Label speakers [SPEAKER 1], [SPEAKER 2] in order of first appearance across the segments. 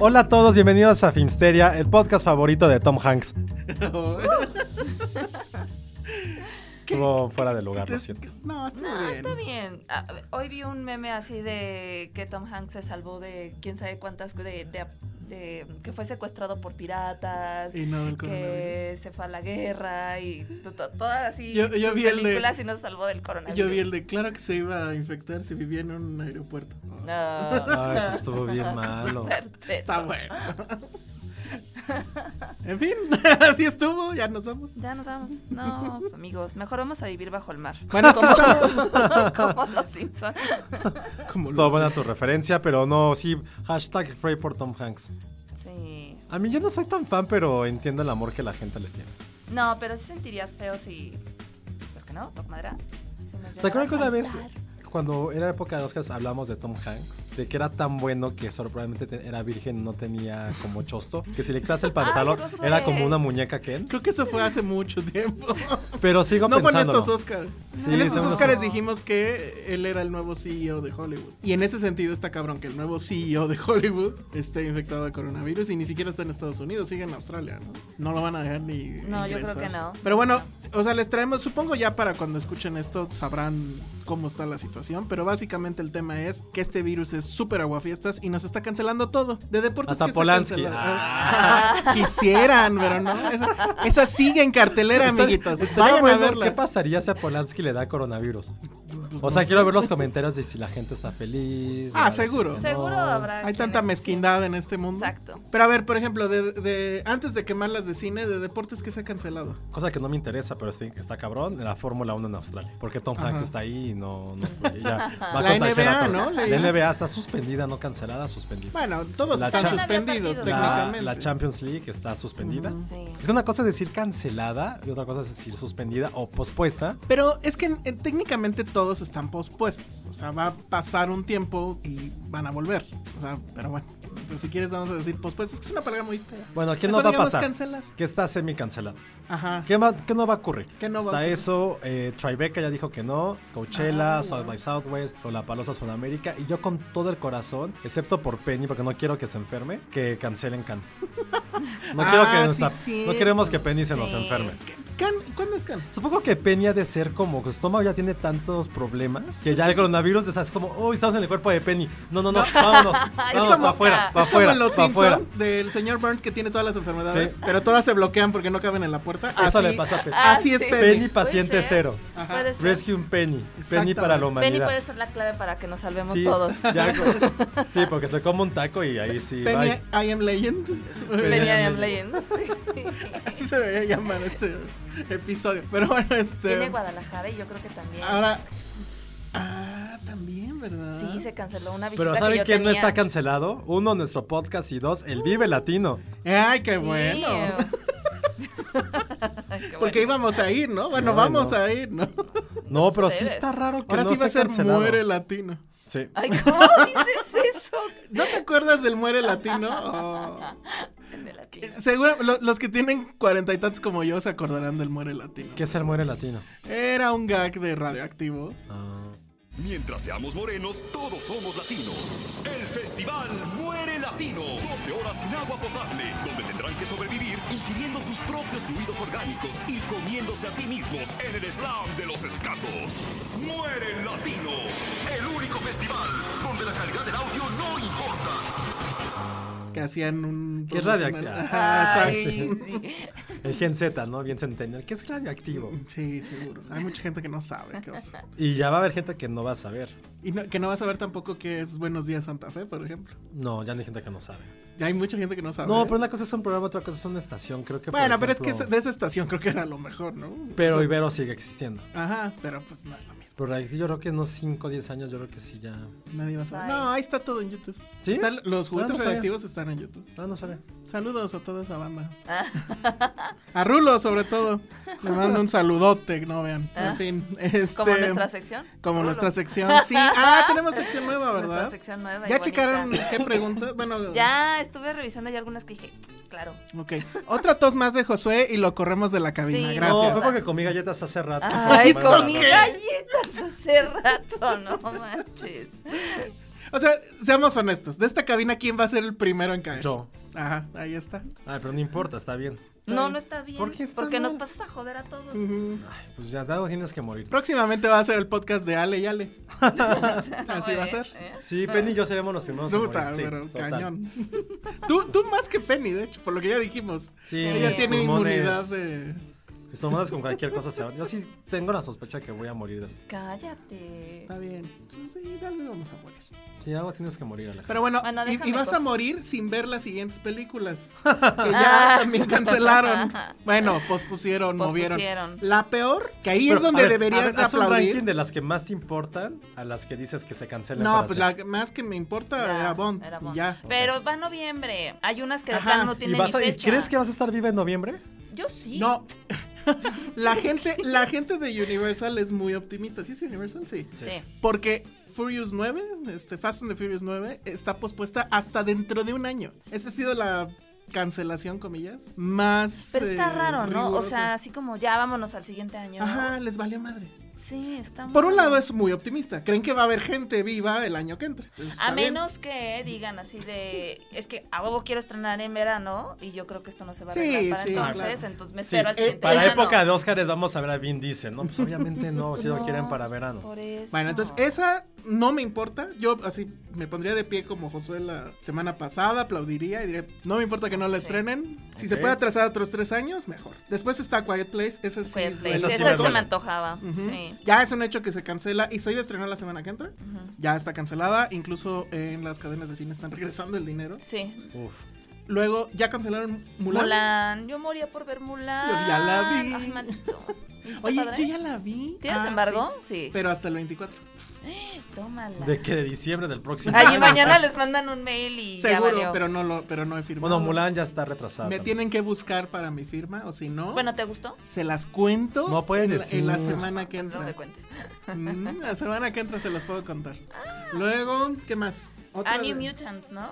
[SPEAKER 1] Hola a todos, bienvenidos a Filmsteria, el podcast favorito de Tom Hanks. Estuvo fuera de lugar, lo siento.
[SPEAKER 2] No, está
[SPEAKER 3] No,
[SPEAKER 2] bien.
[SPEAKER 3] está bien. Ah, hoy vi un meme así de que Tom Hanks se salvó de quién sabe cuántas de, de- de- que fue secuestrado por piratas,
[SPEAKER 2] Y no del
[SPEAKER 3] que se fue a la guerra y to- to- todas así
[SPEAKER 2] Yo- yo
[SPEAKER 3] sus
[SPEAKER 2] vi el de-
[SPEAKER 3] películas y nos salvó del coronavirus.
[SPEAKER 2] Yo vi el de claro que se iba a infectar si vivía en un aeropuerto.
[SPEAKER 3] No.
[SPEAKER 1] Ah, eso estuvo bien malo.
[SPEAKER 3] Fuerte.
[SPEAKER 2] Está bueno. en fin, así estuvo, ya nos vamos.
[SPEAKER 3] Ya nos vamos. No, amigos, mejor vamos a vivir bajo el mar.
[SPEAKER 2] Bueno, es que
[SPEAKER 3] como,
[SPEAKER 2] está-
[SPEAKER 3] como los Simpsons.
[SPEAKER 2] Como
[SPEAKER 1] Estuvo
[SPEAKER 2] los-
[SPEAKER 1] buena tu referencia, pero no, sí, hashtag Free por Tom Hanks.
[SPEAKER 3] Sí.
[SPEAKER 1] A mí yo no soy tan fan, pero entiendo el amor que la gente le tiene.
[SPEAKER 3] No, pero sí sentirías feo si. ¿Por qué no? ¿Por madera? Si nos
[SPEAKER 1] ¿Se acuerdan que una
[SPEAKER 3] llegara a
[SPEAKER 1] vez,
[SPEAKER 3] faltar.
[SPEAKER 1] cuando era época de Oscars, hablamos de Tom Hanks? De que era tan bueno que solo probablemente te- era virgen, no tenía como chosto. Que si le quitas el pantalón,
[SPEAKER 3] Josué.
[SPEAKER 1] era como una muñeca que él.
[SPEAKER 2] Creo que eso fue hace mucho tiempo.
[SPEAKER 1] Pero sigo
[SPEAKER 2] No con
[SPEAKER 1] pensándolo.
[SPEAKER 2] estos Oscars.
[SPEAKER 1] Sí,
[SPEAKER 2] en estos
[SPEAKER 1] estamos-
[SPEAKER 2] Oscars dijimos que él era el nuevo CEO de Hollywood. Y en ese sentido está cabrón que el nuevo CEO de Hollywood esté infectado de coronavirus y ni siquiera está en Estados Unidos, sigue en Australia, ¿no? No lo van a dejar ni.
[SPEAKER 3] No, yo
[SPEAKER 2] ingresar.
[SPEAKER 3] creo que no.
[SPEAKER 2] Pero bueno, o sea, les traemos, supongo ya para cuando escuchen esto sabrán cómo está la situación. Pero básicamente el tema es que este virus es súper aguafiestas y nos está cancelando todo. De deportes.
[SPEAKER 1] Hasta
[SPEAKER 2] que se
[SPEAKER 1] Polanski.
[SPEAKER 2] cancelaron.
[SPEAKER 1] Ah.
[SPEAKER 2] Ah, Quisieran, pero no. Esa, esa sigue en cartelera,
[SPEAKER 1] Está-
[SPEAKER 2] amiguitos.
[SPEAKER 1] estaría
[SPEAKER 2] Vayan
[SPEAKER 1] bueno,
[SPEAKER 2] a verla.
[SPEAKER 1] ¿Qué pasaría si a Polanski le da coronavirus?
[SPEAKER 2] Pues
[SPEAKER 1] O
[SPEAKER 2] no
[SPEAKER 1] sea,
[SPEAKER 2] sé.
[SPEAKER 1] quiero ver los comentarios de si la gente está feliz.
[SPEAKER 2] Ah,
[SPEAKER 1] la-
[SPEAKER 2] seguro.
[SPEAKER 1] no.
[SPEAKER 3] Seguro habrá.
[SPEAKER 2] Hay
[SPEAKER 3] quienes
[SPEAKER 2] tanta
[SPEAKER 3] sí.
[SPEAKER 2] mezquindad en este mundo.
[SPEAKER 3] Exacto.
[SPEAKER 2] Pero a ver, por ejemplo, de, de- antes de quemarlas de cine, de deportes que se ha cancelado.
[SPEAKER 1] Cosa que no me interesa, pero sí, está cabrón, la Fórmula 1 en Australia. Porque Tom Hanks está ahí y no... no ya va a
[SPEAKER 2] La
[SPEAKER 1] contagiar a todos.
[SPEAKER 2] NBA, ¿no? Le-
[SPEAKER 1] La NBA está suspendida, no cancelada, suspendida.
[SPEAKER 2] Bueno, todos
[SPEAKER 1] La
[SPEAKER 2] están
[SPEAKER 1] Cha-
[SPEAKER 2] suspendidos
[SPEAKER 3] La-
[SPEAKER 1] la,
[SPEAKER 2] técnicamente.
[SPEAKER 1] la Champions League está suspendida.
[SPEAKER 3] Sí.
[SPEAKER 1] Es que una cosa es decir cancelada y otra cosa es decir suspendida o pospuesta.
[SPEAKER 2] Pero es que eh, técnicamente todos están pospuestos. O sea, va a pasar un tiempo y van a volver. O sea, pero bueno. Entonces, si quieres, vamos a decir pospuestos. Es que es una palabra muy fea.
[SPEAKER 1] Bueno, ¿qué
[SPEAKER 2] Mejor
[SPEAKER 1] no va a
[SPEAKER 2] digamos
[SPEAKER 1] pasar?
[SPEAKER 2] cancelar.
[SPEAKER 1] Que está semi cancelada.
[SPEAKER 2] Ajá.
[SPEAKER 1] ¿Qué, va- qué no va a ocurrir?
[SPEAKER 2] ¿Qué no va a
[SPEAKER 1] Está
[SPEAKER 2] ocurrir?
[SPEAKER 1] eso, eh, Tribeca ya dijo que no, Coachella,
[SPEAKER 2] Ah,
[SPEAKER 1] South
[SPEAKER 2] wow.
[SPEAKER 1] by Southwest, Lollapalooza Sudamérica, y yo con todo el corazón, excepto por Penny, porque no quiero que se enferme, que cancelen Can. No,
[SPEAKER 2] Ah,
[SPEAKER 1] quiero que
[SPEAKER 2] sí,
[SPEAKER 1] nuestra-
[SPEAKER 2] cierto.
[SPEAKER 1] no queremos que Penny se nos
[SPEAKER 3] Sí.
[SPEAKER 1] enferme.
[SPEAKER 2] Can, ¿Cuándo es Can?
[SPEAKER 1] Supongo que Penny ha de ser como, su estómago ya tiene tantos problemas, que ya el coronavirus de esas es como, uy, estamos en el cuerpo de Penny. No, no, no, vámonos, vámonos,
[SPEAKER 3] como-
[SPEAKER 1] para afuera,
[SPEAKER 3] es
[SPEAKER 1] para
[SPEAKER 2] Es como
[SPEAKER 1] afuera,
[SPEAKER 2] en los
[SPEAKER 1] para afuera.
[SPEAKER 2] Simpson del señor Burns que tiene todas las enfermedades,
[SPEAKER 1] Sí.
[SPEAKER 2] pero todas se bloquean porque no caben en la puerta.
[SPEAKER 1] Eso
[SPEAKER 2] Así-
[SPEAKER 1] le pasa a Penny.
[SPEAKER 3] Ah,
[SPEAKER 2] Así es
[SPEAKER 3] sí.
[SPEAKER 2] Penny.
[SPEAKER 1] Penny paciente
[SPEAKER 3] Puede ser.
[SPEAKER 1] cero.
[SPEAKER 2] Ajá.
[SPEAKER 3] Puede ser.
[SPEAKER 1] Rescue un Penny. Penny
[SPEAKER 2] Exactamente.
[SPEAKER 1] para la
[SPEAKER 3] Penny
[SPEAKER 1] humanidad.
[SPEAKER 3] puede ser la clave para que nos salvemos
[SPEAKER 1] Sí,
[SPEAKER 3] todos.
[SPEAKER 1] ya con- sí, porque se come un taco y ahí sí.
[SPEAKER 2] Penny,
[SPEAKER 1] bye.
[SPEAKER 2] I am legend.
[SPEAKER 3] Penny
[SPEAKER 1] Penny
[SPEAKER 3] I am
[SPEAKER 1] Am
[SPEAKER 3] Legend. Sí.
[SPEAKER 2] Así se debería llamar este episodio. Pero bueno,
[SPEAKER 3] Viene
[SPEAKER 2] este.
[SPEAKER 3] Guadalajara y yo creo que también.
[SPEAKER 2] Ahora. Ah, también, ¿verdad?
[SPEAKER 3] sí, se canceló una visita
[SPEAKER 1] Pero
[SPEAKER 3] que
[SPEAKER 1] ¿saben
[SPEAKER 3] yo
[SPEAKER 1] quién no
[SPEAKER 3] tenía.
[SPEAKER 1] está cancelado? Uno, nuestro podcast y dos, el Vive Latino.
[SPEAKER 2] Ay, qué
[SPEAKER 3] Sí.
[SPEAKER 2] bueno.
[SPEAKER 3] Ay, qué
[SPEAKER 2] Porque
[SPEAKER 3] bueno.
[SPEAKER 2] íbamos a ir, ¿no? Bueno,
[SPEAKER 1] No,
[SPEAKER 2] vamos
[SPEAKER 1] no.
[SPEAKER 2] a ir, ¿no?
[SPEAKER 1] No, pero sí
[SPEAKER 3] ustedes.
[SPEAKER 1] está raro que
[SPEAKER 2] Ahora
[SPEAKER 1] no
[SPEAKER 2] sí va a
[SPEAKER 1] esté
[SPEAKER 2] ser
[SPEAKER 1] cancelado.
[SPEAKER 2] Muere Latino.
[SPEAKER 1] Sí.
[SPEAKER 3] Ay, ¿cómo dices eso?
[SPEAKER 2] ¿No te acuerdas del Muere Latino? Oh.
[SPEAKER 3] El de latino.
[SPEAKER 2] Seguro, lo- los que tienen cuarenta y tantos como yo se acordarán del muere latino.
[SPEAKER 1] ¿Qué es el muere latino?
[SPEAKER 2] Era un gag de radioactivo.
[SPEAKER 1] Ah.
[SPEAKER 4] Mientras seamos morenos, todos somos latinos. El festival Muere Latino. 12 horas sin agua potable, donde tendrán que sobrevivir ingiriendo sus propios fluidos orgánicos y comiéndose a sí mismos en el slam de los escapos. Muere Latino. El único festival donde la calidad del audio no importa.
[SPEAKER 2] Que hacían un.
[SPEAKER 1] Que Ah. es Ah.
[SPEAKER 2] promocional.
[SPEAKER 1] radioactivo.
[SPEAKER 2] Ajá,
[SPEAKER 3] Ay,
[SPEAKER 2] exacto.
[SPEAKER 3] sí.
[SPEAKER 1] El Gen Z, ¿no? Bien centennial. ¿Qué es radioactivo?
[SPEAKER 2] Sí, seguro. Hay mucha gente que no sabe qué oso.
[SPEAKER 1] Y ya va a haber gente que no va a saber.
[SPEAKER 2] Y no- que no va a saber tampoco qué es Buenos Días Santa Fe, por ejemplo.
[SPEAKER 1] No, ya no hay gente que no sabe.
[SPEAKER 2] Ya hay mucha gente que no sabe.
[SPEAKER 1] No, pero una cosa es un programa, otra cosa es una estación. Creo que. por
[SPEAKER 2] Bueno, pero es que
[SPEAKER 1] ejemplo,
[SPEAKER 2] esa- de esa estación creo que era lo mejor, ¿no?
[SPEAKER 1] Pero Ibero sigue existiendo.
[SPEAKER 2] Ajá, pero pues no es lo mismo.
[SPEAKER 1] Pero ahí sí, yo creo que en unos 5 o 10 años, yo creo que sí ya.
[SPEAKER 2] Nadie va a saber.
[SPEAKER 3] Bye.
[SPEAKER 2] No, ahí está todo en YouTube.
[SPEAKER 1] ¿Sí?
[SPEAKER 2] Están- los
[SPEAKER 1] Ah,
[SPEAKER 2] juguetes
[SPEAKER 1] no sabía.
[SPEAKER 2] radioactivos están en YouTube.
[SPEAKER 1] Ah, no sabe.
[SPEAKER 2] Saludos a toda esa banda. A Rulo, sobre todo. Le mando un saludote, no vean. En fin. Este,
[SPEAKER 3] Ah. Como nuestra sección.
[SPEAKER 2] como
[SPEAKER 3] Rulo.
[SPEAKER 2] nuestra sección, sí. Ah, tenemos sección nueva,
[SPEAKER 3] Nuestra
[SPEAKER 2] ¿verdad?
[SPEAKER 3] sección nueva. y
[SPEAKER 2] ¿Ya
[SPEAKER 3] bonita.
[SPEAKER 2] checaron qué preguntas? Bueno,
[SPEAKER 3] Ya estuve revisando ya algunas que dije, claro.
[SPEAKER 2] ok. Otra tos más de Josué y lo corremos de la cabina.
[SPEAKER 1] No,
[SPEAKER 3] Sí,
[SPEAKER 2] Gracias.
[SPEAKER 1] fue porque comí galletas hace rato.
[SPEAKER 3] Ay,
[SPEAKER 1] Por comer
[SPEAKER 3] comí
[SPEAKER 1] galletas.
[SPEAKER 3] galletas hace rato, no manches.
[SPEAKER 2] O sea, seamos honestos. De esta cabina, ¿quién va a ser el primero en caer?
[SPEAKER 1] Yo.
[SPEAKER 2] Ajá, ahí está.
[SPEAKER 1] Ay, pero no importa, está bien.
[SPEAKER 3] No, no está bien.
[SPEAKER 1] ¿Por qué está
[SPEAKER 3] porque nos
[SPEAKER 1] mal?
[SPEAKER 3] pasas a joder a todos.
[SPEAKER 1] Ay, pues ya te tienes que morir.
[SPEAKER 2] Próximamente va a ser el podcast de Ale y Ale. Así va a ser.
[SPEAKER 3] ¿Eh?
[SPEAKER 1] Sí, Penny y yo seremos los primeros. en
[SPEAKER 2] Puta,
[SPEAKER 1] morir, sí,
[SPEAKER 2] pero
[SPEAKER 1] total.
[SPEAKER 2] cañón. tú, tú más que Penny, de hecho, por lo que ya dijimos.
[SPEAKER 1] Sí,
[SPEAKER 2] Ella
[SPEAKER 1] mis
[SPEAKER 2] tiene
[SPEAKER 1] pulmones-
[SPEAKER 2] inmunidad de.
[SPEAKER 1] Mis pulmones con cualquier cosa se van. Yo sí tengo la sospecha que voy a morir de esto.
[SPEAKER 3] Cállate.
[SPEAKER 2] Está bien. Pues sí, dale, vamos a morir.
[SPEAKER 1] Si algo tienes que morir, Alejandro.
[SPEAKER 2] Pero bueno,
[SPEAKER 3] Bueno,
[SPEAKER 2] y- y,
[SPEAKER 3] déjame
[SPEAKER 2] vas a
[SPEAKER 3] cosas.
[SPEAKER 2] morir sin ver las siguientes películas. Que
[SPEAKER 3] Ah.
[SPEAKER 2] ya también cancelaron. Bueno, pospusieron, movieron.
[SPEAKER 3] Pospusieron.
[SPEAKER 2] La peor, que ahí
[SPEAKER 1] Pero,
[SPEAKER 2] es donde
[SPEAKER 1] a ver,
[SPEAKER 2] deberías
[SPEAKER 1] a ver,
[SPEAKER 2] de
[SPEAKER 1] haz un ranking
[SPEAKER 2] aplaudir.
[SPEAKER 1] de las que más te importan a las que dices que se cancelan.
[SPEAKER 2] No,
[SPEAKER 1] para
[SPEAKER 2] pues la
[SPEAKER 1] siempre.
[SPEAKER 2] que más que me importa
[SPEAKER 3] Ya,
[SPEAKER 2] era Bond.
[SPEAKER 3] Ah, era
[SPEAKER 2] Y ya.
[SPEAKER 3] Pero va noviembre. Hay unas que de
[SPEAKER 2] Ajá.
[SPEAKER 3] plano no
[SPEAKER 1] ¿Y,
[SPEAKER 3] tienen
[SPEAKER 1] vas
[SPEAKER 3] ni
[SPEAKER 1] a- ¿Y
[SPEAKER 3] fecha.
[SPEAKER 1] crees que vas a estar viva en noviembre?
[SPEAKER 3] Yo sí.
[SPEAKER 2] No. La gente, la gente de Universal es muy optimista. ¿Sí es Universal? Sí.
[SPEAKER 3] Sí.
[SPEAKER 2] Porque Furious 9, este, Fast and the Furious 9, está pospuesta hasta dentro de un año. Esa ha sido la cancelación, comillas, más.
[SPEAKER 3] Pero está
[SPEAKER 2] eh,
[SPEAKER 3] raro, ¿no? O
[SPEAKER 2] rigurosa.
[SPEAKER 3] sea, así como ya vámonos al siguiente año.
[SPEAKER 2] Ajá, les valió madre.
[SPEAKER 3] Sí, está
[SPEAKER 2] Por
[SPEAKER 3] muy-
[SPEAKER 2] un lado es muy optimista. Creen que va a haber gente viva el año que entre. Pues,
[SPEAKER 3] A
[SPEAKER 2] está bien.
[SPEAKER 3] menos que digan así de. Es que a huevo quiero estrenar en verano y yo creo que esto no se va a
[SPEAKER 2] Sí,
[SPEAKER 3] arreglar para
[SPEAKER 2] sí,
[SPEAKER 3] entonces.
[SPEAKER 2] claro.
[SPEAKER 3] Entonces me
[SPEAKER 1] Sí,
[SPEAKER 3] espero al
[SPEAKER 2] eh,
[SPEAKER 3] siguiente.
[SPEAKER 1] Para
[SPEAKER 3] verano.
[SPEAKER 1] época de Óscares vamos a ver a Vin Diesel, ¿no? Pues obviamente no, si lo quieren para verano.
[SPEAKER 3] Por eso.
[SPEAKER 2] Bueno, entonces esa no me importa. Yo así me pondría de pie como Josué la semana pasada, aplaudiría y diría, no me importa que no la
[SPEAKER 3] Sí.
[SPEAKER 2] estrenen. Si se
[SPEAKER 1] Ok.
[SPEAKER 2] puede atrasar otros tres años, mejor. Después está Quiet Place, ese sí.
[SPEAKER 3] Quiet Place,
[SPEAKER 1] Eso sí
[SPEAKER 3] esa
[SPEAKER 1] me
[SPEAKER 3] se
[SPEAKER 1] duele.
[SPEAKER 3] me antojaba. Sí.
[SPEAKER 2] Ya es un hecho que se cancela y se iba a estrenar la semana que entra. Ya está cancelada. Incluso en las cadenas de cine están regresando el dinero.
[SPEAKER 3] Sí.
[SPEAKER 1] Uf.
[SPEAKER 2] Luego ya cancelaron Mulan.
[SPEAKER 3] Mulan. Yo moría por ver Mulan.
[SPEAKER 2] Yo ya la vi.
[SPEAKER 3] Ay, maldito. ¿Está
[SPEAKER 2] Oye,
[SPEAKER 3] padre?
[SPEAKER 2] yo ya la vi.
[SPEAKER 3] ¿Tienes
[SPEAKER 2] Ah,
[SPEAKER 3] embargo? Sí.
[SPEAKER 2] sí, Pero hasta el 24.
[SPEAKER 3] Tómala.
[SPEAKER 1] De que de diciembre del próximo.
[SPEAKER 3] Ay, y
[SPEAKER 1] año.
[SPEAKER 3] mañana les mandan un mail y ya
[SPEAKER 2] Seguro,
[SPEAKER 3] valió.
[SPEAKER 2] pero no, lo, pero no he firmado.
[SPEAKER 1] Bueno, Mulan ya está retrasada.
[SPEAKER 2] Me
[SPEAKER 1] también.
[SPEAKER 2] tienen que buscar para mi firma, o si no.
[SPEAKER 3] Bueno, ¿te gustó?
[SPEAKER 2] Se las cuento.
[SPEAKER 1] No puede
[SPEAKER 2] en la-
[SPEAKER 1] decir.
[SPEAKER 2] En la semana que
[SPEAKER 3] No me
[SPEAKER 2] entra.
[SPEAKER 3] cuentes.
[SPEAKER 2] Mm, la semana que entra se las puedo contar.
[SPEAKER 3] Ah.
[SPEAKER 2] Luego, ¿qué más?
[SPEAKER 3] A
[SPEAKER 2] Otra
[SPEAKER 3] Ah, New
[SPEAKER 2] de-
[SPEAKER 3] Mutants, ¿no?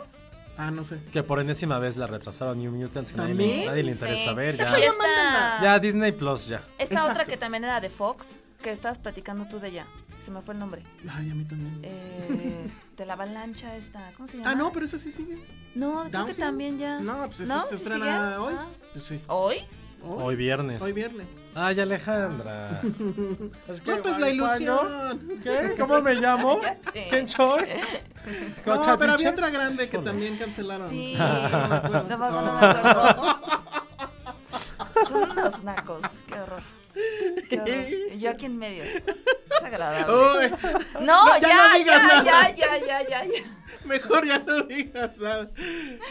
[SPEAKER 2] Ah, no sé.
[SPEAKER 1] Que por enésima vez la retrasaron New Mutants. que nadie,
[SPEAKER 2] ¿Sí?
[SPEAKER 1] le- nadie le interesa
[SPEAKER 3] ¿Ah, Sí.
[SPEAKER 1] ver.
[SPEAKER 2] Eso
[SPEAKER 1] Ya,
[SPEAKER 2] ya
[SPEAKER 3] Esta-
[SPEAKER 2] mándenla.
[SPEAKER 1] ya Disney Plus, ya.
[SPEAKER 3] Esta otra
[SPEAKER 2] Exacto.
[SPEAKER 3] que también era de Fox, que estabas platicando tú de ella. Se me fue el nombre.
[SPEAKER 2] Ay, a mí también.
[SPEAKER 3] Eh, de la avalancha esta. ¿Cómo se llama?
[SPEAKER 2] Ah, no, pero esa sí sigue.
[SPEAKER 3] No, creo que
[SPEAKER 2] Downhill.
[SPEAKER 3] también ya.
[SPEAKER 2] No, pues esa
[SPEAKER 3] ¿No?
[SPEAKER 2] se
[SPEAKER 3] ¿Sí
[SPEAKER 2] estrena
[SPEAKER 3] sigue?
[SPEAKER 2] hoy.
[SPEAKER 3] Ah.
[SPEAKER 2] Pues sí.
[SPEAKER 3] ¿Hoy?
[SPEAKER 1] Hoy viernes.
[SPEAKER 2] Hoy viernes.
[SPEAKER 1] Ay, Alejandra. Es que
[SPEAKER 2] Rompes la
[SPEAKER 1] igual, ¿no?
[SPEAKER 2] ilusión.
[SPEAKER 1] ¿Qué? ¿Cómo me llamo?
[SPEAKER 3] sé.
[SPEAKER 1] ¿Quién soy?
[SPEAKER 2] No, pero había
[SPEAKER 1] ¿Cochapiche?
[SPEAKER 2] otra grande que
[SPEAKER 1] Híjole.
[SPEAKER 2] también cancelaron.
[SPEAKER 3] Sí.
[SPEAKER 2] No me acuerdo.
[SPEAKER 3] No me acuerdo, no me
[SPEAKER 2] Ah.
[SPEAKER 3] acuerdo. Son unos nacos. Qué horror. Qué horror. Y yo aquí en medio. Es agradable.
[SPEAKER 2] Uy,
[SPEAKER 3] no,
[SPEAKER 2] Oh, no, ya
[SPEAKER 3] ya,
[SPEAKER 2] no
[SPEAKER 3] ya,
[SPEAKER 2] digas
[SPEAKER 3] ya,
[SPEAKER 2] nada.
[SPEAKER 3] ya, ya, ya, ya.
[SPEAKER 2] mejor ya no digas nada.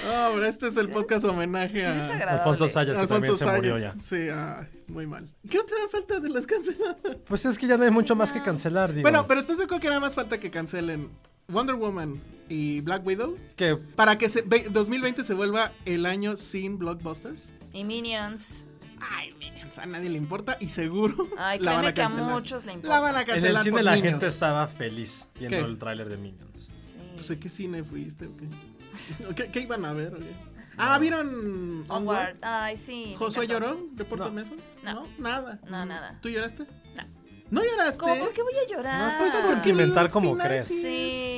[SPEAKER 2] Oh, pero este es el podcast homenaje
[SPEAKER 3] Qué
[SPEAKER 2] a
[SPEAKER 3] desagradable.
[SPEAKER 1] Alfonso Sayas, que
[SPEAKER 2] Ah, Alfonso
[SPEAKER 1] también se murió
[SPEAKER 2] Sayas.
[SPEAKER 1] ya.
[SPEAKER 2] Sí, ay, muy mal. ¿Qué otra falta de las canceladas?
[SPEAKER 1] Pues es que ya no hay mucho más que cancelar, digo.
[SPEAKER 2] Bueno, pero ¿estás de acuerdo que nada más falta que cancelen Wonder Woman y Black Widow?
[SPEAKER 1] Que
[SPEAKER 2] Para que se, ve- 2020 se vuelva el año sin blockbusters.
[SPEAKER 3] Y Minions.
[SPEAKER 2] Ay, Minions, a nadie le importa y seguro
[SPEAKER 3] Ay,
[SPEAKER 2] la van
[SPEAKER 3] créeme
[SPEAKER 2] a
[SPEAKER 3] que a
[SPEAKER 2] cancelar.
[SPEAKER 3] muchos le
[SPEAKER 2] La
[SPEAKER 3] importa.
[SPEAKER 2] van a
[SPEAKER 1] en
[SPEAKER 2] cancelar
[SPEAKER 1] el cine
[SPEAKER 2] por
[SPEAKER 1] la
[SPEAKER 2] niños.
[SPEAKER 1] gente estaba feliz viendo
[SPEAKER 2] ¿Qué?
[SPEAKER 1] el tráiler de Minions.
[SPEAKER 3] Sí.
[SPEAKER 2] Pues, ¿a qué cine fuiste o qué? ¿O qué? qué iban a ver o qué? Ah, ¿vieron
[SPEAKER 3] Onward.
[SPEAKER 2] Onward?
[SPEAKER 3] Ay, sí. me
[SPEAKER 2] ¿Josué
[SPEAKER 3] encantó.
[SPEAKER 2] lloró? ¿Reportan eso?
[SPEAKER 3] No.
[SPEAKER 2] Nada.
[SPEAKER 3] No, nada.
[SPEAKER 2] ¿Tú lloraste?
[SPEAKER 3] No.
[SPEAKER 2] ¿No lloraste?
[SPEAKER 3] ¿Cómo? ¿Por qué voy a llorar?
[SPEAKER 1] No estás
[SPEAKER 2] Porque
[SPEAKER 1] sentimental.
[SPEAKER 2] al
[SPEAKER 1] como
[SPEAKER 2] final
[SPEAKER 1] crees.
[SPEAKER 2] sí es-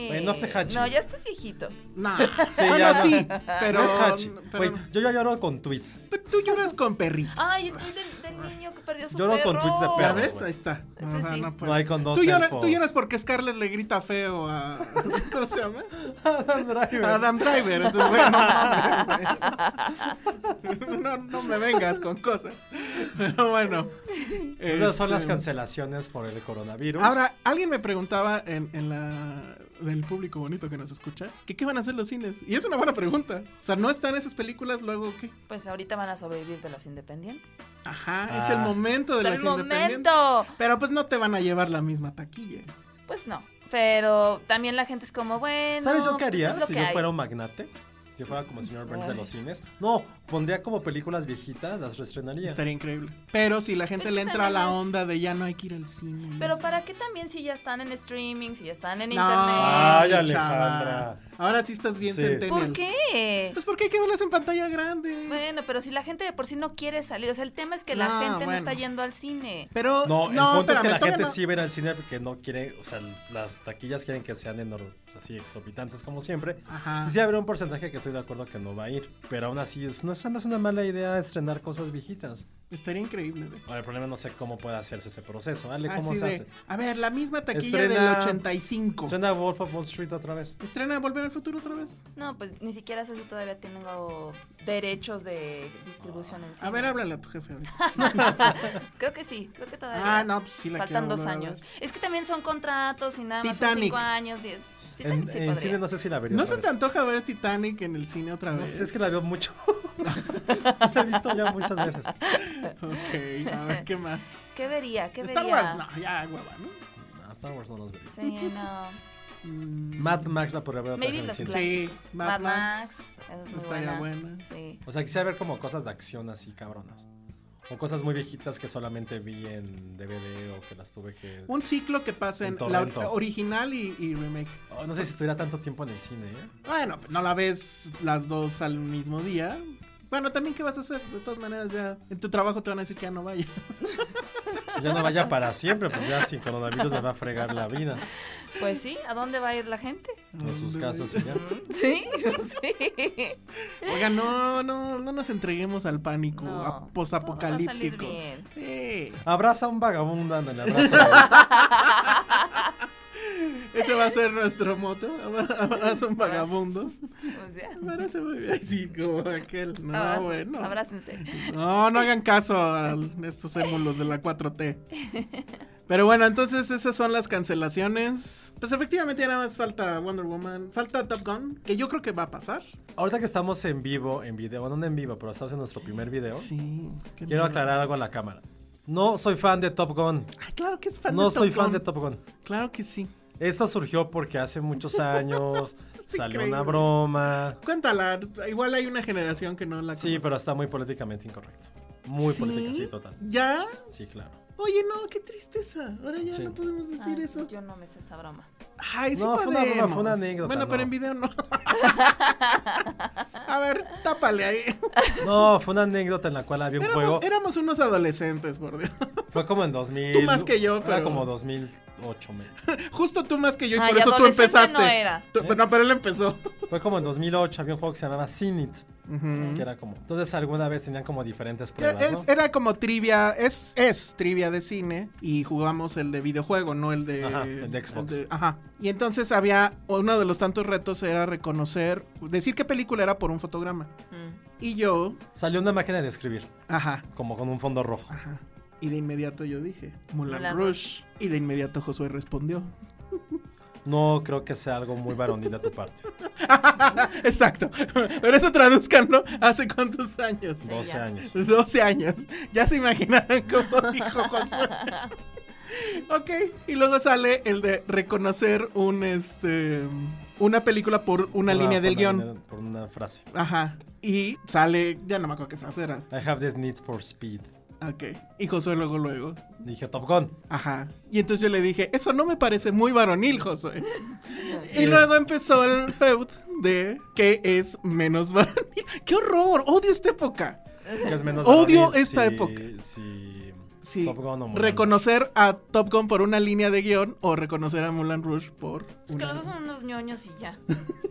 [SPEAKER 3] Sí.
[SPEAKER 1] Güey, no hace hachi.
[SPEAKER 3] No, ya estás fijito.
[SPEAKER 2] No.
[SPEAKER 1] Sí,
[SPEAKER 2] bueno,
[SPEAKER 1] ya, no.
[SPEAKER 2] sí, pero...
[SPEAKER 1] no es Hachi.
[SPEAKER 2] pero-
[SPEAKER 1] Güey, yo ya lloro con tweets.
[SPEAKER 2] pero tú lloras con perrito.
[SPEAKER 1] Ah,
[SPEAKER 3] Ay, el tweet del, del niño que perdió su
[SPEAKER 1] Lloro
[SPEAKER 3] perro.
[SPEAKER 1] con tweets de
[SPEAKER 2] ¿Ya
[SPEAKER 1] perros,
[SPEAKER 2] ves?
[SPEAKER 1] güey.
[SPEAKER 2] Ahí está.
[SPEAKER 3] Sí,
[SPEAKER 2] O sea,
[SPEAKER 3] sí.
[SPEAKER 2] no puede
[SPEAKER 1] No hay
[SPEAKER 2] ser.
[SPEAKER 1] con dos
[SPEAKER 2] tú, llora-
[SPEAKER 1] elfos.
[SPEAKER 2] tú lloras porque Scarlett le grita feo a... ¿Cómo se llama?
[SPEAKER 1] Adam Driver.
[SPEAKER 2] A Adam Driver. Entonces, güey, no mames, güey. No, no me vengas con cosas. Pero bueno.
[SPEAKER 1] Esas son las
[SPEAKER 2] este,
[SPEAKER 1] cancelaciones por el coronavirus.
[SPEAKER 2] Ahora, alguien me preguntaba en, en la del público bonito que nos escucha, que qué van a hacer los cines. Y es una buena pregunta. O sea, no están esas películas, luego qué.
[SPEAKER 3] Pues ahorita van a sobrevivir de las independientes.
[SPEAKER 2] Ajá,
[SPEAKER 1] Ah.
[SPEAKER 2] es el momento de
[SPEAKER 3] ¡Hasta
[SPEAKER 2] las
[SPEAKER 3] el
[SPEAKER 2] independientes.
[SPEAKER 3] momento!
[SPEAKER 2] Pero pues no te van a llevar la misma taquilla.
[SPEAKER 3] Pues no. Pero también la gente es como, bueno.
[SPEAKER 1] ¿Sabes yo qué
[SPEAKER 3] pues
[SPEAKER 1] haría
[SPEAKER 3] es lo
[SPEAKER 1] si
[SPEAKER 3] que
[SPEAKER 1] yo
[SPEAKER 3] hay.
[SPEAKER 1] fuera un magnate? Si yo fuera como señor Burns de
[SPEAKER 3] Ay.
[SPEAKER 1] los cines. No, pondría como películas viejitas, las reestrenaría.
[SPEAKER 2] Estaría increíble. Pero si la gente
[SPEAKER 3] Pues
[SPEAKER 2] le
[SPEAKER 3] que
[SPEAKER 2] entra a la
[SPEAKER 3] también es-
[SPEAKER 2] onda de ya no hay que ir al cine. no
[SPEAKER 3] Pero
[SPEAKER 2] sé.
[SPEAKER 3] ¿para qué también si ya están en streaming, si ya están en
[SPEAKER 2] No,
[SPEAKER 3] internet?
[SPEAKER 1] Ay,
[SPEAKER 2] chava.
[SPEAKER 1] Alejandra.
[SPEAKER 2] Ahora sí estás bien
[SPEAKER 1] Sí.
[SPEAKER 2] centennial.
[SPEAKER 3] ¿Por qué?
[SPEAKER 2] Pues porque hay que verlas en pantalla grande.
[SPEAKER 3] Bueno, pero si la gente de por sí no quiere salir, o sea, el tema es que la
[SPEAKER 2] No,
[SPEAKER 3] gente no
[SPEAKER 2] bueno.
[SPEAKER 3] está yendo al cine.
[SPEAKER 2] Pero
[SPEAKER 1] No, el punto es que
[SPEAKER 2] espérame,
[SPEAKER 1] la
[SPEAKER 2] todavía
[SPEAKER 1] gente
[SPEAKER 2] no-
[SPEAKER 1] sí va a ir al cine porque no quiere, o sea, las taquillas quieren que sean enormes, así exorbitantes como siempre.
[SPEAKER 3] Ah.
[SPEAKER 2] Ajá.
[SPEAKER 1] Y sí habrá un porcentaje que estoy de acuerdo que no va a ir, pero aún así es- no es no es una mala idea estrenar cosas viejitas.
[SPEAKER 2] Estaría increíble. güey.
[SPEAKER 1] Ahora el problema no sé cómo puede hacerse ese proceso.
[SPEAKER 3] Ah,
[SPEAKER 1] Ale, ¿cómo
[SPEAKER 2] Así
[SPEAKER 1] se
[SPEAKER 2] de,
[SPEAKER 1] hace?
[SPEAKER 2] A ver, la misma taquilla
[SPEAKER 1] Estrena-
[SPEAKER 2] del 85.
[SPEAKER 1] Estrena Wolf of Wall Street otra vez.
[SPEAKER 2] ¿Estrena Volver al Futuro otra vez?
[SPEAKER 3] No, pues ni siquiera sé si todavía tengo derechos de distribución en cine.
[SPEAKER 2] A ver, háblale a tu jefe. ahorita.
[SPEAKER 3] Creo que sí, creo que todavía.
[SPEAKER 2] ah, no, pues sí la
[SPEAKER 3] Faltan
[SPEAKER 2] quiero
[SPEAKER 3] dos
[SPEAKER 2] volver a ver.
[SPEAKER 3] años. Es que también son contratos y nada más son
[SPEAKER 2] Titanic.
[SPEAKER 3] cinco años, diez.
[SPEAKER 1] En,
[SPEAKER 3] Titanic sí
[SPEAKER 1] en
[SPEAKER 3] podría.
[SPEAKER 1] cine no sé si la vería.
[SPEAKER 2] ¿No
[SPEAKER 1] otra
[SPEAKER 2] se te
[SPEAKER 1] vez.
[SPEAKER 2] antoja ver Titanic en el cine otra
[SPEAKER 1] No
[SPEAKER 2] vez?
[SPEAKER 1] sé, es que la veo mucho. la he visto ya muchas veces.
[SPEAKER 2] Ok, a ver, ¿qué más?
[SPEAKER 3] ¿Qué vería? ¿Qué
[SPEAKER 2] Star
[SPEAKER 3] vería?
[SPEAKER 2] Wars, no, ya, guapa, ¿no?
[SPEAKER 1] No, Star Wars no las vería.
[SPEAKER 3] Sí, no.
[SPEAKER 2] Mm,
[SPEAKER 1] Mad Max la podría ver otra vez
[SPEAKER 3] Maybe
[SPEAKER 1] en el
[SPEAKER 3] los
[SPEAKER 1] cine.
[SPEAKER 3] clásicos.
[SPEAKER 2] Sí,
[SPEAKER 3] Mad
[SPEAKER 2] Mad
[SPEAKER 3] Max.
[SPEAKER 2] Max.
[SPEAKER 3] Esa es muy
[SPEAKER 2] estaría
[SPEAKER 3] buena.
[SPEAKER 2] buena.
[SPEAKER 3] Sí.
[SPEAKER 1] O sea, quisiera ver como cosas de acción así, cabronas. O cosas muy viejitas que solamente vi en DVD o que las tuve que...
[SPEAKER 2] Un ciclo que pasa
[SPEAKER 1] En
[SPEAKER 2] en la or-
[SPEAKER 1] torrento.
[SPEAKER 2] original y, y remake.
[SPEAKER 1] Oh, no sé si estuviera tanto tiempo en el cine, ¿eh?
[SPEAKER 2] Bueno, pues, no la ves las dos al mismo día. Bueno, también, ¿qué vas a hacer? De todas maneras, ya en tu trabajo te van a decir que ya no vayas.
[SPEAKER 1] Ya no vaya para siempre, pues ya sin coronavirus me va a fregar la vida
[SPEAKER 3] Pues sí, ¿a dónde va a ir la gente?
[SPEAKER 1] en sus casas y ya.
[SPEAKER 3] Sí, sí.
[SPEAKER 2] Oiga, no, no, no nos entreguemos al pánico
[SPEAKER 3] No,
[SPEAKER 2] a- posapocalíptico.
[SPEAKER 3] todo va a salir bien.
[SPEAKER 2] Sí,
[SPEAKER 1] Abraza a un vagabundo, ándale, abraza.
[SPEAKER 2] ese va a ser nuestro moto. Abraza un vagabundo.
[SPEAKER 3] O sea,
[SPEAKER 2] Abraza muy bien. Así como aquel. No,
[SPEAKER 3] abrazos,
[SPEAKER 2] bueno.
[SPEAKER 3] abrácense.
[SPEAKER 2] No, no hagan caso a estos émulos de la 4T. Pero bueno, entonces esas son las cancelaciones. Pues efectivamente ya nada más falta Wonder Woman, falta Top Gun, que yo creo que va a pasar.
[SPEAKER 1] Ahorita que estamos en vivo, en video, bueno, no en vivo, pero estamos en nuestro primer video,
[SPEAKER 2] Sí. qué
[SPEAKER 1] quiero
[SPEAKER 2] miedo.
[SPEAKER 1] aclarar algo a la cámara. No soy fan de Top Gun.
[SPEAKER 2] Ay, claro que es fan
[SPEAKER 1] No
[SPEAKER 2] de Top
[SPEAKER 1] soy fan
[SPEAKER 2] Gun.
[SPEAKER 1] de Top Gun.
[SPEAKER 2] Claro que sí.
[SPEAKER 1] Esto surgió porque hace muchos años salió una
[SPEAKER 2] increíble.
[SPEAKER 1] broma.
[SPEAKER 2] Cuéntala, igual hay una generación que no la
[SPEAKER 1] Sí,
[SPEAKER 2] conoce.
[SPEAKER 1] pero está muy políticamente incorrecto. Muy
[SPEAKER 2] ¿Sí?
[SPEAKER 1] política, sí, total.
[SPEAKER 2] ¿Ya?
[SPEAKER 1] Sí, claro.
[SPEAKER 2] Oye, no, qué tristeza. Ahora ya
[SPEAKER 1] Sí.
[SPEAKER 2] no podemos decir
[SPEAKER 3] Ay,
[SPEAKER 2] eso.
[SPEAKER 3] Yo no me sé esa broma.
[SPEAKER 2] Ay, sí
[SPEAKER 1] No, fue una broma,
[SPEAKER 2] podemos.
[SPEAKER 1] fue una anécdota,
[SPEAKER 2] Bueno, pero
[SPEAKER 1] no.
[SPEAKER 2] en video no. A ver, tápale ahí.
[SPEAKER 1] No, fue una anécdota en la cual había un juego.
[SPEAKER 2] Éramos, éramos unos adolescentes, por Dios.
[SPEAKER 1] Fue como en 2000.
[SPEAKER 2] Tú más que yo,
[SPEAKER 1] Era
[SPEAKER 2] pero-
[SPEAKER 1] como 2008. me-
[SPEAKER 2] Justo tú más que yo y
[SPEAKER 3] Ay,
[SPEAKER 2] por eso tú
[SPEAKER 3] adolescente
[SPEAKER 2] empezaste.
[SPEAKER 3] no era.
[SPEAKER 2] Tú-
[SPEAKER 1] ¿Eh?
[SPEAKER 2] No, pero él empezó.
[SPEAKER 1] Fue como en 2008. Había un juego que se llamaba Sin It.
[SPEAKER 2] Ujú.
[SPEAKER 1] Que era como. Entonces, alguna vez tenían como diferentes
[SPEAKER 2] Era,
[SPEAKER 1] pruebas. ¿no?
[SPEAKER 2] es- era como trivia, es, es trivia de cine y jugamos el de videojuego, no el de...
[SPEAKER 1] Ajá, el de Xbox.
[SPEAKER 2] ajá. Y entonces había, uno de los tantos retos era reconocer, decir qué película era por un fotograma.
[SPEAKER 3] Mm.
[SPEAKER 2] Y yo,
[SPEAKER 1] Salió una máquina de escribir.
[SPEAKER 2] ajá,
[SPEAKER 1] Como con un fondo rojo.
[SPEAKER 2] ajá. Y de inmediato yo dije, Mulan,
[SPEAKER 3] Moulin
[SPEAKER 2] Rush. Y de inmediato Josué respondió.
[SPEAKER 1] No creo que sea algo muy varonil de tu parte.
[SPEAKER 2] Exacto. Pero eso traduzcanlo ¿Hace cuántos años?
[SPEAKER 3] Sí,
[SPEAKER 1] 12
[SPEAKER 3] ya.
[SPEAKER 1] años.
[SPEAKER 2] 12 años. Ya se imaginarán cómo dijo Josué. ok, y luego sale el de reconocer un este una película por una línea
[SPEAKER 1] por
[SPEAKER 2] del
[SPEAKER 1] una
[SPEAKER 2] guión.
[SPEAKER 1] línea- por una frase.
[SPEAKER 2] Ajá. Y sale, ya no me acuerdo qué frase era.
[SPEAKER 1] I have this need for speed.
[SPEAKER 2] Ok. Y Josué luego, luego.
[SPEAKER 1] Dije Top Gun.
[SPEAKER 2] Ajá. Y entonces yo le dije, eso no me parece muy varonil, Josué. y luego empezó el feud de que es menos varonil. ¡Qué horror! ¡Odio esta época!
[SPEAKER 1] que es menos
[SPEAKER 2] Odio
[SPEAKER 1] varonil,
[SPEAKER 2] esta
[SPEAKER 1] si-
[SPEAKER 2] época.
[SPEAKER 1] si
[SPEAKER 2] Sí.
[SPEAKER 1] Top Gun o Mulan.
[SPEAKER 2] reconocer a Top Gun por una línea de guión o reconocer a Mulan Rouge por...
[SPEAKER 3] Es que
[SPEAKER 2] una-
[SPEAKER 3] los dos son unos ñoños y ya.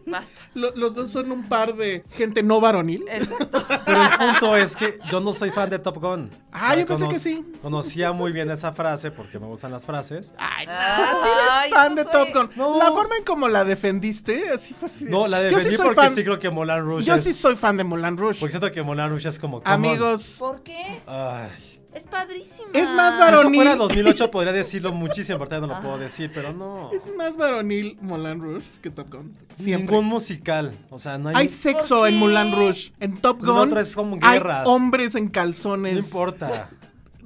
[SPEAKER 3] Basta.
[SPEAKER 2] Lo- los dos son un par de gente no varonil.
[SPEAKER 3] Exacto.
[SPEAKER 1] Pero el punto es que yo no soy fan de Top Gun.
[SPEAKER 2] Ah, yo pensé
[SPEAKER 1] conoc-
[SPEAKER 2] que sí.
[SPEAKER 1] Conocía muy bien esa frase porque me gustan las frases.
[SPEAKER 2] Ay,
[SPEAKER 3] Ah,
[SPEAKER 2] así eres
[SPEAKER 3] ay,
[SPEAKER 2] fan
[SPEAKER 3] no
[SPEAKER 2] de
[SPEAKER 3] soy-
[SPEAKER 2] Top Gun.
[SPEAKER 1] No.
[SPEAKER 2] La forma en como la defendiste, así fue así. de-
[SPEAKER 1] No, la
[SPEAKER 2] Yo
[SPEAKER 1] defendí
[SPEAKER 2] soy
[SPEAKER 1] porque
[SPEAKER 2] fan-
[SPEAKER 1] sí creo que Molan Rouge
[SPEAKER 2] Yo
[SPEAKER 1] es-
[SPEAKER 2] sí soy fan de Mulan Rouge.
[SPEAKER 1] Porque siento que Molan Rouge es como... come on.
[SPEAKER 2] Amigos,
[SPEAKER 3] ¿Por qué?
[SPEAKER 1] Ay.
[SPEAKER 3] Es padrísima.
[SPEAKER 2] Es más
[SPEAKER 1] Si esto
[SPEAKER 2] varón- Varonil.
[SPEAKER 1] fuera 2008 podría decirlo muchísimo, pero ahorita no lo puedo decir, pero no.
[SPEAKER 2] Ah. es más varonil Mulan Rouge que Top Gun. Siempre.
[SPEAKER 1] Ningún musical. O sea, no hay...
[SPEAKER 2] Hay sexo
[SPEAKER 3] ¿Por
[SPEAKER 2] en
[SPEAKER 3] qué?
[SPEAKER 2] Mulan Rouge. En Top
[SPEAKER 1] No,
[SPEAKER 2] Gun
[SPEAKER 1] otra es como
[SPEAKER 2] hay
[SPEAKER 1] guerras.
[SPEAKER 2] hombres en
[SPEAKER 1] no
[SPEAKER 2] calzones
[SPEAKER 1] importa.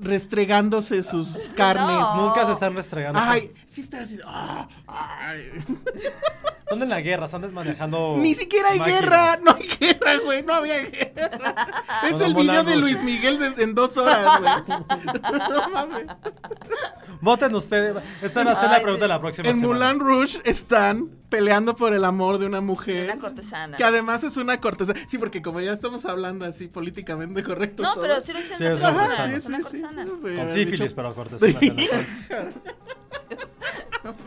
[SPEAKER 2] restregándose sus carnes.
[SPEAKER 3] No.
[SPEAKER 1] Nunca se están restregando.
[SPEAKER 2] Ay, sí está así. ah, ay.
[SPEAKER 1] Están en la guerra, están manejando...
[SPEAKER 2] Ni siquiera hay
[SPEAKER 1] Oh, máquinas.
[SPEAKER 2] guerra. No hay guerra, güey. No había guerra. es
[SPEAKER 1] Bueno,
[SPEAKER 2] el
[SPEAKER 1] Mulan
[SPEAKER 2] video de
[SPEAKER 1] Rouge.
[SPEAKER 2] Luis Miguel de- en dos horas, güey. no mames.
[SPEAKER 1] Voten ustedes. Esta va a ser la
[SPEAKER 3] Ay,
[SPEAKER 1] pregunta de la próxima
[SPEAKER 2] En
[SPEAKER 1] semana.
[SPEAKER 2] Mulan Rouge están peleando por el amor de una mujer.
[SPEAKER 3] Una cortesana.
[SPEAKER 2] Que además es una cortesana. Sí, porque como ya estamos hablando así políticamente correcto.
[SPEAKER 3] No,
[SPEAKER 2] todo.
[SPEAKER 3] pero sí lo hicieron.
[SPEAKER 1] Sí, es una
[SPEAKER 2] Ajá,
[SPEAKER 1] cortesana.
[SPEAKER 2] sí,
[SPEAKER 3] una
[SPEAKER 2] sí, sí.
[SPEAKER 3] cortesana.
[SPEAKER 2] Pero
[SPEAKER 1] Con
[SPEAKER 2] has
[SPEAKER 1] sífilis,
[SPEAKER 2] dicho-
[SPEAKER 1] pero cortesana.
[SPEAKER 2] eh, Sí.
[SPEAKER 1] con azul.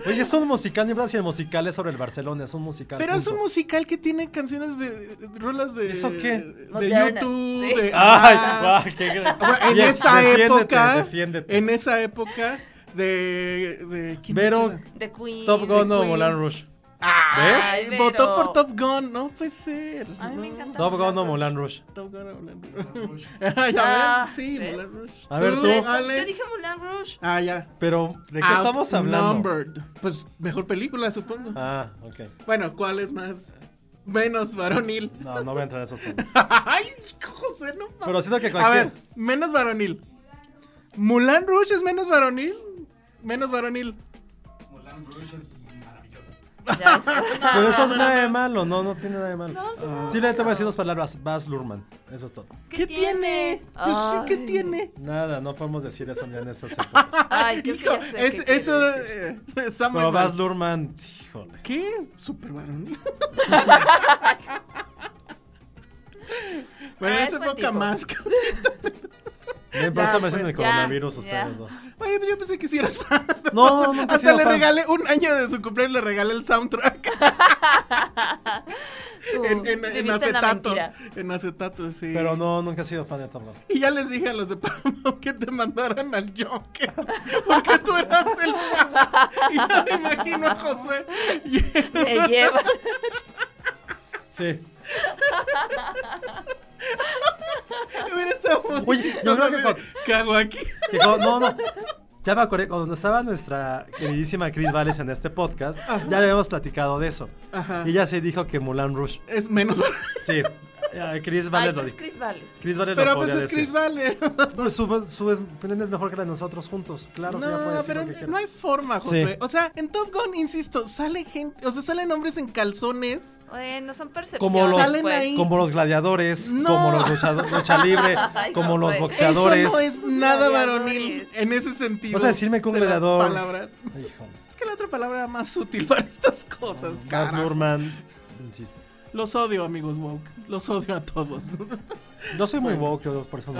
[SPEAKER 1] Oye, es un musical, ¿no? Si el musical es sobre el Barcelona, es un musical.
[SPEAKER 2] Pero es
[SPEAKER 1] punto.
[SPEAKER 2] un musical que tiene canciones de, de- rolas de.
[SPEAKER 1] ¿Eso qué?
[SPEAKER 2] De
[SPEAKER 3] Moderna,
[SPEAKER 2] YouTube.
[SPEAKER 3] sí.
[SPEAKER 2] de-
[SPEAKER 1] ¡Ay!
[SPEAKER 2] ah.
[SPEAKER 1] guau, qué gra-
[SPEAKER 2] Bueno, en
[SPEAKER 1] Bien,
[SPEAKER 2] esa
[SPEAKER 1] defiéndete,
[SPEAKER 2] época.
[SPEAKER 1] defiéndete.
[SPEAKER 2] En esa época de. de ¿quién
[SPEAKER 1] Vero,
[SPEAKER 2] era?
[SPEAKER 3] De Queen.
[SPEAKER 1] Top Gun
[SPEAKER 3] de
[SPEAKER 1] o
[SPEAKER 3] Queen.
[SPEAKER 1] Moulin Rouge.
[SPEAKER 2] Ay,
[SPEAKER 3] Vero.
[SPEAKER 2] Votó por Top Gun. No puede ser.
[SPEAKER 3] A mí me
[SPEAKER 2] no.
[SPEAKER 3] encanta.
[SPEAKER 1] Top Gun o
[SPEAKER 3] Moulin
[SPEAKER 1] Moulin Rouge.
[SPEAKER 2] Top Gun o Moulin Rouge. Ah, ya
[SPEAKER 3] Ah,
[SPEAKER 2] ven, sí,
[SPEAKER 3] ¿ves?
[SPEAKER 2] Moulin Rouge.
[SPEAKER 1] A ver, tú.
[SPEAKER 3] Rouge.
[SPEAKER 2] Ale.
[SPEAKER 3] Yo dije Moulin Rouge.
[SPEAKER 2] Ah, ya.
[SPEAKER 1] Pero, ¿de qué estamos hablando?
[SPEAKER 2] Outnumbered. Pues mejor película, supongo.
[SPEAKER 1] Ah, ok.
[SPEAKER 2] Bueno, ¿cuál es más? Menos varonil.
[SPEAKER 1] No, no voy a entrar en esos temas.
[SPEAKER 2] Ay, José, no mames.
[SPEAKER 1] Pero siento que
[SPEAKER 2] A
[SPEAKER 1] cualquier.
[SPEAKER 2] ver, menos varonil. ¿Mulan Rouge es menos varonil? Menos varonil.
[SPEAKER 3] Ya está.
[SPEAKER 1] Pero eso no es nada de malo, no, no tiene nada de malo. Sí, le voy a decir dos palabras. Baz Luhrmann. Eso es todo.
[SPEAKER 2] ¿Qué, tiene? Pues sí, ¿qué tiene?
[SPEAKER 1] Nada, no podemos decir eso ya en estas épocas.
[SPEAKER 3] Ay, creo que
[SPEAKER 2] Hijo,
[SPEAKER 3] ya sé
[SPEAKER 2] es-
[SPEAKER 3] qué quieres
[SPEAKER 2] eso
[SPEAKER 3] decir.
[SPEAKER 2] eh, está muy
[SPEAKER 1] Pero
[SPEAKER 2] mal.
[SPEAKER 1] Baz Luhrmann, híjole.
[SPEAKER 2] ¿Qué? Super varonil. bueno,
[SPEAKER 3] Ah,
[SPEAKER 2] en
[SPEAKER 3] es
[SPEAKER 2] esa
[SPEAKER 3] buen
[SPEAKER 2] época
[SPEAKER 3] tipo.
[SPEAKER 2] más.
[SPEAKER 1] Me pasa
[SPEAKER 2] pues,
[SPEAKER 1] el
[SPEAKER 3] ya,
[SPEAKER 1] coronavirus
[SPEAKER 3] ya.
[SPEAKER 1] ustedes dos.
[SPEAKER 2] Oye, pues yo pensé que sí eras fan. de
[SPEAKER 1] No,
[SPEAKER 2] todo.
[SPEAKER 1] nunca he
[SPEAKER 2] Hasta
[SPEAKER 1] sido
[SPEAKER 2] le
[SPEAKER 1] fan.
[SPEAKER 2] regalé un año de su cumpleaños, le regalé el soundtrack
[SPEAKER 3] Tú
[SPEAKER 2] en, en- en
[SPEAKER 3] viviste en la
[SPEAKER 2] acetato.
[SPEAKER 3] mentira.
[SPEAKER 2] En acetato, sí.
[SPEAKER 1] Pero no, nunca he sido fan de Top Gun.
[SPEAKER 2] Y ya les dije a los de Paramount que te mandaran al Joker. Porque tú eras el fan. Y ya me imagino a José. Y-
[SPEAKER 3] Me lleva.
[SPEAKER 1] Sí.
[SPEAKER 2] hubiera estado muy
[SPEAKER 1] Oye, yo
[SPEAKER 2] chistoso
[SPEAKER 1] creo que
[SPEAKER 2] así de,
[SPEAKER 1] con-
[SPEAKER 2] ¿Qué hago aquí?
[SPEAKER 1] Que cuando- no, no. Ya me acordé, cuando estaba nuestra queridísima Chris Valles en este podcast, ya habíamos platicado de eso.
[SPEAKER 2] Ajá.
[SPEAKER 1] Y ella se dijo que Mulan Rouge.
[SPEAKER 2] Es menos.
[SPEAKER 1] Sí. eh, Chris
[SPEAKER 3] Ay,
[SPEAKER 1] Valles lo
[SPEAKER 3] pues
[SPEAKER 1] dijo.
[SPEAKER 3] Chris Vales.
[SPEAKER 1] Chris Valles
[SPEAKER 2] Pero
[SPEAKER 1] lo
[SPEAKER 2] pues
[SPEAKER 1] podía
[SPEAKER 2] es Chris
[SPEAKER 1] decir. Pues,
[SPEAKER 2] Vale.
[SPEAKER 1] No, su, su es, opinión es mejor que la de nosotros juntos. Claro, que ya puede
[SPEAKER 2] No,
[SPEAKER 1] decir
[SPEAKER 2] pero
[SPEAKER 1] lo que quiera.
[SPEAKER 2] no hay forma, José.
[SPEAKER 1] Sí.
[SPEAKER 2] O sea, en Top Gun, insisto, sale gente, o sea, salen hombres en calzones.
[SPEAKER 3] Bueno, son percepciones.
[SPEAKER 1] Como los,
[SPEAKER 2] Salen
[SPEAKER 3] pues.
[SPEAKER 2] ahí.
[SPEAKER 1] como los gladiadores,
[SPEAKER 2] No.
[SPEAKER 1] como los luchadores, lucha libre,
[SPEAKER 3] Ay,
[SPEAKER 1] como los
[SPEAKER 2] Eso
[SPEAKER 3] José.
[SPEAKER 1] boxeadores.
[SPEAKER 2] no es nada
[SPEAKER 3] gladiadores.
[SPEAKER 2] varonil en ese sentido.
[SPEAKER 1] Vas a decirme que un
[SPEAKER 2] de la
[SPEAKER 1] gladiador-
[SPEAKER 2] palabra.
[SPEAKER 1] Híjole.
[SPEAKER 2] Es que la otra palabra era más útil para estas cosas,
[SPEAKER 1] Baz
[SPEAKER 2] carajo.
[SPEAKER 1] Luhrmann, insisto.
[SPEAKER 2] Los odio, amigos woke. Los odio a todos.
[SPEAKER 1] Yo soy muy woke, yo por eso no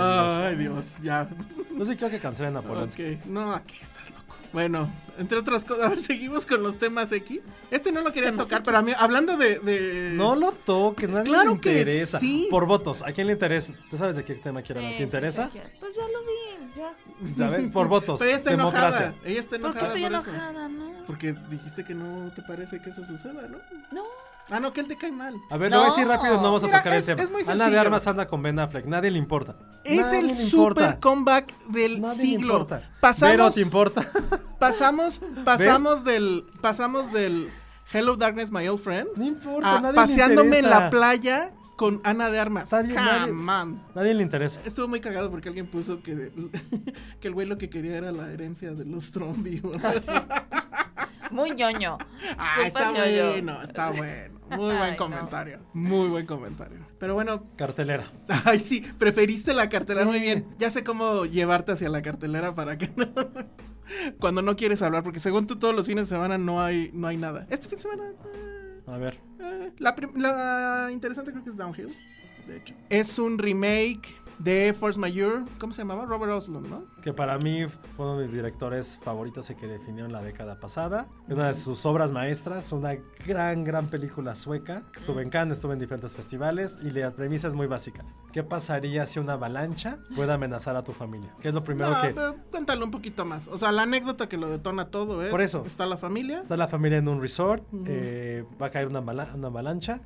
[SPEAKER 1] digo
[SPEAKER 2] Ah, Ay, Dios, ya.
[SPEAKER 1] eso. No sé, quiero que cancelen a Polanski.
[SPEAKER 2] Ok, no, aquí estás loco. Bueno, entre otras cosas, a ver, seguimos con los temas X. Este no lo querías tocar, pero a mí, hablando de. de-
[SPEAKER 1] No lo toques, nadie
[SPEAKER 2] Claro
[SPEAKER 1] le
[SPEAKER 2] que
[SPEAKER 1] interesa.
[SPEAKER 2] sí.
[SPEAKER 1] Por votos, ¿a quién le interesa? ¿Tú sabes de qué tema quiero hablar?
[SPEAKER 3] Sí,
[SPEAKER 1] ¿Te
[SPEAKER 3] sí,
[SPEAKER 1] interesa?
[SPEAKER 3] sí, sí. Pues ya lo vi, ya.
[SPEAKER 1] Ya ven, Por votos.
[SPEAKER 2] Pero ella está
[SPEAKER 1] democracia.
[SPEAKER 2] enojada. Ella está enojada.
[SPEAKER 3] Porque estoy
[SPEAKER 2] por eso.
[SPEAKER 3] enojada, ¿no?
[SPEAKER 2] Porque dijiste que no te parece que eso suceda, ¿no?
[SPEAKER 3] No.
[SPEAKER 2] Ah, no, que él te cae mal.
[SPEAKER 1] A ver, lo voy a decir
[SPEAKER 3] No.
[SPEAKER 1] rápido, no vamos
[SPEAKER 2] Mira,
[SPEAKER 1] a tocar
[SPEAKER 2] es-
[SPEAKER 1] el tema.
[SPEAKER 2] es muy
[SPEAKER 1] Ana de
[SPEAKER 2] sencillo.
[SPEAKER 1] Armas anda con Ben Affleck, nadie le importa.
[SPEAKER 2] Es
[SPEAKER 1] Nadie
[SPEAKER 2] el
[SPEAKER 1] le
[SPEAKER 2] super
[SPEAKER 1] importa.
[SPEAKER 2] comeback del
[SPEAKER 1] Nadie le
[SPEAKER 2] siglo.
[SPEAKER 1] importa.
[SPEAKER 2] Pasamos,
[SPEAKER 1] Pero te importa.
[SPEAKER 2] pasamos, pasamos del, pasamos del Hello Darkness, my old friend,
[SPEAKER 1] no importa,
[SPEAKER 2] a
[SPEAKER 1] nadie le
[SPEAKER 2] paseándome en
[SPEAKER 1] interesa.
[SPEAKER 2] la playa con Ana de Armas.
[SPEAKER 1] Está bien, nadie-
[SPEAKER 2] Come on.
[SPEAKER 1] Nadie le interesa.
[SPEAKER 2] Estuvo muy cagado porque alguien puso que, que el güey lo que quería era la herencia de los Trombi.
[SPEAKER 3] Muy ñoño.
[SPEAKER 2] Ah,
[SPEAKER 3] Súper
[SPEAKER 2] está
[SPEAKER 3] ñoño.
[SPEAKER 2] bueno, está bueno. Muy buen
[SPEAKER 3] Ay, no.
[SPEAKER 2] comentario. Muy buen comentario. Pero bueno,
[SPEAKER 1] Cartelera.
[SPEAKER 2] ay sí, preferiste la cartelera muy bien. Ya sé cómo llevarte hacia la cartelera para que no. Cuando no quieres hablar, porque según tú todos los fines de semana no hay, no hay nada. Este fin de semana. eh,
[SPEAKER 1] A ver.
[SPEAKER 2] eh, la, prim- la interesante creo que es Downhill, de hecho. Es un remake de Force Majeure. ¿Cómo se llamaba? Robert Oslund, ¿no?
[SPEAKER 1] Que para mí fue uno de mis directores favoritos y que definieron la década pasada. Una de sus obras maestras, una gran, gran película sueca. Estuve en Cannes, estuve en diferentes festivales y la premisa es muy básica. ¿Qué pasaría si una avalancha puede amenazar a tu familia? Que es lo primero
[SPEAKER 2] No,
[SPEAKER 1] que...
[SPEAKER 2] Ah, pero cuéntalo un poquito más. O sea, la anécdota que lo detona todo es.
[SPEAKER 1] Por eso.
[SPEAKER 2] Está la familia.
[SPEAKER 1] Está la familia en un resort, eh, va a caer una, avala- una avalancha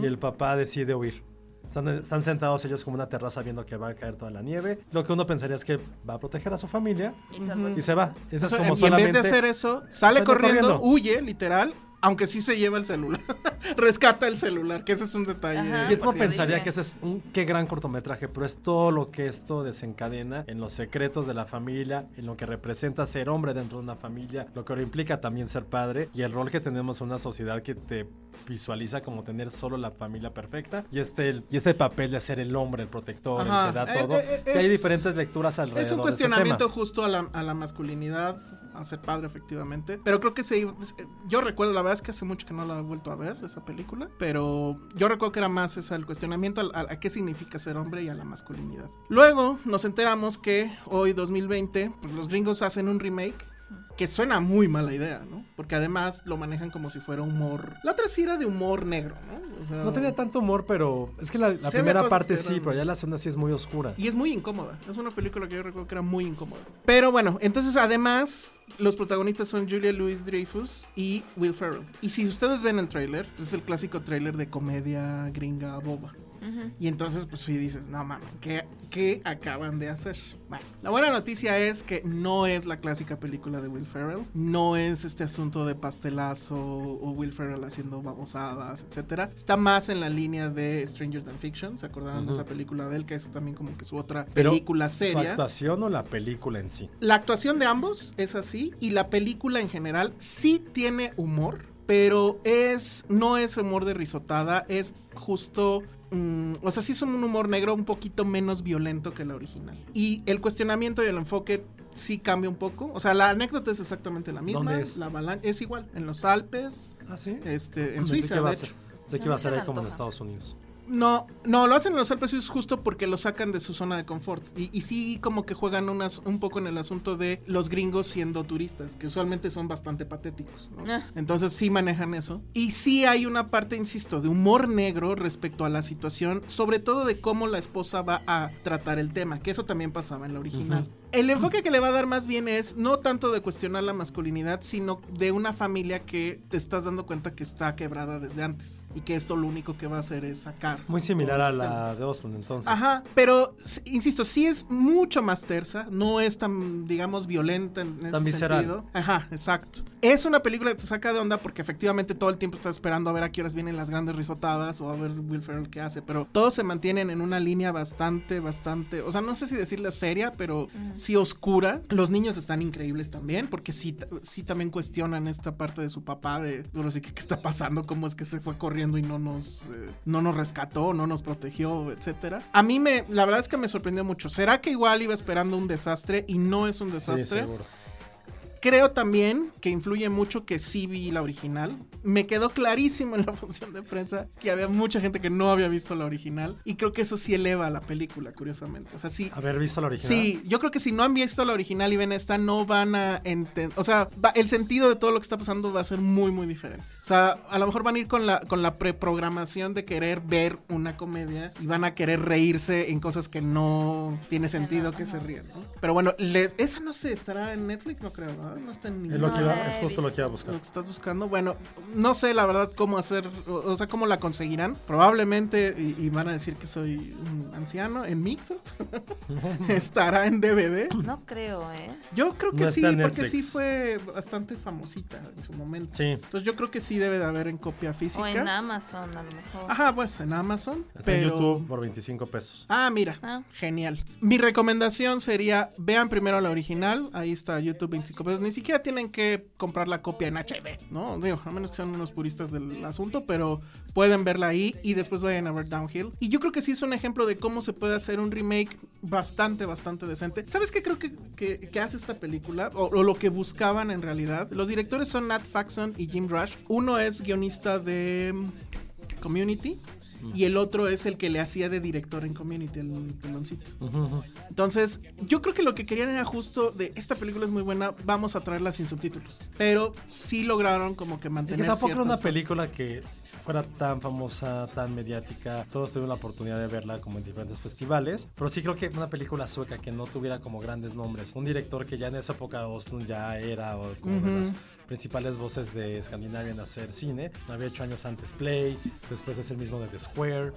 [SPEAKER 1] y el papá decide huir. Están, están sentados ellos como una terraza viendo que va a caer toda la nieve. Lo que uno pensaría es que va a proteger a su familia
[SPEAKER 3] Y salvo-
[SPEAKER 1] y se va. Eso
[SPEAKER 2] O
[SPEAKER 1] es
[SPEAKER 2] sea,
[SPEAKER 1] como
[SPEAKER 2] y en vez de
[SPEAKER 1] solamente...
[SPEAKER 2] hacer eso, sale
[SPEAKER 1] sale
[SPEAKER 2] corriendo,
[SPEAKER 1] corriendo.
[SPEAKER 2] huye, literal, aunque sí se lleva el celular. Rescata el celular, que ese es un detalle.
[SPEAKER 3] Ajá.
[SPEAKER 1] Y es no
[SPEAKER 2] Pues
[SPEAKER 3] Horrible.
[SPEAKER 1] pensaría que ese es un qué gran cortometraje, pero es todo lo que esto desencadena en los secretos de la familia, en lo que representa ser hombre dentro de una familia, lo que ahora implica también ser padre y el rol que tenemos en una sociedad que te visualiza como tener solo la familia perfecta y este, y este papel de ser el hombre, el protector,
[SPEAKER 2] Ajá.
[SPEAKER 1] el que da
[SPEAKER 2] Eh,
[SPEAKER 1] todo.
[SPEAKER 2] eh,
[SPEAKER 1] que hay
[SPEAKER 2] es-
[SPEAKER 1] diferentes lecturas alrededor.
[SPEAKER 2] Es un
[SPEAKER 1] de este
[SPEAKER 2] cuestionamiento
[SPEAKER 1] tema.
[SPEAKER 2] justo a la, a la masculinidad, a ser padre, efectivamente. Pero creo que se. iba- eh, Yo recuerdo, la verdad es que hace mucho que no la he vuelto a ver, esa película. Pero yo recuerdo que era más esa, el cuestionamiento a, a- a qué significa ser hombre y a la masculinidad. Luego nos enteramos que hoy, 2020, pues los gringos hacen un remake. Que suena muy mala idea, ¿no? Porque además lo manejan como si fuera humor. La otra sí era de humor negro, ¿no? O sea,
[SPEAKER 1] No tenía tanto humor, pero es que la, la
[SPEAKER 2] había
[SPEAKER 1] primera
[SPEAKER 2] cosas
[SPEAKER 1] parte
[SPEAKER 2] que
[SPEAKER 1] sí,
[SPEAKER 2] eran-
[SPEAKER 1] pero ya la segunda sí es muy oscura.
[SPEAKER 2] Y es muy incómoda. Es una película que yo recuerdo que era muy incómoda. Pero bueno, entonces además los protagonistas son Julia Louis Dreyfus y Will Ferrell. Y si ustedes ven el tráiler, pues es el clásico tráiler de comedia gringa boba. Y entonces, pues sí dices, no mames, ¿qué, ¿qué acaban de hacer? Bueno, la buena noticia es que no es la clásica película de Will Ferrell, no es este asunto de pastelazo o Will Ferrell haciendo babosadas, etcétera. Está más en la línea de Stranger Than Fiction, ¿se acordarán de esa película de él? Que es también como que su otra
[SPEAKER 1] Pero,
[SPEAKER 2] película
[SPEAKER 1] ¿Su
[SPEAKER 2] seria.
[SPEAKER 1] actuación o la película en sí?
[SPEAKER 2] La actuación de ambos es así y la película en general sí tiene humor, pero es no es humor de risotada, es justo mm, o sea, sí es un humor negro un poquito menos violento que la original. Y el cuestionamiento y el enfoque sí cambia un poco. O sea, la anécdota es exactamente la misma.
[SPEAKER 1] ¿Dónde es?
[SPEAKER 2] La avalan- es igual, en los Alpes,
[SPEAKER 1] ¿Ah, sí?
[SPEAKER 2] este, en
[SPEAKER 1] Pensé
[SPEAKER 2] Suiza,
[SPEAKER 1] que iba
[SPEAKER 2] de
[SPEAKER 1] a
[SPEAKER 2] hecho.
[SPEAKER 1] ser- Pensé que
[SPEAKER 3] No,
[SPEAKER 1] iba a
[SPEAKER 3] no se
[SPEAKER 1] ser
[SPEAKER 3] me
[SPEAKER 1] ahí como en
[SPEAKER 3] antoja.
[SPEAKER 1] Estados Unidos.
[SPEAKER 2] No, no, lo hacen en los Alpes es justo porque lo sacan de su zona de confort. Y, y sí como que juegan unas, un poco en el asunto de los gringos siendo turistas, que usualmente son bastante patéticos. ¿no?
[SPEAKER 3] Ah.
[SPEAKER 2] Entonces sí manejan eso. Y sí hay una parte, insisto, de humor negro respecto a la situación, sobre todo de cómo la esposa va a tratar el tema, que eso también pasaba en la original. El enfoque que le va a dar más bien es no tanto de cuestionar la masculinidad, sino de una familia que te estás dando cuenta que está quebrada desde antes y que esto lo único que va a hacer es sacar.
[SPEAKER 1] Muy similar
[SPEAKER 2] todo
[SPEAKER 1] a
[SPEAKER 2] ese tema.
[SPEAKER 1] la de Oslo, entonces.
[SPEAKER 2] Ajá, pero s- insisto, sí es mucho más tersa, no es tan, digamos, violenta en ese
[SPEAKER 1] Tan visceral.
[SPEAKER 2] sentido. Ajá, exacto. Es una película que te saca de onda porque efectivamente todo el tiempo estás esperando a ver a qué horas vienen las grandes risotadas o a ver Will Ferrell qué hace, pero todos se mantienen en una línea bastante, bastante, o sea, no sé si decirle seria, pero sí oscura. Los niños están increíbles también porque sí, t- sí también cuestionan esta parte de su papá de, no sé qué, qué está pasando, cómo es que se fue corriendo y no nos, eh, no nos rescató, no nos protegió, etcétera. A mí me, la verdad es que me sorprendió mucho. ¿Será que igual iba esperando un desastre y no es un
[SPEAKER 1] Sí,
[SPEAKER 2] desastre?
[SPEAKER 1] seguro.
[SPEAKER 2] Creo también que influye mucho que sí vi la original. Me quedó clarísimo en la función de prensa que había mucha gente que no había visto la original. Y creo que eso sí eleva la película, curiosamente. O sea, sí.
[SPEAKER 1] Haber visto la original.
[SPEAKER 2] Sí, yo creo que si no han visto la original y ven esta, no van a entender. O sea, va- el sentido de todo lo que está pasando va a ser muy, muy diferente. O sea, a lo mejor van a ir con la, con la preprogramación de querer ver una comedia y van a querer reírse en cosas que no tiene sentido que se rían. ¿no? Pero bueno, les, esa no sé, estará en Netflix, no creo, ¿verdad? No está en
[SPEAKER 1] Es,
[SPEAKER 2] ningún
[SPEAKER 1] lo
[SPEAKER 3] No
[SPEAKER 1] que
[SPEAKER 3] la
[SPEAKER 1] iba-
[SPEAKER 3] he
[SPEAKER 1] es justo lo que iba a buscar.
[SPEAKER 2] lo que estás buscando. Bueno, no sé la verdad cómo hacer, o, o sea, cómo la conseguirán. Probablemente, y, y van a decir que soy un anciano en Mixup? ¿Estará en DVD?
[SPEAKER 3] No creo, ¿eh?
[SPEAKER 2] Yo creo que
[SPEAKER 1] No está
[SPEAKER 2] sí,
[SPEAKER 1] en
[SPEAKER 2] porque
[SPEAKER 1] Netflix.
[SPEAKER 2] sí fue bastante famosita en su momento.
[SPEAKER 1] Sí.
[SPEAKER 2] Entonces yo creo que sí debe de haber en copia física.
[SPEAKER 3] O en Amazon, a lo mejor.
[SPEAKER 2] Ajá, pues en Amazon.
[SPEAKER 1] Está
[SPEAKER 2] pero...
[SPEAKER 1] en YouTube por 25 pesos.
[SPEAKER 2] Ah, mira,
[SPEAKER 3] Ah.
[SPEAKER 2] genial. Mi recomendación sería, vean primero la original, ahí está YouTube 25 pesos, ni siquiera tienen que comprar la copia en HB, ¿no? Digo, a menos que sean unos puristas del asunto, pero pueden verla ahí y después vayan a ver Downhill. Y yo creo que sí es un ejemplo de cómo se puede hacer un remake bastante, bastante decente. ¿Sabes qué creo que, que- que hace esta película? O, o lo que buscaban en realidad. Los directores son Nat Faxon y Jim Rush. Uno es guionista de... mm, Community, y el otro es el que le hacía de director en Community, el peloncito. Entonces, yo creo que lo que querían era justo de esta película es muy buena, vamos a traerla sin subtítulos. Pero sí lograron como que
[SPEAKER 1] Y
[SPEAKER 2] mantener.
[SPEAKER 1] que tampoco era
[SPEAKER 2] ciertas-
[SPEAKER 1] una película que fuera tan famosa, tan mediática. Todos tuvimos la oportunidad de verla como en diferentes festivales. Pero sí creo que una película sueca que no tuviera como grandes nombres. Un director que ya en esa época Oslund ya era o como de las principales voces de Escandinavia en hacer cine. Había hecho años antes Play, después es el mismo de The Square,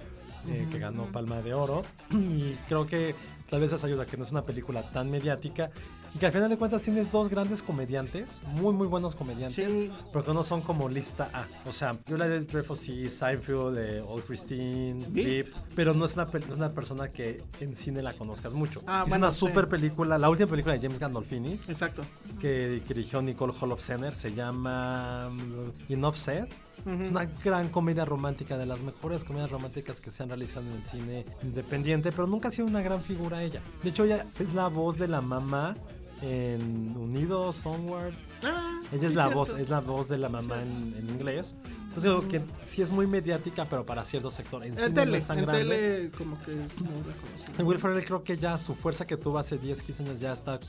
[SPEAKER 1] eh, que ganó Palma de Oro. Y creo que tal vez eso ayuda, que no es una película tan mediática. Y que al final de cuentas tienes dos grandes comediantes, muy muy buenos comediantes,
[SPEAKER 2] Sí.
[SPEAKER 1] pero que no son como lista A. O sea, yo la de Dreyfus sí, Seinfeld, eh, Old Christine,
[SPEAKER 2] Beep.
[SPEAKER 1] Beep, pero no es, una, pel- no es una persona que en cine la conozcas mucho.
[SPEAKER 2] Ah,
[SPEAKER 1] es
[SPEAKER 2] bueno,
[SPEAKER 1] una
[SPEAKER 2] sí.
[SPEAKER 1] super película, la última película de James Gandolfini,
[SPEAKER 2] Exacto.
[SPEAKER 1] que, que dirigió Nicole Holofcener, se llama mm, Enough Said. Es una gran comedia romántica, de las mejores comedias románticas que se han realizado en el cine independiente, pero nunca ha sido una gran figura ella. De hecho, ella es la voz de la mamá en Unidos, Onward.
[SPEAKER 2] Ah,
[SPEAKER 1] Ella
[SPEAKER 2] sí,
[SPEAKER 1] es la
[SPEAKER 2] cierto.
[SPEAKER 1] voz, es la voz de la mamá en, en inglés. Entonces, digo que sí es muy mediática, pero para cierto sector. En cine
[SPEAKER 2] En
[SPEAKER 1] no
[SPEAKER 2] tele,
[SPEAKER 1] es tan
[SPEAKER 2] en
[SPEAKER 1] grande.
[SPEAKER 2] tele como que es muy reconocido.
[SPEAKER 1] Will Ferrell creo que ya su fuerza que tuvo hace 10, 15 años ya está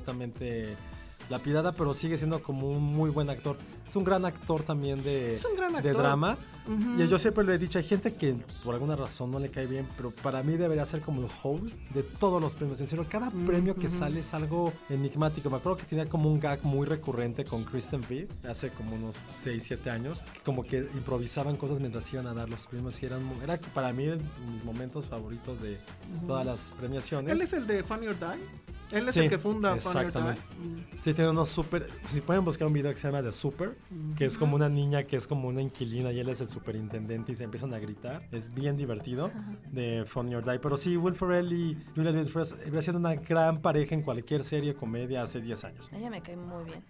[SPEAKER 1] completamente lapidada, pero sigue siendo como un muy buen actor. Es un gran actor también de,
[SPEAKER 2] Es un gran
[SPEAKER 1] eh, de
[SPEAKER 2] actor.
[SPEAKER 1] drama. Y yo siempre lo he dicho, hay gente que por alguna razón no le cae bien, pero para mí debería ser como el host de todos los premios. En serio, cada premio que sale es algo enigmático. Me acuerdo que tenía como un gag muy recurrente con Kristen Wiig hace como unos 6, 7 años, que como que improvisaban cosas mientras iban a dar los premios y eran mu- era para mí de mis momentos favoritos de todas las premiaciones.
[SPEAKER 2] Él es el de Funny or Die. Él es
[SPEAKER 1] Sí,
[SPEAKER 2] el que funda Funny or Die. Mm.
[SPEAKER 1] exactamente. Sí, tiene unos super. Si pueden buscar un video que se llama The Super, que es como una niña que es como una inquilina y él es el superintendente y se empiezan a gritar. Es bien divertido de Funny or Die. Pero sí, Will Ferrell y Julia Louis-Dreyfus habría sido una gran pareja en cualquier serie o comedia hace 10 años.
[SPEAKER 3] Ella me cae muy bien.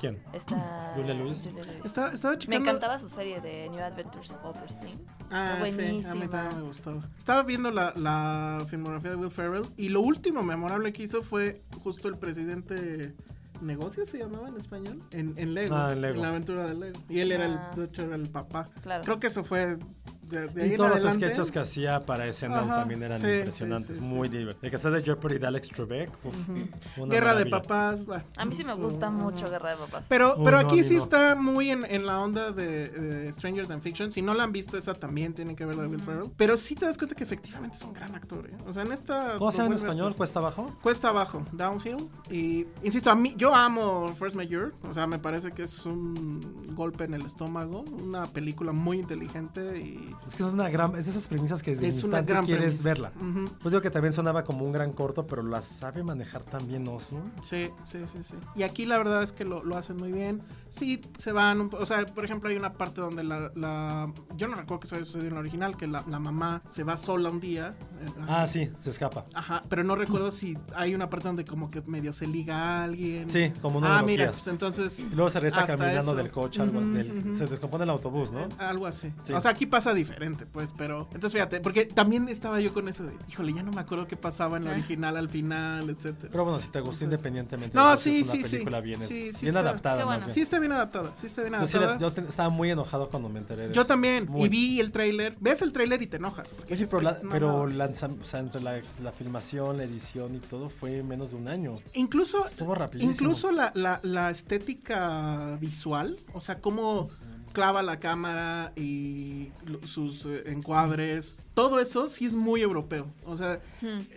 [SPEAKER 1] ¿Quién?
[SPEAKER 3] Está.
[SPEAKER 1] Julia Louis.
[SPEAKER 2] Estaba, estaba
[SPEAKER 3] Me
[SPEAKER 2] checando-
[SPEAKER 3] encantaba su serie de New Adventures of Oliver Stone.
[SPEAKER 2] Ah, sí, a mí
[SPEAKER 3] buenísima.
[SPEAKER 2] también me gustó. Estaba viendo la, la filmografía de Will Ferrell y lo último memorable que hizo fue justo el presidente negocios se llamaba en español en, en Lego,
[SPEAKER 1] Ah, en Lego.
[SPEAKER 2] la aventura de Lego y él era
[SPEAKER 3] Ah.
[SPEAKER 2] el de hecho era el papá
[SPEAKER 3] Claro.
[SPEAKER 2] creo que eso fue de, de ahí
[SPEAKER 1] Y
[SPEAKER 2] en
[SPEAKER 1] todos los
[SPEAKER 2] adelante.
[SPEAKER 1] sketches que hacía para SNL
[SPEAKER 2] Ajá,
[SPEAKER 1] también eran
[SPEAKER 2] sí, sí,
[SPEAKER 1] impresionantes,
[SPEAKER 2] sí, sí.
[SPEAKER 1] muy divertidos. El que sea de Jeopardy de Alex Trebek, uf, una
[SPEAKER 2] guerra de
[SPEAKER 1] maravilla.
[SPEAKER 2] papás bueno. Mm.
[SPEAKER 3] A mí sí me gusta mucho Guerra de Papas.
[SPEAKER 2] Pero,
[SPEAKER 1] Uy,
[SPEAKER 2] pero
[SPEAKER 1] no,
[SPEAKER 2] aquí
[SPEAKER 1] a mí
[SPEAKER 2] sí
[SPEAKER 1] no.
[SPEAKER 2] está muy en, en la onda de, eh, Stranger Than Fiction. Si no la han visto, esa también tiene que ver la de Will Ferrell. Pero sí te das cuenta que efectivamente es un gran actor. ¿eh? O sea, en esta.
[SPEAKER 1] ¿Cómo se
[SPEAKER 2] lo
[SPEAKER 1] llama en
[SPEAKER 2] vuelve a
[SPEAKER 1] español?
[SPEAKER 2] hacer.
[SPEAKER 1] ¿Cuesta abajo?
[SPEAKER 2] Cuesta abajo, downhill. Y insisto, a mí, yo amo First Major. O sea, me parece que es un golpe en el estómago. Una película muy inteligente y.
[SPEAKER 1] Es que es una gran, es de esas premisas que de
[SPEAKER 2] Es una
[SPEAKER 1] instante
[SPEAKER 2] gran
[SPEAKER 1] quieres
[SPEAKER 2] premisa.
[SPEAKER 1] verla.
[SPEAKER 2] Ujú.
[SPEAKER 1] Pues digo que también sonaba como un gran corto, pero la sabe manejar tan bien Oslo.
[SPEAKER 2] Sí, sí, sí, sí. Y aquí la verdad es que lo, lo hacen muy bien. Sí, se van, un po- o sea, por ejemplo hay una parte donde la, la- yo no recuerdo que eso haya sucedido en la original, que la, la mamá se va sola un día. eh,
[SPEAKER 1] Ah, sí, se escapa.
[SPEAKER 2] Ajá, pero no recuerdo si hay una parte donde como que medio se liga a alguien.
[SPEAKER 1] Sí, como uno de
[SPEAKER 2] Ah,
[SPEAKER 1] los
[SPEAKER 2] mira,
[SPEAKER 1] guías.
[SPEAKER 2] pues entonces...
[SPEAKER 1] Y luego se regresa
[SPEAKER 2] hasta
[SPEAKER 1] caminando
[SPEAKER 2] eso.
[SPEAKER 1] del coche, algo,
[SPEAKER 2] Ujú,
[SPEAKER 1] del-
[SPEAKER 2] ujú.
[SPEAKER 1] se descompone el autobús, ¿no?
[SPEAKER 2] Eh, Algo así.
[SPEAKER 1] Sí.
[SPEAKER 2] O sea, aquí pasa diferente, pues, pero. Entonces, fíjate, porque también estaba yo con eso de, híjole, ya no me acuerdo qué pasaba en la original al final, etcétera.
[SPEAKER 1] Pero bueno, si te gustó independientemente,
[SPEAKER 2] No,
[SPEAKER 1] de eso,
[SPEAKER 2] sí,
[SPEAKER 1] es una
[SPEAKER 2] sí, sí.
[SPEAKER 1] película bien, es-
[SPEAKER 2] Sí, sí
[SPEAKER 1] bien
[SPEAKER 2] está-
[SPEAKER 1] adaptada.
[SPEAKER 3] Qué
[SPEAKER 1] más
[SPEAKER 3] bueno.
[SPEAKER 1] bien.
[SPEAKER 2] Sí está bien adaptada, sí está bien
[SPEAKER 1] Yo, sí la-
[SPEAKER 2] adaptada.
[SPEAKER 1] yo te- estaba muy enojado cuando me enteré de
[SPEAKER 2] Yo
[SPEAKER 1] eso.
[SPEAKER 2] también.
[SPEAKER 1] Muy.
[SPEAKER 2] Y vi el tráiler. Ves el tráiler y te enojas. porque
[SPEAKER 1] Oye,
[SPEAKER 2] dices
[SPEAKER 1] pero,
[SPEAKER 2] que
[SPEAKER 1] la,
[SPEAKER 2] no,
[SPEAKER 1] pero
[SPEAKER 2] no.
[SPEAKER 1] lanzam- o sea, entre la, la filmación, la edición y todo fue menos de un año.
[SPEAKER 2] Incluso,
[SPEAKER 1] Estuvo rapidísimo.
[SPEAKER 2] incluso la, la- la estética visual, o sea, cómo clava la cámara y lo- sus eh, encuadres, todo eso sí es muy europeo. O sea,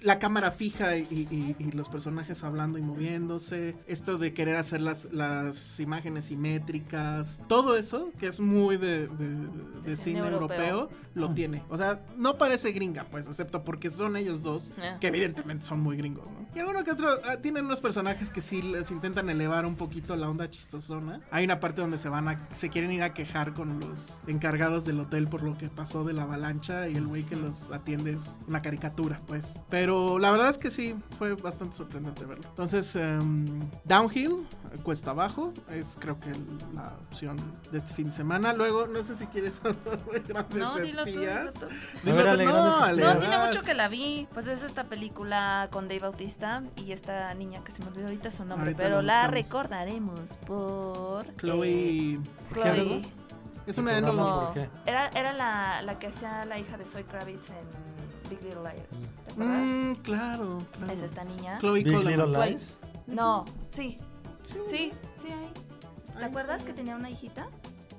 [SPEAKER 2] la cámara fija y, y- y los personajes hablando y moviéndose, esto de querer hacer las, las imágenes simétricas, todo eso que es muy de, de- de cine europeo,
[SPEAKER 3] europeo.
[SPEAKER 2] lo tiene. O sea, no parece gringa, pues, excepto porque son ellos dos,
[SPEAKER 3] Ah.
[SPEAKER 2] que evidentemente son muy gringos, ¿no? Y alguno que otro, ah, tienen unos personajes que sí les intentan elevar un poquito la onda chistosona. Hay una parte donde se van a, se quieren ir a quejar con los encargados del hotel por lo que pasó de la avalancha y el güey que los atiende es una caricatura, pues. Pero la verdad es que sí, fue bastante sorprendente verlo. Entonces, em, Downhill, Cuesta Abajo, es creo que la opción de este fin de semana. Luego, no sé si quieres hablar de grandes
[SPEAKER 3] No, dilo tú, dilo
[SPEAKER 2] pues, espías.
[SPEAKER 3] tú.
[SPEAKER 1] A ver,
[SPEAKER 2] tú,
[SPEAKER 1] Ale, Grandes
[SPEAKER 2] Ale,
[SPEAKER 3] No, tiene
[SPEAKER 2] vas.
[SPEAKER 3] mucho que la vi. Pues es esta película con Dave Bautista y esta niña que se me olvidó ahorita su nombre,
[SPEAKER 2] Ahorita
[SPEAKER 3] pero
[SPEAKER 2] lo
[SPEAKER 3] la
[SPEAKER 2] buscamos.
[SPEAKER 3] recordaremos por eh,
[SPEAKER 2] Chloe.
[SPEAKER 3] Chloe.
[SPEAKER 2] Es una de
[SPEAKER 1] Recordamos
[SPEAKER 2] los-
[SPEAKER 3] Como-
[SPEAKER 1] ¿Por qué?
[SPEAKER 3] era era la, la que hacía la hija de Zoe Kravitz en Big Little Liars. ¿Te acuerdas?
[SPEAKER 2] Mm, claro, claro.
[SPEAKER 3] Es esta niña.
[SPEAKER 2] Chloe
[SPEAKER 1] Big Little
[SPEAKER 2] Coleman.
[SPEAKER 1] Lies.
[SPEAKER 3] No, sí. Sí, sí, ahí. ¿Te acuerdas que tenía una hijita?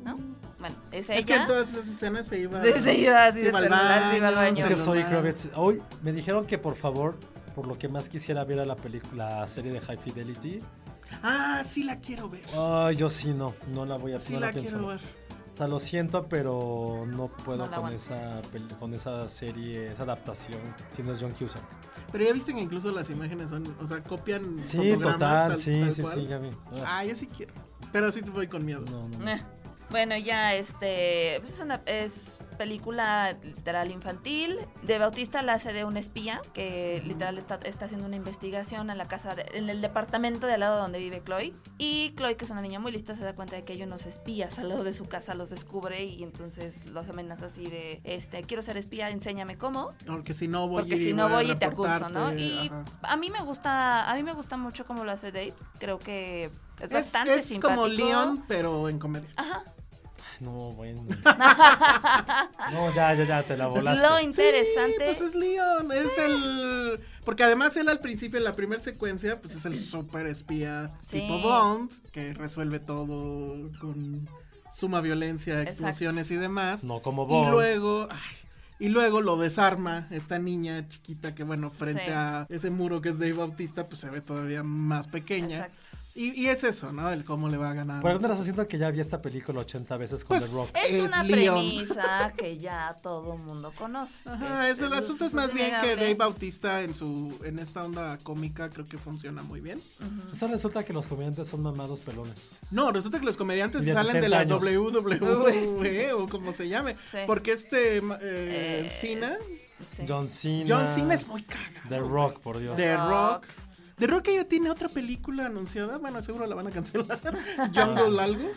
[SPEAKER 3] ¿No? Bueno, es ella.
[SPEAKER 2] Mm. Es que en todas esas escenas se iba.
[SPEAKER 3] Sí, se iba así
[SPEAKER 2] se
[SPEAKER 3] de
[SPEAKER 2] iba al
[SPEAKER 3] celular, se iba al
[SPEAKER 2] baño,
[SPEAKER 1] Es
[SPEAKER 3] baño.
[SPEAKER 2] se
[SPEAKER 1] que
[SPEAKER 2] lo
[SPEAKER 1] soy
[SPEAKER 2] dan.
[SPEAKER 1] Kravitz. Hoy me dijeron que por favor, por lo que más quisiera ver a la película, la serie de High Fidelity.
[SPEAKER 2] Ah, sí la quiero ver.
[SPEAKER 1] Ay, yo sí no, no la voy a
[SPEAKER 2] Sí
[SPEAKER 1] no
[SPEAKER 2] la
[SPEAKER 1] pienso
[SPEAKER 2] quiero
[SPEAKER 1] ver.
[SPEAKER 2] ver.
[SPEAKER 1] O sea, lo siento, pero no
[SPEAKER 3] No
[SPEAKER 1] puedo
[SPEAKER 3] la
[SPEAKER 1] con,
[SPEAKER 3] aguanto.
[SPEAKER 1] esa, peli- con esa serie, esa adaptación, si no es John Cusack.
[SPEAKER 2] Pero ya viste que incluso las imágenes son. O sea, copian.
[SPEAKER 1] Sí,
[SPEAKER 2] fotogramas
[SPEAKER 1] total,
[SPEAKER 2] tal-
[SPEAKER 1] sí,
[SPEAKER 2] tal
[SPEAKER 1] sí,
[SPEAKER 2] cual.
[SPEAKER 1] sí, ya vi. Ah,
[SPEAKER 2] Ah, yo sí quiero. Pero sí te voy con miedo.
[SPEAKER 1] no, no, no.
[SPEAKER 3] Eh, Bueno, ya este pues, es una es película literal infantil. De Bautista la hace de un espía que literal está, está haciendo una investigación en la casa de- en el departamento de al lado donde vive Chloe y Chloe que es una niña muy lista se da cuenta de que hay unos espías al lado de su casa, los descubre y entonces los amenaza así de este quiero ser espía, enséñame cómo.
[SPEAKER 2] Porque si no voy
[SPEAKER 3] Porque
[SPEAKER 2] y
[SPEAKER 3] si no
[SPEAKER 2] a
[SPEAKER 3] voy y te acuso,
[SPEAKER 2] reportarte,
[SPEAKER 3] ¿no? Y
[SPEAKER 2] ajá.
[SPEAKER 3] a mí me gusta, a mí me gusta mucho cómo lo hace Dave. Creo que es
[SPEAKER 2] Es,
[SPEAKER 3] bastante
[SPEAKER 2] es
[SPEAKER 3] simpático.
[SPEAKER 2] como Leon, pero en comedia.
[SPEAKER 1] No, bueno. no, ya, ya, ya, te la volaste.
[SPEAKER 3] Lo
[SPEAKER 2] Sí,
[SPEAKER 3] interesante Ah.
[SPEAKER 2] pues es Leon, es el... Porque además él al principio, en la primera secuencia, pues es el super espía
[SPEAKER 3] Sí.
[SPEAKER 2] tipo Bond, que resuelve todo con suma violencia,
[SPEAKER 3] Exacto.
[SPEAKER 2] explosiones y demás.
[SPEAKER 1] No como Bond.
[SPEAKER 2] Y luego... ay, y luego lo desarma esta niña chiquita que, bueno, frente
[SPEAKER 3] Sí.
[SPEAKER 2] a ese muro que es Dave Bautista, pues se ve todavía más pequeña.
[SPEAKER 3] Exacto.
[SPEAKER 2] Y, y es eso, ¿no? El cómo le va a ganar.
[SPEAKER 1] ¿Por qué te estás haciendo que ya vi esta película 80 veces con
[SPEAKER 2] Pues,
[SPEAKER 1] The Rock?
[SPEAKER 3] Es,
[SPEAKER 2] Es
[SPEAKER 3] una
[SPEAKER 2] Leon.
[SPEAKER 3] premisa que ya todo el mundo conoce.
[SPEAKER 2] Ajá, es, el
[SPEAKER 3] es-
[SPEAKER 2] asunto es
[SPEAKER 3] es
[SPEAKER 2] más bien que
[SPEAKER 3] Este, innegable.
[SPEAKER 2] Dave Bautista en su en esta onda cómica creo que funciona muy bien.
[SPEAKER 1] O sea, resulta que los comediantes son mamados pelones.
[SPEAKER 2] No, resulta que los comediantes
[SPEAKER 1] Y de
[SPEAKER 2] salen de
[SPEAKER 1] 60
[SPEAKER 2] la
[SPEAKER 1] años.
[SPEAKER 2] WWE o como se llame,
[SPEAKER 3] Sí.
[SPEAKER 2] porque este eh, Cena,
[SPEAKER 3] Sí.
[SPEAKER 1] John Cena.
[SPEAKER 2] John Cena es muy cagado.
[SPEAKER 1] The Rock, por Dios.
[SPEAKER 2] The Rock.
[SPEAKER 3] Rock.
[SPEAKER 2] The Rock ya tiene otra película anunciada, bueno, seguro la van a cancelar. Jungle algo.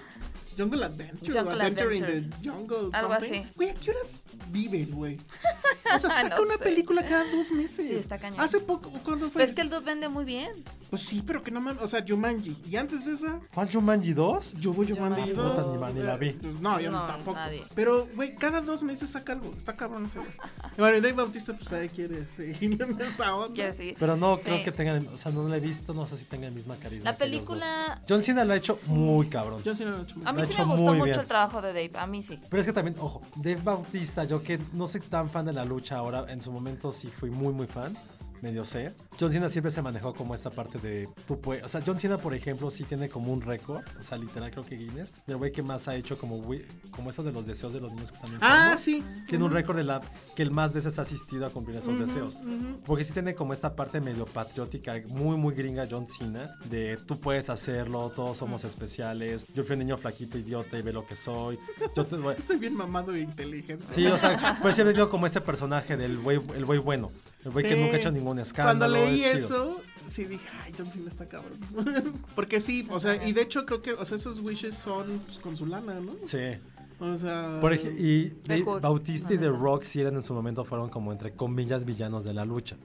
[SPEAKER 2] Jungle Adventure,
[SPEAKER 3] Ah. Jungle
[SPEAKER 2] o Adventure in
[SPEAKER 3] Adventure.
[SPEAKER 2] the Jungle,
[SPEAKER 3] Algo
[SPEAKER 2] something.
[SPEAKER 3] así.
[SPEAKER 2] Güey, ¿a qué horas viven, güey? O sea, saca
[SPEAKER 3] No
[SPEAKER 2] una
[SPEAKER 3] sé.
[SPEAKER 2] película cada dos meses.
[SPEAKER 3] Sí, está cañón.
[SPEAKER 2] Hace poco, ¿cuándo fue?
[SPEAKER 3] Pero es que el dude vende muy bien.
[SPEAKER 2] Pues sí, pero que no mames. O sea, Jumanji. Y antes de esa,
[SPEAKER 1] ¿Cuál Jumanji 2?
[SPEAKER 2] yo voy Jumanji
[SPEAKER 3] Jumanji
[SPEAKER 2] 2.
[SPEAKER 1] dos. Puta, ni- ni la vi.
[SPEAKER 2] Eh, No, yo no,
[SPEAKER 3] No,
[SPEAKER 2] tampoco.
[SPEAKER 3] nadie.
[SPEAKER 2] Pero, güey, cada dos meses saca algo. Está cabrón ese güey. Bueno, y Dave Bautista, pues ahí quiere seguir en esa onda.
[SPEAKER 3] Quiero decir.
[SPEAKER 1] Pero no
[SPEAKER 3] Sí.
[SPEAKER 1] creo que tengan, o sea, no la he visto, no sé si tenga el mismo carisma.
[SPEAKER 3] La
[SPEAKER 1] que ellos
[SPEAKER 3] película-
[SPEAKER 1] dos. John Cena lo ha hecho muy cabrón.
[SPEAKER 2] Yo sí lo he hecho.
[SPEAKER 1] Lo
[SPEAKER 3] A mí
[SPEAKER 1] ha hecho
[SPEAKER 3] sí me gustó
[SPEAKER 1] muy
[SPEAKER 3] mucho
[SPEAKER 1] bien.
[SPEAKER 3] el trabajo de Dave. A mí sí.
[SPEAKER 1] Pero es que también, ojo, Dave Bautista, yo que no soy tan fan de la lucha ahora, en su momento sí fui muy, muy fan, medio sé. John Cena siempre se manejó como esta parte de tú puedes. O sea, John Cena, por ejemplo, sí tiene como un récord, o sea, literal creo que Guinness, del güey que más ha hecho como, güey- como eso de los deseos de los niños que están enfermos.
[SPEAKER 2] Ah, sí.
[SPEAKER 1] Tiene un récord de la que el más veces ha asistido a cumplir esos deseos. Porque sí tiene como esta parte medio patriótica, muy, muy gringa John Cena, de tú puedes hacerlo, todos somos especiales, yo fui un niño flaquito, idiota y ve lo que soy. Yo te-
[SPEAKER 2] Estoy bien mamado e inteligente.
[SPEAKER 1] Sí, o sea, pero siempre digo como ese personaje del güey, el güey bueno, el güey que
[SPEAKER 2] Sí.
[SPEAKER 1] nunca ha hecho ningún escándalo.
[SPEAKER 2] Cuando leí
[SPEAKER 1] es chido.
[SPEAKER 2] eso, sí dije, ay, John Cena está cabrón. Porque sí, o sea, y de hecho creo que, o sea, esos wishes son pues, con su lana, ¿no?
[SPEAKER 1] Sí.
[SPEAKER 2] O sea.
[SPEAKER 1] Por ej- y de-
[SPEAKER 3] cool.
[SPEAKER 1] Bautista y The Rock sí eran en su momento fueron como entre comillas villanos de la lucha.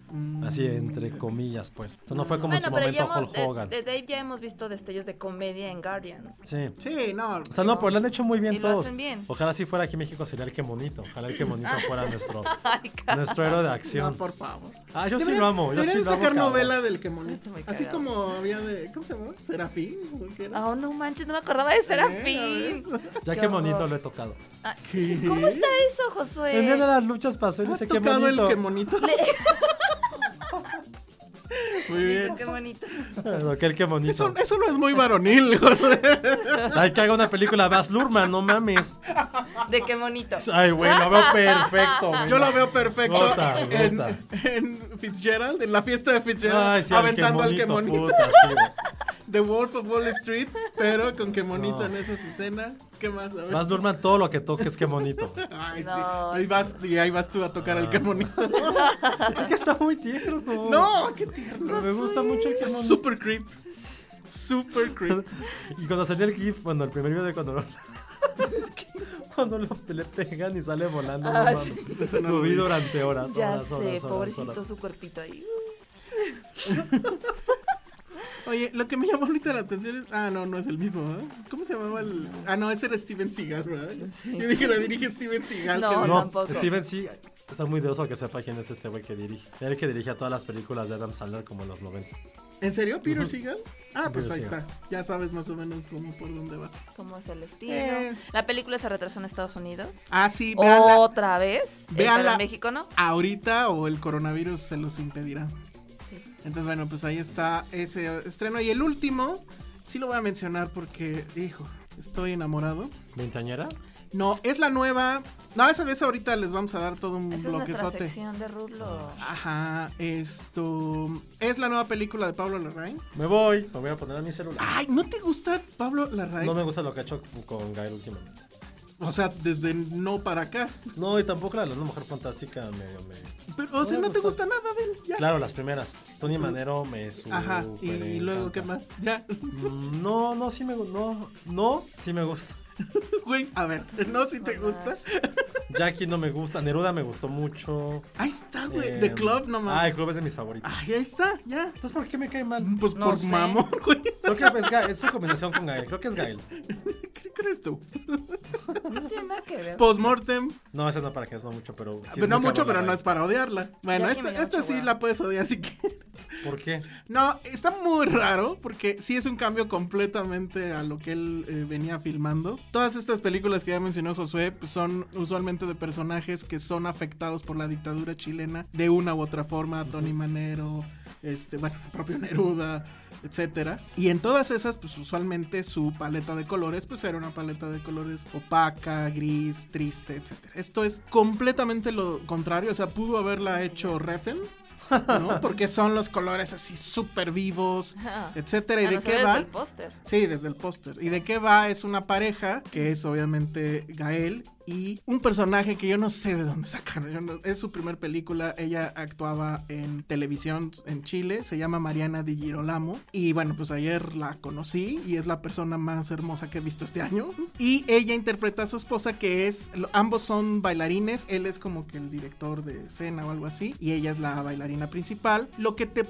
[SPEAKER 1] Así entre comillas, pues. O sea, no fue como en
[SPEAKER 3] bueno,
[SPEAKER 1] su
[SPEAKER 3] pero ya
[SPEAKER 1] momento
[SPEAKER 3] hemos,
[SPEAKER 1] Hulk Hogan.
[SPEAKER 3] de, de Dave ya hemos visto destellos de comedia en Guardians.
[SPEAKER 1] Sí.
[SPEAKER 2] Sí, no.
[SPEAKER 1] O sea, no, pues lo han hecho muy bien
[SPEAKER 3] Y lo
[SPEAKER 1] todos.
[SPEAKER 3] hacen bien. Ah.
[SPEAKER 1] Ojalá si fuera aquí en México sería el que monito. Ojalá el que monito fuera nuestro,
[SPEAKER 3] Ay, ca-
[SPEAKER 1] nuestro héroe de
[SPEAKER 2] No,
[SPEAKER 1] acción.
[SPEAKER 2] por favor.
[SPEAKER 1] Ah, yo sí
[SPEAKER 2] Deberían-
[SPEAKER 1] lo amo. Yo sí
[SPEAKER 2] deberían
[SPEAKER 1] lo amo.
[SPEAKER 2] sacar
[SPEAKER 1] cabrón.
[SPEAKER 2] novela del que molesta.
[SPEAKER 3] Está muy
[SPEAKER 2] Así
[SPEAKER 3] cagado.
[SPEAKER 2] como había de.
[SPEAKER 3] Ah,
[SPEAKER 2] ¿Cómo se llamaba? ¿Serafín? ¿O qué era?
[SPEAKER 3] Oh, no manches, no me acordaba de Serafín.
[SPEAKER 1] Ya
[SPEAKER 3] Qué
[SPEAKER 1] que monito
[SPEAKER 3] horror.
[SPEAKER 1] lo he tocado.
[SPEAKER 3] Ah, ¿Cómo está eso, Josué?
[SPEAKER 1] En día de las luchas pasó y
[SPEAKER 2] ¿Has
[SPEAKER 1] dice qué
[SPEAKER 2] tocado el
[SPEAKER 1] bonito.
[SPEAKER 2] que monito? Muy bien.
[SPEAKER 3] Qué bonito.
[SPEAKER 1] Lo que el que bonito.
[SPEAKER 2] Eso, eso no es muy varonil, José.
[SPEAKER 1] Hay que haga una película de Baz Luhrmann, no mames.
[SPEAKER 3] De qué bonito.
[SPEAKER 1] Ay, güey, lo veo perfecto. güey.
[SPEAKER 2] Yo lo veo perfecto
[SPEAKER 1] Gota,
[SPEAKER 2] en,
[SPEAKER 1] gota.
[SPEAKER 2] en Fitzgerald, en la fiesta de Fitzgerald,
[SPEAKER 1] Ay, sí, al
[SPEAKER 2] aventando al que
[SPEAKER 1] monito,
[SPEAKER 2] monito.
[SPEAKER 1] puta, sí, güey.
[SPEAKER 2] The Wolf of Wall Street, pero con que monito en esas escenas. ¿Qué más? A ver.
[SPEAKER 1] Baz Luhrmann, todo lo que toque es que bonito.
[SPEAKER 2] Ay, sí.
[SPEAKER 3] No.
[SPEAKER 2] Ahí vas, y ahí vas tú a tocar
[SPEAKER 1] Ah.
[SPEAKER 2] al que monito.
[SPEAKER 1] Porque está muy tierno.
[SPEAKER 2] no, qué tierno.
[SPEAKER 1] Me gusta mucho el que
[SPEAKER 2] Está
[SPEAKER 1] monito.
[SPEAKER 2] super creep. Super creep.
[SPEAKER 1] Y cuando salió el GIF, bueno, el primer video de cuando lo... cuando lo, le pegan y sale volando, no
[SPEAKER 3] Ah,
[SPEAKER 1] mames.
[SPEAKER 3] sí.
[SPEAKER 2] Eso no
[SPEAKER 1] lo
[SPEAKER 2] lo
[SPEAKER 1] vi
[SPEAKER 2] vi.
[SPEAKER 1] durante horas.
[SPEAKER 3] Ya
[SPEAKER 1] horas,
[SPEAKER 3] sé,
[SPEAKER 1] horas, horas,
[SPEAKER 3] pobrecito
[SPEAKER 1] horas.
[SPEAKER 3] su cuerpito ahí.
[SPEAKER 2] Oye, lo que me llamó ahorita la atención es. Ah, no, no es el mismo, ¿eh? ¿Cómo se llamaba el.? Ah, no, ese era Steven Seagal, ¿verdad?
[SPEAKER 3] Sí.
[SPEAKER 2] Yo dije, la dirige Steven Seagal.
[SPEAKER 3] No,
[SPEAKER 2] qué bueno.
[SPEAKER 1] No,
[SPEAKER 3] tampoco.
[SPEAKER 1] Steven sí está muy dedoso que sepa quién es este güey que dirige. Era el que dirigía todas las películas de Adam Sandler como en los 90.
[SPEAKER 2] ¿En serio, Peter Seagal? Ah, pues
[SPEAKER 1] Peter
[SPEAKER 2] ahí
[SPEAKER 1] Seagal.
[SPEAKER 2] está. Ya sabes más o menos cómo por dónde va.
[SPEAKER 3] ¿Cómo es el estilo?
[SPEAKER 2] Eh.
[SPEAKER 3] La película se retrasó en Estados Unidos.
[SPEAKER 2] Ah, sí, véanla.
[SPEAKER 3] Otra vez. Eh, pero
[SPEAKER 2] Véanla.
[SPEAKER 3] en México no.
[SPEAKER 2] Ahorita o el coronavirus se los impedirá.
[SPEAKER 3] Sí.
[SPEAKER 2] Entonces, bueno, pues ahí está ese estreno. Y el último, sí lo voy a mencionar porque, hijo, estoy enamorado.
[SPEAKER 1] ¿Veintañera?
[SPEAKER 2] No, es la nueva. No, esa de esa ahorita les vamos a dar todo un
[SPEAKER 3] Esa es nuestra
[SPEAKER 2] bloquezote.
[SPEAKER 3] sección de Rulo.
[SPEAKER 2] Ajá, esto. Es la nueva película de Pablo Larraín.
[SPEAKER 1] Me voy, me voy a poner a mi celular.
[SPEAKER 2] Ay, ¿no te gusta Pablo Larraín?
[SPEAKER 1] No me gusta lo que ha hecho con Gael últimamente.
[SPEAKER 2] O sea, desde no para acá.
[SPEAKER 1] No, y tampoco la de la mujer fantástica me, me-
[SPEAKER 2] Pero, o sea,
[SPEAKER 1] No
[SPEAKER 2] no,
[SPEAKER 1] me
[SPEAKER 2] te
[SPEAKER 1] gustó.
[SPEAKER 2] gusta nada, ven, ya.
[SPEAKER 1] Claro, Uh, las primeras. Tony Manero me
[SPEAKER 2] Ajá, y,
[SPEAKER 1] superencanta.
[SPEAKER 2] luego, ¿qué más? Ya,
[SPEAKER 1] Mm, No, no, sí me gusta. No, no, sí me gusta.
[SPEAKER 2] güey, a ver, no, si
[SPEAKER 3] Oh,
[SPEAKER 2] te gusta.
[SPEAKER 1] Jackie no me gusta. Neruda me gustó mucho.
[SPEAKER 2] Ahí está, güey,
[SPEAKER 1] Eh,
[SPEAKER 2] The Club, no
[SPEAKER 1] Ah,
[SPEAKER 2] mames.
[SPEAKER 1] el club es de mis favoritos.
[SPEAKER 2] Ay, ahí está, ya.
[SPEAKER 1] Entonces, ¿por qué me cae mal?
[SPEAKER 2] Pues
[SPEAKER 3] No
[SPEAKER 2] por
[SPEAKER 3] sé.
[SPEAKER 2] mamón, güey.
[SPEAKER 1] Creo que es, Ga- es su combinación con Gael. Creo que es Gael.
[SPEAKER 2] ¿Qué crees tú?
[SPEAKER 3] No tiene nada que ver.
[SPEAKER 2] Postmortem.
[SPEAKER 1] No, esa no para que es no mucho, pero. sí es
[SPEAKER 2] pero no
[SPEAKER 1] muy
[SPEAKER 2] mucho,
[SPEAKER 1] cabrón la
[SPEAKER 2] pero no
[SPEAKER 1] Gael.
[SPEAKER 2] es para odiarla. Bueno,
[SPEAKER 3] Ya que
[SPEAKER 2] esta,
[SPEAKER 3] me dio
[SPEAKER 2] esta
[SPEAKER 3] mucha
[SPEAKER 2] sí
[SPEAKER 3] hueva.
[SPEAKER 2] la puedes odiar si quieres.
[SPEAKER 1] ¿Por qué?
[SPEAKER 2] No, está muy raro porque sí es un cambio completamente a lo que él eh, venía filmando. Todas estas películas que ya mencionó Josué pues, son usualmente de personajes que son afectados por la dictadura chilena de una u otra forma. Tony Manero, este, bueno, el propio Neruda, etcétera. Y en todas esas, pues usualmente su paleta de colores, pues era una paleta de colores opaca, gris, triste, etcétera. Esto es completamente lo contrario. O sea, pudo haberla hecho Refn. ¿no? Porque son los colores así súper vivos,
[SPEAKER 3] Ah.
[SPEAKER 2] etcétera. ¿Y
[SPEAKER 3] A
[SPEAKER 2] de
[SPEAKER 3] no
[SPEAKER 2] qué
[SPEAKER 3] ser
[SPEAKER 2] va?
[SPEAKER 3] desde el póster.
[SPEAKER 2] Sí, desde el póster. ¿Y de qué va? Es una pareja, que es obviamente Gael, y un personaje que yo no sé de dónde sacaron. yo no- es su primer película. Ella actuaba en televisión en Chile. Se llama Mariana Di Girolamo. Y bueno, pues ayer la conocí y es la persona más hermosa que he visto este año. Y ella interpreta a su esposa, que es. lo- Ambos son bailarines. Él es como que el director de escena o algo así. Y ella es la bailarina principal. Lo que te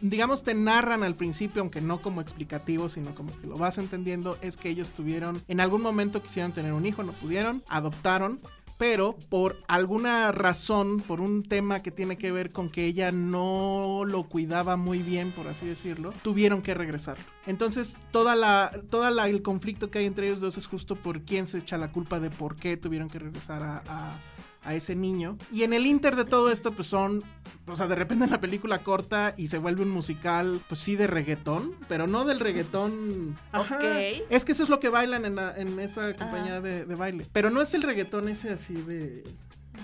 [SPEAKER 2] digamos, te narran al principio, aunque no como explicativo, sino como que lo vas entendiendo, es que ellos tuvieron, en algún momento quisieron tener un hijo, no pudieron, adoptaron. Pero por alguna razón, por un tema que tiene que ver con que ella no lo cuidaba muy bien, por así decirlo, tuvieron que regresarlo. Entonces, toda la, toda la- el conflicto que hay entre ellos dos es justo por quién se echa la culpa de por qué tuvieron que regresar a- a, a ese niño. Y en el inter de todo esto, pues son. O sea, de repente en la película corta y se vuelve un musical, pues sí, de reggaetón, pero no del reggaetón. Ajá.
[SPEAKER 3] Ok.
[SPEAKER 2] Es que eso es lo que bailan en, la- en esa compañía de, de baile. Pero no es el reggaetón ese así de.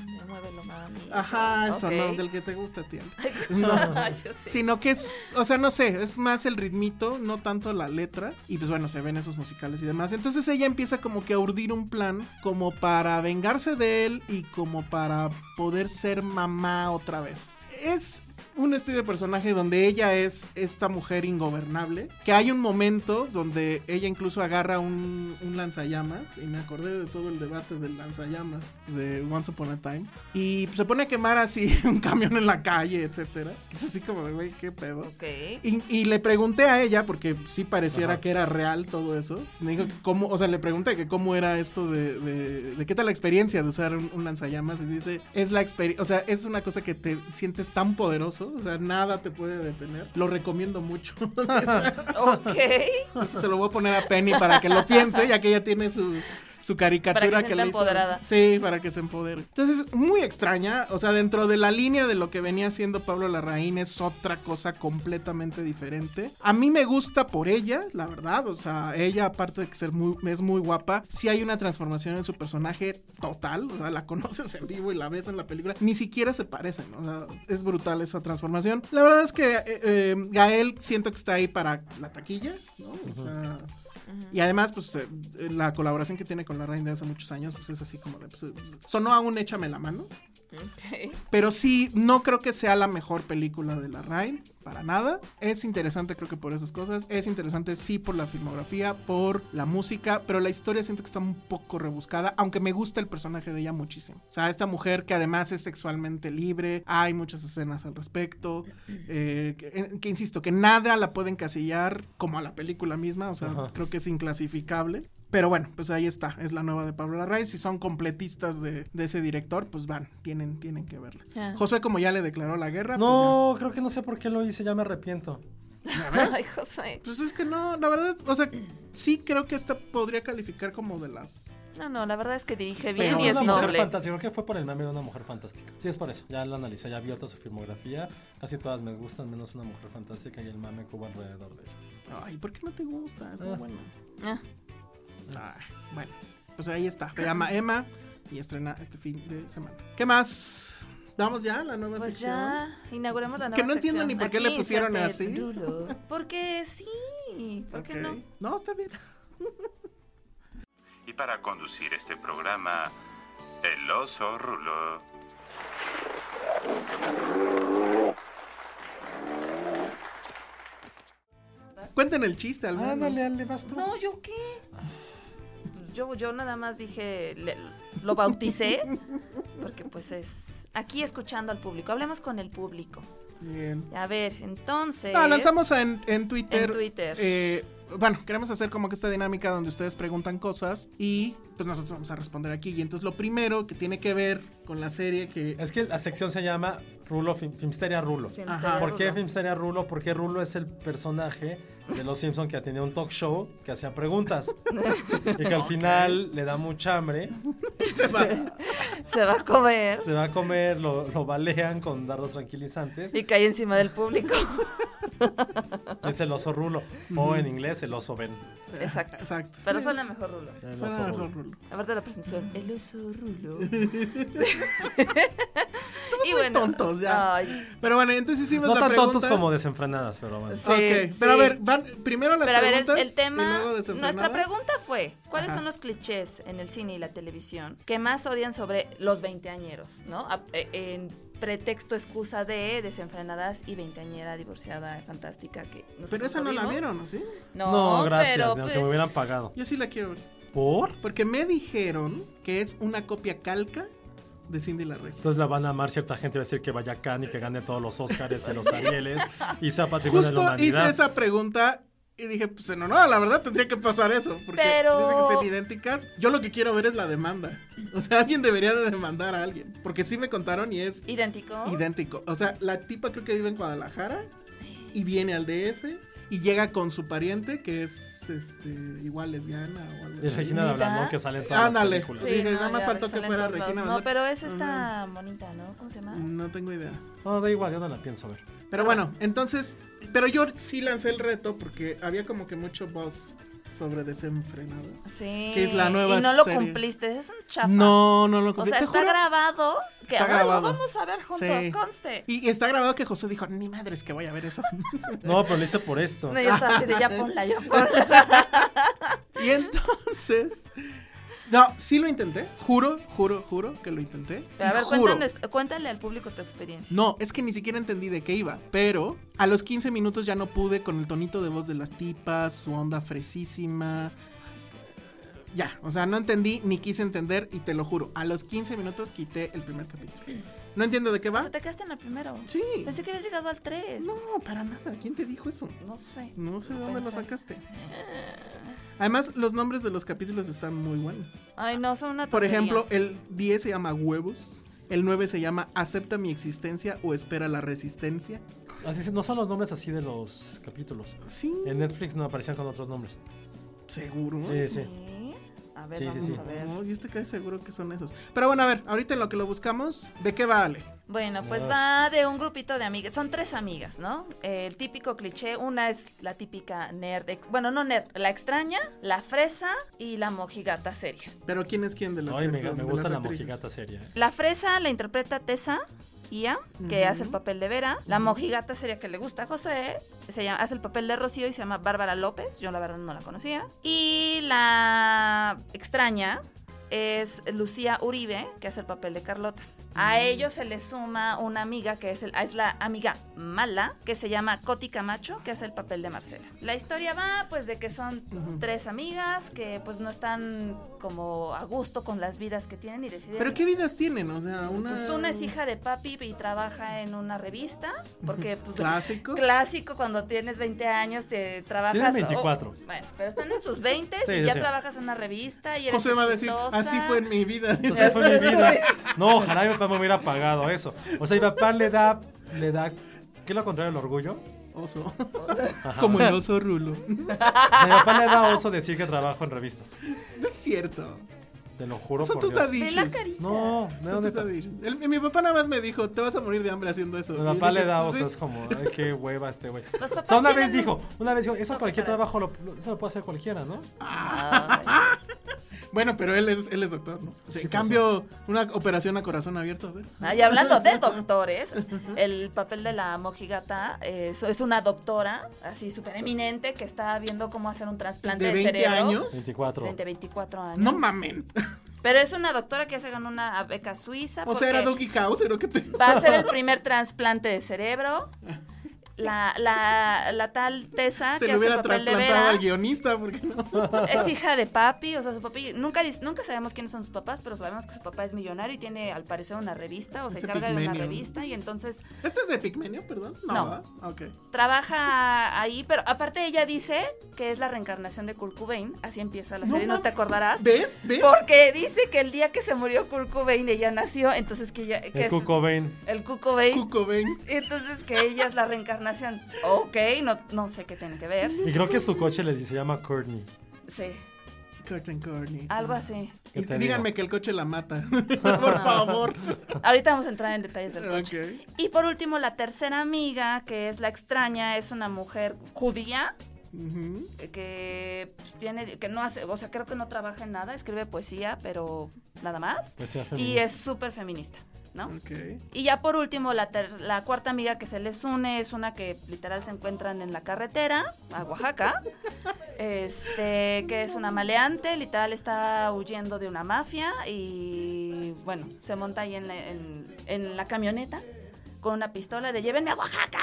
[SPEAKER 3] Me mueve lo mami.
[SPEAKER 2] Ajá, eso,
[SPEAKER 3] ok.
[SPEAKER 2] no, del que te gusta, tío.
[SPEAKER 3] Yo sé.
[SPEAKER 2] Sino que es, o sea, no sé, es más el ritmito, no tanto la letra. Y pues bueno, se ven esos musicales y demás. Entonces ella empieza como que a urdir un plan como para vengarse de él y como para poder ser mamá otra vez. Es un estudio de personaje donde ella es esta mujer ingobernable. Que hay un momento donde ella incluso agarra un, un lanzallamas. Y me acordé de todo el debate del lanzallamas de Once Upon a Time. Y se pone a quemar así un camión en la calle, etcétera. Es así como, de, güey, qué pedo.
[SPEAKER 3] Ok.
[SPEAKER 2] Y, y le pregunté a ella, porque sí pareciera
[SPEAKER 1] Ajá.
[SPEAKER 2] que era real todo eso. Me dijo que cómo, o sea, le pregunté que cómo era esto de, de, de qué tal la experiencia de usar un, un lanzallamas. Y dice, es la experiencia, o sea, es una cosa que te sientes tan poderoso, o sea, nada te puede detener. Lo recomiendo mucho.
[SPEAKER 3] Ok.
[SPEAKER 2] Entonces, se lo voy a poner a Penny para que lo piense, ya que ella tiene su, su caricatura
[SPEAKER 3] Para que
[SPEAKER 2] que,
[SPEAKER 3] se sienta
[SPEAKER 2] le hizo.
[SPEAKER 3] empoderada.
[SPEAKER 2] Sí, para que se empodere. Entonces, muy extraña. O sea, dentro de la línea de lo que venía haciendo Pablo Larraín es otra cosa completamente diferente. A mí me gusta por ella, la verdad. O sea, ella, aparte de que ser muy, es muy guapa, sí hay una transformación en su personaje total. O sea, la conoces en vivo y la ves en la película. Ni siquiera se parecen. O sea, es brutal esa transformación. La verdad es que eh, eh, Gael siento que está ahí para la taquilla, ¿no? O sea. Y además, pues eh, eh, la colaboración que tiene con la reina de hace muchos años, pues es así como de, pues, eh, sonó a un échame la mano.
[SPEAKER 3] Ok.
[SPEAKER 2] Pero sí, no creo que sea la mejor película de la Rain, para nada. Es interesante, creo que por esas cosas. Es interesante, sí, por la filmografía, por la música, pero la historia siento que está un poco rebuscada, aunque me gusta el personaje de ella muchísimo. O sea, esta mujer que además es sexualmente libre, hay muchas escenas al respecto, eh, que, que insisto, que nada la puede encasillar como a la película misma, o sea,
[SPEAKER 1] Ajá.
[SPEAKER 2] creo que es inclasificable. Pero bueno, pues ahí está, es la nueva de Pablo Larraín. Si son completistas de, de ese director, pues van, tienen, tienen que verla.
[SPEAKER 3] Ah.
[SPEAKER 2] Josué, como ya le declaró la guerra, pues
[SPEAKER 1] No, creo que no sé por qué lo hice, ya me arrepiento.
[SPEAKER 3] Ay, José.
[SPEAKER 2] pues ya. Pues es que no, la verdad, o sea, sí creo que esta podría calificar como de las.
[SPEAKER 3] No, no, la verdad es que dirige
[SPEAKER 2] Pero
[SPEAKER 3] bien y
[SPEAKER 2] es
[SPEAKER 3] es
[SPEAKER 1] una mujer
[SPEAKER 3] noble.
[SPEAKER 1] fantástica, creo que fue por el mame de una mujer fantástica. Sí, es por eso. Ya la analicé, ya vi toda su filmografía. Casi todas me gustan, menos una mujer fantástica y el mame que hubo alrededor de ella.
[SPEAKER 2] Ay, ¿por qué no te gusta? Es muy
[SPEAKER 1] Ah.
[SPEAKER 2] bueno.
[SPEAKER 3] Ah.
[SPEAKER 2] Ah, bueno, pues ahí está. Se llama Emma y estrena este fin de semana. ¿Qué más? Damos ya a la nueva
[SPEAKER 3] Pues
[SPEAKER 2] sección.
[SPEAKER 3] ya inauguramos la nueva
[SPEAKER 2] Que no entiendo
[SPEAKER 3] sección.
[SPEAKER 2] ni por qué
[SPEAKER 3] Aquí,
[SPEAKER 2] le pusieron
[SPEAKER 3] inserte
[SPEAKER 2] así.
[SPEAKER 3] Dulo. Porque sí, ¿por qué
[SPEAKER 2] Ok.
[SPEAKER 3] no?
[SPEAKER 2] No, está bien.
[SPEAKER 5] Y para conducir este programa, el oso Rulo.
[SPEAKER 2] Cuenten el chiste al menos.
[SPEAKER 1] Ándale, dale, vas tú.
[SPEAKER 3] No, ¿yo qué? Yo, yo nada más dije, le- lo bauticé, porque pues es aquí escuchando al público. Hablemos con el público.
[SPEAKER 2] Bien.
[SPEAKER 3] A ver, entonces...
[SPEAKER 2] No, lanzamos a- en, en Twitter.
[SPEAKER 3] En Twitter.
[SPEAKER 2] eh, bueno, queremos hacer como que esta dinámica donde ustedes preguntan cosas y pues nosotros vamos a responder aquí. Y entonces lo primero que tiene que ver con la serie que...
[SPEAKER 1] Es que la sección se llama Rulo, Film- Filmsteria Rulo.
[SPEAKER 3] Filmsteria
[SPEAKER 2] Ajá.
[SPEAKER 1] ¿Por qué
[SPEAKER 3] Rulo.
[SPEAKER 1] Filmsteria Rulo? Porque Rulo es el personaje de Los Simpson que tenía un talk show que hacía preguntas y que al final le da mucha hambre,
[SPEAKER 2] se va.
[SPEAKER 3] Se va a comer
[SPEAKER 1] se va a comer, lo, lo balean con dardos tranquilizantes.
[SPEAKER 3] y cae encima del público.
[SPEAKER 1] Es el oso Rulo, o en inglés el oso Ben.
[SPEAKER 3] Exacto.
[SPEAKER 2] Exacto.
[SPEAKER 3] Pero
[SPEAKER 2] Sí.
[SPEAKER 3] suena mejor Rulo.
[SPEAKER 1] El
[SPEAKER 2] Suena
[SPEAKER 1] oso
[SPEAKER 2] mejor,
[SPEAKER 1] Rulo.
[SPEAKER 2] Rulo.
[SPEAKER 3] Aparte de la presentación, el oso Rulo. y
[SPEAKER 2] muy tontos ya.
[SPEAKER 3] ay,
[SPEAKER 2] Pero bueno, entonces hicimos
[SPEAKER 1] No
[SPEAKER 2] la
[SPEAKER 1] tan
[SPEAKER 2] pregunta.
[SPEAKER 1] tontos como desenfrenadas, pero bueno.
[SPEAKER 3] Sí,
[SPEAKER 2] Ok, pero a
[SPEAKER 3] sí.
[SPEAKER 2] ver, van primero las
[SPEAKER 3] Pero a ver, el,
[SPEAKER 2] preguntas
[SPEAKER 3] el tema,
[SPEAKER 2] y luego
[SPEAKER 3] nuestra
[SPEAKER 2] desenfrenadas.
[SPEAKER 3] pregunta fue, ¿cuáles
[SPEAKER 2] Ajá.
[SPEAKER 3] son los clichés en el cine y la televisión que más odian sobre los veinteañeros, no? A- eh, en pretexto, excusa de desenfrenadas y veinteañera divorciada fantástica que nosotros
[SPEAKER 2] Pero esa no la
[SPEAKER 3] vimos.
[SPEAKER 2] vieron, ¿no? ¿sí?
[SPEAKER 3] No,
[SPEAKER 1] No, gracias,
[SPEAKER 3] pero,
[SPEAKER 1] ni aunque
[SPEAKER 3] pues,
[SPEAKER 1] me hubieran pagado.
[SPEAKER 2] Yo sí la quiero ver.
[SPEAKER 1] ¿Por?
[SPEAKER 2] Porque me dijeron que es una copia calca de Cindy la Regia.
[SPEAKER 1] Entonces la van a amar cierta gente, va a decir que vaya a Cannes y que gane todos los Oscars y los Arieles y sea patrimonio de la
[SPEAKER 2] Justo hice
[SPEAKER 1] humanidad.
[SPEAKER 2] esa pregunta y dije, pues en honor, a la verdad tendría que pasar eso. Porque
[SPEAKER 3] Pero-
[SPEAKER 2] dice que son idénticas. Yo lo que quiero ver es la demanda. O sea, alguien debería de demandar a alguien. Porque sí me contaron y es
[SPEAKER 3] Idéntico.
[SPEAKER 2] idéntico. O sea, la tipa creo que vive en Guadalajara y viene al DF y llega con su pariente que es este igual lesbiana o algo
[SPEAKER 1] Y
[SPEAKER 2] así.
[SPEAKER 1] Regina de
[SPEAKER 3] ¿Neta?
[SPEAKER 1] Blandón que sale en todas
[SPEAKER 2] Ándale.
[SPEAKER 1] las películas.
[SPEAKER 2] Sí. dije, nada más
[SPEAKER 3] ya
[SPEAKER 2] faltó que
[SPEAKER 3] salen
[SPEAKER 2] fuera
[SPEAKER 3] todos lados.
[SPEAKER 2] Regina
[SPEAKER 3] No,
[SPEAKER 2] Blandón.
[SPEAKER 3] pero es esta monita, ¿no? ¿Cómo se llama?
[SPEAKER 2] No tengo idea.
[SPEAKER 1] No, da igual, yo no la pienso ver.
[SPEAKER 2] Pero bueno, entonces, pero yo sí lancé el reto porque había como que mucho buzz sobre desenfrenado.
[SPEAKER 3] Sí.
[SPEAKER 2] Que es la nueva
[SPEAKER 3] Y no lo
[SPEAKER 2] serie.
[SPEAKER 3] cumpliste, es un chafa.
[SPEAKER 2] No, no lo
[SPEAKER 3] O
[SPEAKER 2] cumplí.
[SPEAKER 3] sea,
[SPEAKER 2] Te
[SPEAKER 3] está
[SPEAKER 2] juro-
[SPEAKER 3] grabado que
[SPEAKER 2] Está
[SPEAKER 3] ahora
[SPEAKER 2] grabado.
[SPEAKER 3] lo vamos a ver juntos,
[SPEAKER 2] Sí.
[SPEAKER 3] conste.
[SPEAKER 2] Y, y está grabado que José dijo, ni madres que voy a ver eso.
[SPEAKER 1] No, pero lo hice por esto.
[SPEAKER 3] No, ya está así de ya ponla, ya ponla.
[SPEAKER 2] y entonces... No, sí lo intenté. Juro, juro, juro que lo intenté.
[SPEAKER 3] Pero a
[SPEAKER 2] Y
[SPEAKER 3] ver,
[SPEAKER 2] juro.
[SPEAKER 3] cuéntales- cuéntale al público tu experiencia.
[SPEAKER 2] No, es que ni siquiera entendí de qué iba. Pero a los 15 minutos ya no pude con el tonito de voz de las tipas, su onda fresísima. Ya, o sea, no entendí ni quise entender y te lo juro, a los 15 minutos quité el primer capítulo. No entiendo de qué
[SPEAKER 3] O
[SPEAKER 2] va.
[SPEAKER 3] sea, te quedaste en el primero.
[SPEAKER 2] Sí.
[SPEAKER 3] Pensé que habías llegado al 3. No,
[SPEAKER 2] No, para nada. ¿Quién te dijo eso?
[SPEAKER 3] sé.
[SPEAKER 2] No sé de dónde lo
[SPEAKER 3] Pensé.
[SPEAKER 2] sacaste. Además, los nombres de los capítulos están muy buenos.
[SPEAKER 3] Ay, no, son una
[SPEAKER 2] Por
[SPEAKER 3] tontería.
[SPEAKER 2] ejemplo, el 10 se llama Huevos, el 9 se llama Acepta mi existencia o Espera la resistencia.
[SPEAKER 1] Así se- no son los nombres así de los capítulos.
[SPEAKER 2] Sí,
[SPEAKER 1] En Netflix no aparecían con otros nombres.
[SPEAKER 2] seguro.
[SPEAKER 1] Sí, sí.
[SPEAKER 3] ¿Sí? A ver,
[SPEAKER 1] Sí, sí,
[SPEAKER 3] vamos
[SPEAKER 1] sí.
[SPEAKER 3] a ver.
[SPEAKER 2] No, yo estoy casi seguro que son esos. Pero bueno, a ver, ahorita en lo que lo buscamos, ¿de qué va Ale?
[SPEAKER 3] Bueno, pues
[SPEAKER 1] Ay.
[SPEAKER 3] va de un grupito de amigas. Son tres amigas, ¿no? El típico cliché. Una es la típica nerd. ex- bueno, no nerd. La extraña, la fresa y la mojigata seria.
[SPEAKER 2] Pero ¿quién es quién de las
[SPEAKER 1] Ay, me,
[SPEAKER 2] tres-
[SPEAKER 1] me
[SPEAKER 2] de
[SPEAKER 1] gusta
[SPEAKER 2] las
[SPEAKER 1] la
[SPEAKER 2] actrices?
[SPEAKER 1] mojigata seria. eh.
[SPEAKER 3] La fresa la interpreta Tessa Ia, que hace el papel de Vera. La mojigata seria que le gusta a José. Se llama, hace el papel de Rocío y se llama Bárbara López. Yo la verdad no la conocía. Y la extraña es Lucía Uribe, que hace el papel de Carlota. A ellos se les suma una amiga que es, el- es la amiga mala, que se llama Coti Camacho, que hace el papel de Marcela. La historia va pues de que son tres amigas que pues no están como a gusto con las vidas que tienen y deciden...
[SPEAKER 2] Pero ¿qué vidas tienen? O sea, una...
[SPEAKER 3] Pues una es hija de papi y trabaja en una revista, porque pues
[SPEAKER 2] ¿Clásico?
[SPEAKER 3] clásico cuando tienes 20 años te trabajas
[SPEAKER 1] Tienen
[SPEAKER 3] o-
[SPEAKER 1] 24.
[SPEAKER 3] bueno, pero están en sus 20
[SPEAKER 1] Sí,
[SPEAKER 3] y
[SPEAKER 1] sí,
[SPEAKER 3] ya
[SPEAKER 1] sí.
[SPEAKER 3] trabajas en una revista y eres
[SPEAKER 2] José va a decir,
[SPEAKER 3] exitosa.
[SPEAKER 2] así fue en mi vida.
[SPEAKER 1] Entonces fue mi
[SPEAKER 3] Eso
[SPEAKER 1] vida.
[SPEAKER 3] es.
[SPEAKER 1] No, ojalá mi papá me hubiera pagado eso. O sea, mi papá le da, le da, ¿qué es lo contrario del orgullo?
[SPEAKER 2] Oso. Como el oso rulo.
[SPEAKER 1] O sea, mi papá le da oso decir que trabajo en revistas.
[SPEAKER 2] No es cierto.
[SPEAKER 1] Te lo juro
[SPEAKER 2] Son
[SPEAKER 1] por
[SPEAKER 2] tus
[SPEAKER 1] Dios.
[SPEAKER 3] Ve la
[SPEAKER 2] adictions.
[SPEAKER 3] carita.
[SPEAKER 1] No, no,
[SPEAKER 2] Son tus
[SPEAKER 1] neta.
[SPEAKER 2] adictions. El- Mi papá nada más me dijo, te vas a morir de hambre haciendo eso.
[SPEAKER 1] Mi
[SPEAKER 2] Y
[SPEAKER 1] papá
[SPEAKER 2] dije,
[SPEAKER 1] le da
[SPEAKER 2] "Pues
[SPEAKER 1] oso,
[SPEAKER 2] sí".
[SPEAKER 1] es como, ay, qué hueva este güey.
[SPEAKER 3] Los
[SPEAKER 1] O
[SPEAKER 3] papás
[SPEAKER 1] sea, una vez
[SPEAKER 3] tienen
[SPEAKER 1] dijo,
[SPEAKER 3] un-
[SPEAKER 1] una vez dijo, eso
[SPEAKER 3] No,
[SPEAKER 1] cualquier
[SPEAKER 3] papás.
[SPEAKER 1] trabajo lo, lo- eso lo puede hacer cualquiera, ¿no?
[SPEAKER 3] Ah, Ay,
[SPEAKER 2] Bueno, pero él es, él es doctor, ¿no? O sea,
[SPEAKER 1] Sí,
[SPEAKER 2] en
[SPEAKER 1] pues,
[SPEAKER 2] cambio, una operación a corazón abierto, a ver.
[SPEAKER 3] Ah, Y hablando de doctores, el papel de la mojigata es, es una doctora, así súper eminente, que está viendo cómo hacer un trasplante
[SPEAKER 2] ¿De
[SPEAKER 3] de,
[SPEAKER 2] 20
[SPEAKER 3] cerebro.
[SPEAKER 2] años?
[SPEAKER 1] 24.
[SPEAKER 3] De 24 años.
[SPEAKER 2] No mamen.
[SPEAKER 3] Pero es una doctora que ya se ganó una beca suiza.
[SPEAKER 2] O sea, era
[SPEAKER 3] Ah, porque-
[SPEAKER 2] Doggy House, ¿pero qué pedo?
[SPEAKER 3] Va a ser el primer trasplante de cerebro. La, la, la tal Tessa,
[SPEAKER 2] Se
[SPEAKER 3] Ah, que
[SPEAKER 2] le
[SPEAKER 3] hace el
[SPEAKER 2] hubiera
[SPEAKER 3] papel de
[SPEAKER 2] trasplantado
[SPEAKER 3] Vera,
[SPEAKER 2] al guionista, porque no.
[SPEAKER 3] es hija de papi. O sea, su papi. Nunca, dis- nunca sabemos quiénes son sus papás, pero sabemos que su papá es millonario y tiene, al parecer, una revista o se
[SPEAKER 2] Ese
[SPEAKER 3] encarga de una
[SPEAKER 2] pigmenio.
[SPEAKER 3] revista. Y entonces
[SPEAKER 2] ¿Este es de Pigmenio, perdón? No.
[SPEAKER 3] No.
[SPEAKER 2] ¿verdad? Ok.
[SPEAKER 3] trabaja ahí. Pero aparte, ella dice que es la reencarnación de Kurt Cobain. Así empieza la
[SPEAKER 2] No
[SPEAKER 3] serie, Pues no
[SPEAKER 2] mames.
[SPEAKER 3] te acordarás.
[SPEAKER 2] ¿Ves? ¿Ves?
[SPEAKER 3] Porque dice que el día que se murió Kurt Cobain, ella nació. Entonces, que ella. Que
[SPEAKER 1] El
[SPEAKER 3] es-
[SPEAKER 1] Cucobain.
[SPEAKER 3] El Kurt Cobain.
[SPEAKER 2] Cuco, ven.
[SPEAKER 3] Entonces que ella es la reencarnación. Ok, no, no sé qué tiene que ver.
[SPEAKER 1] Y creo que su coche le, se llama Courtney.
[SPEAKER 3] Sí,
[SPEAKER 2] Curtain Corny.
[SPEAKER 3] algo así.
[SPEAKER 2] Y
[SPEAKER 1] ¿Qué te
[SPEAKER 2] díganme que el coche la mata. Por favor.
[SPEAKER 3] Ahorita vamos a entrar en detalles del coche.
[SPEAKER 2] ok.
[SPEAKER 3] Y por último, la tercera amiga, que es la extraña, es una mujer judía
[SPEAKER 2] Ujú.
[SPEAKER 3] eh, que pues, tiene que no hace, o sea, creo que no trabaja en nada, escribe poesía, pero nada más.
[SPEAKER 1] Poesía
[SPEAKER 3] Y
[SPEAKER 1] feminista.
[SPEAKER 3] es súper feminista, ¿no?
[SPEAKER 2] Ok.
[SPEAKER 3] Y ya por último, la, ter- la cuarta amiga que se les une es una que literal se encuentran en la carretera, a Oaxaca, este, que es una maleante, literal está huyendo de una mafia y bueno, se monta ahí en la, en- en la camioneta con una pistola de llévenme a Oaxaca,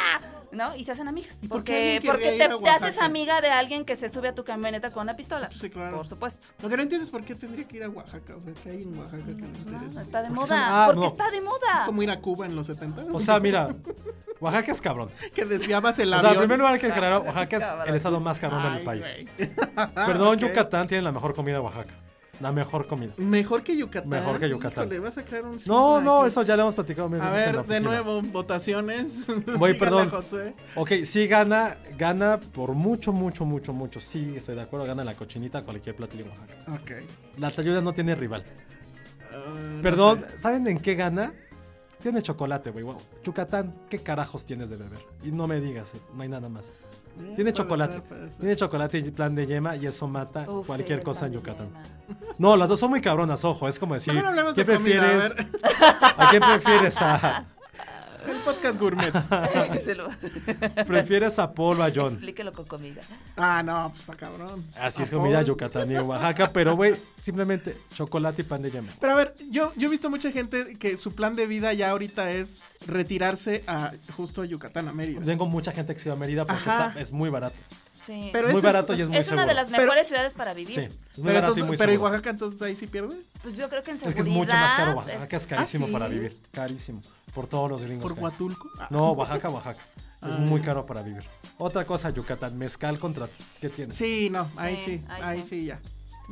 [SPEAKER 3] ¿no? Y se hacen amigas.
[SPEAKER 2] ¿Y por qué
[SPEAKER 3] Porque,
[SPEAKER 2] alguien querría
[SPEAKER 3] porque
[SPEAKER 2] ir
[SPEAKER 3] te,
[SPEAKER 2] a
[SPEAKER 3] te
[SPEAKER 2] Oaxaca?
[SPEAKER 3] haces amiga de alguien que se sube a tu camioneta con una pistola.
[SPEAKER 2] Sí, claro.
[SPEAKER 3] Por supuesto.
[SPEAKER 2] Lo que no entiendo es por qué tendría que ir a Oaxaca. O sea, ¿qué hay en Oaxaca que les
[SPEAKER 3] No,
[SPEAKER 2] interesa?
[SPEAKER 3] está de
[SPEAKER 1] Porque
[SPEAKER 3] moda.
[SPEAKER 1] son- ah,
[SPEAKER 3] porque
[SPEAKER 1] no.
[SPEAKER 3] está de moda.
[SPEAKER 2] Es como ir a Cuba en los 70.
[SPEAKER 1] O sea, mira, Oaxaca es cabrón.
[SPEAKER 2] que desviabas el
[SPEAKER 1] O sea, en
[SPEAKER 2] avión.
[SPEAKER 1] primer lugar hay que aclarar, Oaxaca es
[SPEAKER 3] Ah, cabrón.
[SPEAKER 1] el estado más cabrón del
[SPEAKER 2] Ay,
[SPEAKER 1] país.
[SPEAKER 2] güey. Ah,
[SPEAKER 1] Perdón,
[SPEAKER 2] ok.
[SPEAKER 1] Yucatán tiene la mejor comida de Oaxaca. La mejor comida.
[SPEAKER 2] Mejor que Yucatán.
[SPEAKER 1] Mejor que Yucatán.
[SPEAKER 2] Híjole, vas a crear un
[SPEAKER 1] No,
[SPEAKER 2] cisma
[SPEAKER 1] no,
[SPEAKER 2] aquí.
[SPEAKER 1] eso ya lo hemos platicado mil
[SPEAKER 2] A
[SPEAKER 1] veces en la
[SPEAKER 2] ver, de
[SPEAKER 1] oficina.
[SPEAKER 2] nuevo, votaciones.
[SPEAKER 1] Voy,
[SPEAKER 2] Dígale a
[SPEAKER 1] perdón.
[SPEAKER 2] José.
[SPEAKER 1] Ok, sí gana, gana por mucho, mucho, mucho, mucho. Sí, estoy de acuerdo, gana la cochinita a cualquier platillo en Oaxaca.
[SPEAKER 2] Ok.
[SPEAKER 1] La tlayuda no tiene rival.
[SPEAKER 2] Ah, Eh, no
[SPEAKER 1] Perdón,
[SPEAKER 2] sé.
[SPEAKER 1] ¿saben en qué gana? Tiene chocolate, güey. Wow. Yucatán, ¿qué carajos tienes de beber? Y no me digas, eh, no hay nada más.
[SPEAKER 2] Eh,
[SPEAKER 1] Tiene
[SPEAKER 2] puede
[SPEAKER 1] chocolate.
[SPEAKER 2] ser, puede ser.
[SPEAKER 1] Tiene chocolate y plan de yema y eso mata
[SPEAKER 3] Uf,
[SPEAKER 1] cualquier
[SPEAKER 3] sí,
[SPEAKER 1] cosa en
[SPEAKER 3] el
[SPEAKER 1] Yucatán.
[SPEAKER 3] pan de yema.
[SPEAKER 1] No, las dos son muy cabronas, ojo. Es como decir,
[SPEAKER 2] Mejor hablemos
[SPEAKER 1] ¿qué
[SPEAKER 2] de comida, a
[SPEAKER 1] prefieres? ¿A quién prefieres? ¿A,
[SPEAKER 2] El podcast gourmet.
[SPEAKER 3] Se lo-
[SPEAKER 1] ¿Prefieres a Paul o a John?
[SPEAKER 3] Explíquelo con comida.
[SPEAKER 2] ah, no, pues está cabrón.
[SPEAKER 1] Así es
[SPEAKER 2] Por
[SPEAKER 1] comida
[SPEAKER 2] favor.
[SPEAKER 1] yucatán y Oaxaca, pero güey, simplemente chocolate y pan de yema.
[SPEAKER 2] Pero a ver, yo, yo he visto mucha gente que su plan de vida ya ahorita es retirarse a justo a Yucatán, a Mérida.
[SPEAKER 1] Tengo mucha gente que se va a Mérida porque
[SPEAKER 2] Ajá.
[SPEAKER 1] está- es muy barato.
[SPEAKER 3] Sí.
[SPEAKER 2] Pero
[SPEAKER 1] muy
[SPEAKER 2] ese
[SPEAKER 1] barato
[SPEAKER 2] es-
[SPEAKER 1] y es muy
[SPEAKER 3] es una
[SPEAKER 1] seguro.
[SPEAKER 3] de las
[SPEAKER 2] Pero-
[SPEAKER 3] mejores ciudades para vivir.
[SPEAKER 1] Sí, es pues muy
[SPEAKER 2] pero
[SPEAKER 1] barato y
[SPEAKER 2] entonces,
[SPEAKER 1] muy
[SPEAKER 2] pero ¿y
[SPEAKER 1] seguro.
[SPEAKER 2] Oaxaca entonces ahí sí pierde?
[SPEAKER 3] Pues yo creo que en
[SPEAKER 1] Es que es
[SPEAKER 3] seguridad.
[SPEAKER 1] mucho más caro Oaxaca, es
[SPEAKER 3] es-
[SPEAKER 1] carísimo
[SPEAKER 2] ¿Ah, sí?
[SPEAKER 1] para vivir, carísimo, por todos los gringos.
[SPEAKER 2] ¿Por Ah,
[SPEAKER 1] que hay.
[SPEAKER 2] Huatulco? Ah,
[SPEAKER 1] No, Oaxaca, Oaxaca. Es muy caro para vivir. Otra cosa, Yucatán, mezcal contra ¿qué tiene?
[SPEAKER 2] Sí, no, ahí
[SPEAKER 3] Sí,
[SPEAKER 2] sí,
[SPEAKER 3] ahí
[SPEAKER 2] ahí
[SPEAKER 3] sí.
[SPEAKER 2] sí ya.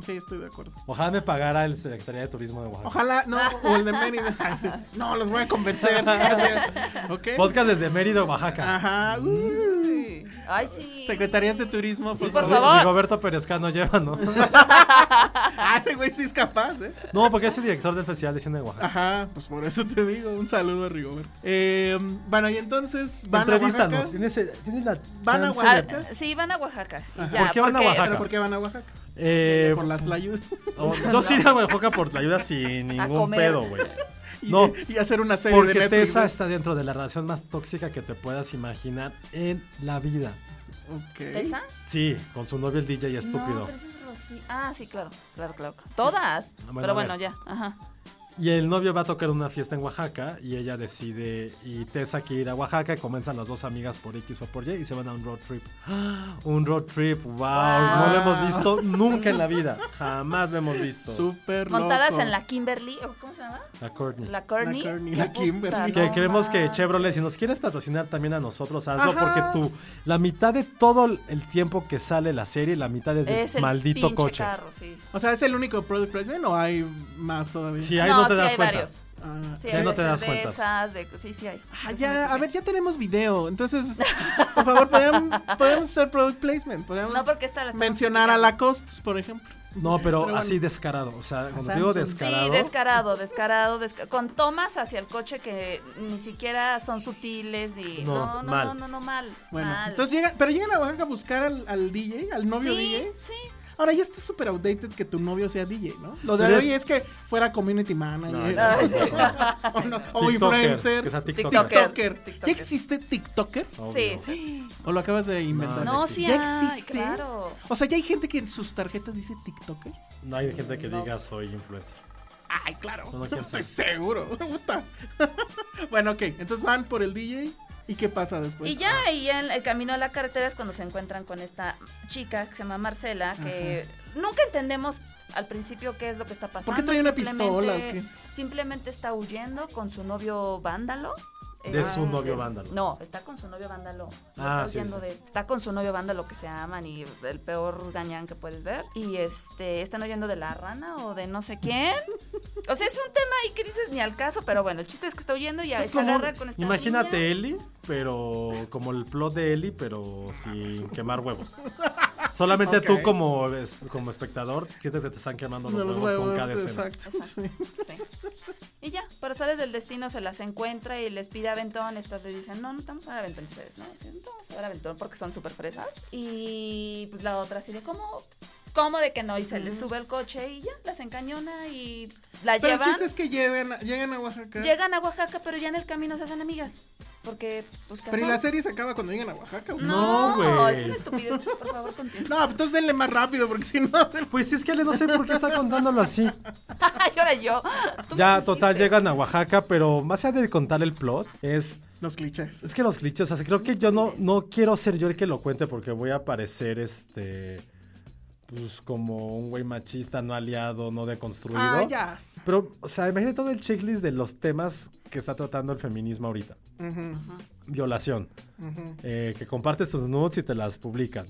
[SPEAKER 2] Sí, estoy de acuerdo.
[SPEAKER 1] Ojalá me pagara el Secretaría de Turismo de Oaxaca.
[SPEAKER 2] Ojalá, no, o el de Mérida. Ay, sí. No, los voy a convencer. Gracias. ¿Ok? Ah,
[SPEAKER 1] Podcast desde Mérida, Oaxaca.
[SPEAKER 2] Ajá. uy.
[SPEAKER 3] sí. Ay, sí.
[SPEAKER 2] Secretarías de Turismo, por
[SPEAKER 3] Sí, por
[SPEAKER 2] favor.
[SPEAKER 3] favor.
[SPEAKER 1] Rigoberto Perezcano, llévanos.
[SPEAKER 2] Ah, ese güey sí es capaz, ¿eh?
[SPEAKER 1] No, porque es el director del Festival de Cine de Oaxaca.
[SPEAKER 2] Ajá, pues por eso te digo. Un saludo a Rigoberto. Eh, bueno, y entonces van a Oaxaca.
[SPEAKER 1] Entrevístanos. Tienes, eh, tienes la
[SPEAKER 2] Van a
[SPEAKER 1] chance
[SPEAKER 3] Ah,
[SPEAKER 2] Oaxaca.
[SPEAKER 3] sí, van a Oaxaca. y
[SPEAKER 1] Ajá.
[SPEAKER 3] ya,
[SPEAKER 1] ¿Por qué van a
[SPEAKER 3] porque-
[SPEAKER 1] Oaxaca?
[SPEAKER 2] ¿Pero por qué van a Oaxaca?
[SPEAKER 1] Eh,
[SPEAKER 2] por las layudas.
[SPEAKER 1] oh, yo sí iría a Oaxaca por la ayuda sin ningún
[SPEAKER 3] comer.
[SPEAKER 1] pedo, güey.
[SPEAKER 2] Y,
[SPEAKER 1] No,
[SPEAKER 2] y hacer una serie de
[SPEAKER 1] Porque
[SPEAKER 2] Netflix.
[SPEAKER 1] Tessa está dentro de la relación más tóxica que te puedas imaginar en la vida.
[SPEAKER 2] Ok.
[SPEAKER 3] ¿Telsa?
[SPEAKER 1] Sí, con su novio el DJ
[SPEAKER 3] No,
[SPEAKER 1] estúpido.
[SPEAKER 3] pero ese es Rocío. Ah, sí, claro, claro, claro. Todas.
[SPEAKER 1] Ah, Bueno, a
[SPEAKER 3] pero bueno,
[SPEAKER 1] ver.
[SPEAKER 3] ya. Ajá.
[SPEAKER 1] Y el novio va a tocar una fiesta en Oaxaca y ella decide y Tessa quiere ir a Oaxaca y comienzan las dos amigas por X o por Y y se van a un road trip. ¡Ah! Un road trip, wow, no lo hemos visto nunca en la vida. Jamás lo hemos visto.
[SPEAKER 2] Súper
[SPEAKER 3] Montadas
[SPEAKER 2] loco.
[SPEAKER 3] en la Kimberly, ¿o ¿cómo se llama?
[SPEAKER 1] La Courtney.
[SPEAKER 3] La Courtney.
[SPEAKER 2] La Courtney, la
[SPEAKER 3] Puta,
[SPEAKER 2] Kimberly.
[SPEAKER 1] Que
[SPEAKER 3] no
[SPEAKER 1] queremos que
[SPEAKER 3] manches.
[SPEAKER 1] Chevrolet, si nos quieres patrocinar también a nosotros, hazlo
[SPEAKER 2] Ajá.
[SPEAKER 1] porque tú, la mitad de todo el tiempo que sale la serie, la mitad es de
[SPEAKER 3] Es el
[SPEAKER 1] maldito
[SPEAKER 3] pinche
[SPEAKER 1] coche.
[SPEAKER 3] carro, sí.
[SPEAKER 2] O sea, ¿es el único product placement o hay más todavía?
[SPEAKER 1] Sí, ahí no,
[SPEAKER 3] no,
[SPEAKER 1] te
[SPEAKER 3] sí
[SPEAKER 1] das
[SPEAKER 3] hay
[SPEAKER 1] cuenta.
[SPEAKER 3] varios.
[SPEAKER 2] Ah,
[SPEAKER 3] Sí,
[SPEAKER 1] Sí,
[SPEAKER 3] hay
[SPEAKER 1] no
[SPEAKER 3] de
[SPEAKER 1] te das
[SPEAKER 3] cervezas, de- sí, sí hay.
[SPEAKER 2] Ah, ya, a ver, ya tenemos video. Entonces, por favor, podemos, podemos hacer product placement. Podemos
[SPEAKER 3] No, porque esta la estamos
[SPEAKER 2] mencionar a
[SPEAKER 3] criticando.
[SPEAKER 2] la cost, por ejemplo.
[SPEAKER 1] No, pero,
[SPEAKER 2] Pero bueno.
[SPEAKER 1] así descarado. O sea, cuando te
[SPEAKER 2] Samsung.
[SPEAKER 1] digo
[SPEAKER 2] Sí,
[SPEAKER 1] descarado.
[SPEAKER 3] Sí, descarado, descarado, desca- con tomas hacia el coche que ni siquiera son sutiles ni
[SPEAKER 1] No,
[SPEAKER 3] no, no,
[SPEAKER 1] mal.
[SPEAKER 3] no, no, no, mal.
[SPEAKER 2] Bueno,
[SPEAKER 3] mal.
[SPEAKER 2] entonces llegan, pero llegan a Oaxaca a buscar al, al DJ, al novio
[SPEAKER 3] Ah, sí,
[SPEAKER 2] DJ.
[SPEAKER 3] sí.
[SPEAKER 2] Ahora ya está súper outdated que tu novio sea DJ, ¿no? Lo de
[SPEAKER 1] Pero
[SPEAKER 2] hoy
[SPEAKER 1] es-
[SPEAKER 2] es que fuera community manager.
[SPEAKER 3] Ay,
[SPEAKER 2] o, no, o
[SPEAKER 1] TikToker, que
[SPEAKER 2] influencer.
[SPEAKER 1] sea TikToker.
[SPEAKER 3] TikToker.
[SPEAKER 2] TikToker. ¿Ya
[SPEAKER 3] TikToker.
[SPEAKER 2] existe TikToker?
[SPEAKER 3] Sí,
[SPEAKER 1] Obvio.
[SPEAKER 3] sí.
[SPEAKER 2] ¿O lo acabas de inventar?
[SPEAKER 1] No,
[SPEAKER 3] No,
[SPEAKER 1] existe.
[SPEAKER 3] sí,
[SPEAKER 2] ¿Ya
[SPEAKER 3] hay,
[SPEAKER 2] existe?
[SPEAKER 3] claro.
[SPEAKER 2] O sea, ya hay gente que en sus tarjetas dice TikToker.
[SPEAKER 1] No hay gente que diga soy influencer.
[SPEAKER 2] Ay, claro.
[SPEAKER 1] No, no, quién
[SPEAKER 2] estoy
[SPEAKER 1] sabe.
[SPEAKER 2] seguro. Puta. bueno, ok. Entonces van por el DJ. ¿Y qué pasa después? Ah,
[SPEAKER 3] y ya, y ya en el camino a la carretera es cuando se encuentran con esta chica que se llama Marcela, que nunca entendemos al principio qué es lo que está pasando.
[SPEAKER 2] qué trae una
[SPEAKER 3] simplemente-
[SPEAKER 2] pistola o qué?
[SPEAKER 3] Simplemente está huyendo con su novio vándalo.
[SPEAKER 1] De su
[SPEAKER 3] Este,
[SPEAKER 1] novio vándalo.
[SPEAKER 3] No, está con su novio vándalo. No
[SPEAKER 1] Ah,
[SPEAKER 3] está
[SPEAKER 1] sí,
[SPEAKER 3] huyendo
[SPEAKER 1] sí.
[SPEAKER 3] de- Está con su novio vándalo que se aman y el peor gañán que puedes ver. Y este, están huyendo de la rana o de no sé quién. O sea, es un tema ahí que dices ni al caso, pero bueno, el chiste es que está huyendo y
[SPEAKER 1] Es
[SPEAKER 3] se
[SPEAKER 1] como-
[SPEAKER 3] agarra con esta
[SPEAKER 1] imagínate
[SPEAKER 3] niña.
[SPEAKER 1] Eli, pero como el plot de Eli, pero sin quemar huevos. Solamente tú
[SPEAKER 2] Ok.
[SPEAKER 1] como, es- como espectador sientes que te están quemando los,
[SPEAKER 2] De los
[SPEAKER 1] huevos, con
[SPEAKER 2] huevos,
[SPEAKER 1] cada escena.
[SPEAKER 2] exacto.
[SPEAKER 3] Exacto.
[SPEAKER 2] sí.
[SPEAKER 3] Sí. Y ya, pero sales del destino, se las encuentra y les pide aventón. Estas les dicen, no, no te vamos a dar aventón. Y ustedes, no, dicen, no te vamos a dar aventón porque son súper fresas. Y pues la otra así de, ¿cómo? ¿Cómo de que no? Y se les sube el coche y ya, las encañona y la
[SPEAKER 2] Pero el
[SPEAKER 3] llevan.
[SPEAKER 2] chiste es que lleven, a- llegan a Oaxaca.
[SPEAKER 3] Llegan a Oaxaca, pero ya en el camino se hacen amigas. Porque, pues,
[SPEAKER 2] Pero ¿y
[SPEAKER 3] casual.
[SPEAKER 2] la serie se acaba cuando llegan a Oaxaca? ¿o
[SPEAKER 3] No,
[SPEAKER 1] No, güey.
[SPEAKER 3] es una estupidez. Por favor, continúa.
[SPEAKER 2] No, pues entonces denle más rápido porque si no...
[SPEAKER 1] Pues es que Eli no sé por qué está contándolo así.
[SPEAKER 3] y ahora yo. Tú me
[SPEAKER 1] Ya,
[SPEAKER 3] dijiste.
[SPEAKER 1] total, llegan a Oaxaca, pero más allá de contar el plot, es
[SPEAKER 2] Los clichés.
[SPEAKER 1] Es que los clichés, o sea, creo que yo no, no quiero ser yo el que lo cuente porque voy a parecer este. Pues como un güey machista, no aliado, no deconstruido.
[SPEAKER 2] Ah, ya.
[SPEAKER 1] Pero, o sea, imagínate todo el checklist de los temas que está tratando el feminismo ahorita. Violación. eh, que compartes tus nudes y te las publican.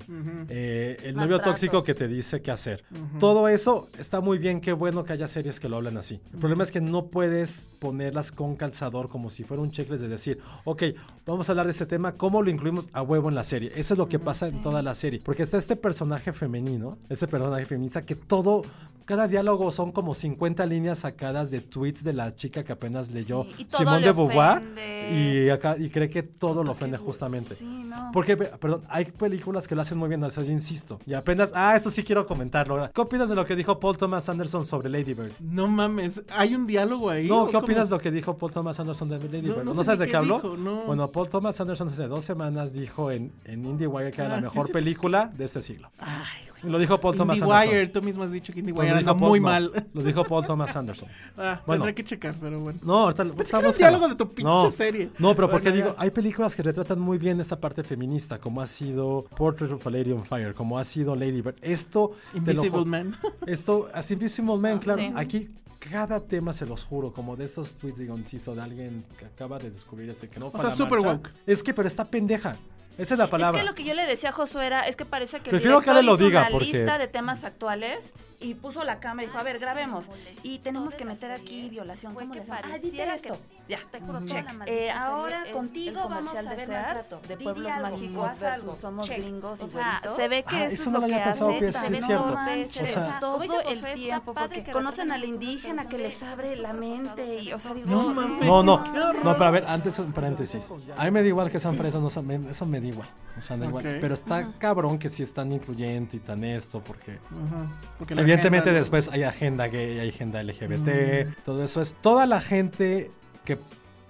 [SPEAKER 1] Eh, el novio
[SPEAKER 3] Maltrato.
[SPEAKER 1] tóxico que te dice qué hacer. Todo eso está muy bien, qué bueno que haya series que lo hablan así. El problema es que no puedes ponerlas con calzador como si fuera un checklist de decir, ok, vamos a hablar de este tema, ¿cómo lo incluimos a huevo en la serie? Eso es lo que pasa en toda la serie. Porque está este personaje femenino, este personaje feminista que todo... Cada diálogo son como 50 líneas sacadas de tweets de la chica que apenas leyó
[SPEAKER 3] Sí, y todo
[SPEAKER 1] Simón
[SPEAKER 3] le
[SPEAKER 1] de Beauvoir
[SPEAKER 3] ofende.
[SPEAKER 1] y, acá, y cree que todo lo ofende justamente.
[SPEAKER 3] Sí,
[SPEAKER 2] Ah.
[SPEAKER 3] no.
[SPEAKER 1] Porque, pe- perdón, hay películas que lo hacen muy bien, o sea, yo insisto. Y apenas, ah, eso sí quiero comentarlo. ahora. ¿Qué opinas de lo que dijo Paul Thomas Anderson sobre Lady Bird?
[SPEAKER 2] No mames, ¿hay un diálogo ahí?
[SPEAKER 1] No,
[SPEAKER 2] ¿O
[SPEAKER 1] ¿qué
[SPEAKER 2] cómo?
[SPEAKER 1] opinas de lo que dijo Paul Thomas Anderson de Lady
[SPEAKER 2] No,
[SPEAKER 1] Bird?
[SPEAKER 2] no
[SPEAKER 1] No,
[SPEAKER 2] sé
[SPEAKER 1] sabes de
[SPEAKER 2] ni qué
[SPEAKER 1] qué habló?
[SPEAKER 2] dijo, no.
[SPEAKER 1] Bueno, Paul Thomas Anderson hace dos semanas dijo en, en IndieWire que era la
[SPEAKER 2] Ah, sí,
[SPEAKER 1] mejor
[SPEAKER 2] sí, pues,
[SPEAKER 1] película de este siglo.
[SPEAKER 2] Ay, güey.
[SPEAKER 1] Y lo dijo Paul Thomas
[SPEAKER 2] IndieWire,
[SPEAKER 1] Anderson.
[SPEAKER 2] tú mismo has dicho que
[SPEAKER 1] Bueno,
[SPEAKER 2] IndieWire
[SPEAKER 1] lo
[SPEAKER 2] anda
[SPEAKER 1] dijo Paul-
[SPEAKER 2] muy
[SPEAKER 1] no,
[SPEAKER 2] mal.
[SPEAKER 1] Lo dijo Paul Thomas Anderson.
[SPEAKER 2] Ah,
[SPEAKER 1] Bueno.
[SPEAKER 2] Tendré que checar, pero bueno.
[SPEAKER 1] No, ahorita lo ahorita
[SPEAKER 2] Pensé que era un
[SPEAKER 1] búscalo.
[SPEAKER 2] diálogo de tu pinche
[SPEAKER 1] No,
[SPEAKER 2] serie.
[SPEAKER 1] No, pero porque
[SPEAKER 2] Bueno, ya.
[SPEAKER 1] digo, hay películas que retratan muy bien esta parte feminista, como ha sido Portrait of a Lady on Fire, como ha sido Lady Bird. Esto. te lo
[SPEAKER 2] Invisible
[SPEAKER 1] ju-
[SPEAKER 2] Man.
[SPEAKER 1] Esto, así Invisible Man, claro.
[SPEAKER 3] Ah, sí.
[SPEAKER 1] Aquí cada tema se los juro, como de esos tweets de conciso de alguien que acaba de descubrir ese que no
[SPEAKER 2] sea,
[SPEAKER 1] la
[SPEAKER 2] super
[SPEAKER 1] marcha.
[SPEAKER 2] woke.
[SPEAKER 1] Es que, pero está pendeja. Esa es la palabra.
[SPEAKER 3] Es que lo que yo le decía a Josué era, es que parece que el
[SPEAKER 1] Prefiero que
[SPEAKER 3] director
[SPEAKER 1] Ale lo
[SPEAKER 3] hizo
[SPEAKER 1] diga,
[SPEAKER 3] una
[SPEAKER 1] porque-
[SPEAKER 3] lista de temas actuales y puso la cámara y dijo, a ver, grabemos. Y tenemos que meter aquí violación, ¿cómo le hacemos? Ah, dite esto. Ya, check. Eh, ahora contigo vamos a ver maltrato.
[SPEAKER 6] de pueblos mágicos versus somos gringos
[SPEAKER 3] O
[SPEAKER 6] y
[SPEAKER 3] sea,
[SPEAKER 6] güeritos.
[SPEAKER 3] se ve que
[SPEAKER 1] Ah,
[SPEAKER 3] eso,
[SPEAKER 1] eso
[SPEAKER 3] es
[SPEAKER 1] no
[SPEAKER 3] lo
[SPEAKER 1] lo
[SPEAKER 3] que
[SPEAKER 1] había pensado,
[SPEAKER 3] hace,
[SPEAKER 1] que sí
[SPEAKER 3] se
[SPEAKER 1] es
[SPEAKER 3] ven
[SPEAKER 1] cierto.
[SPEAKER 3] torpes,
[SPEAKER 1] O sea-
[SPEAKER 3] todo el tiempo, porque conocen al indígena que les abre la mente y, o sea, digo,
[SPEAKER 1] No, no, no, no, pero a ver, antes un paréntesis. A mí me da igual que sean fresas, no, sean- me- eso me da igual. O sea, da igual.
[SPEAKER 2] Ok.
[SPEAKER 1] Pero está cabrón que sí es tan incluyente y tan esto, porque
[SPEAKER 2] Ajá, porque la
[SPEAKER 1] Evidentemente
[SPEAKER 2] agenda-
[SPEAKER 1] después hay agenda gay, hay agenda LGBT, todo eso es. Toda la gente que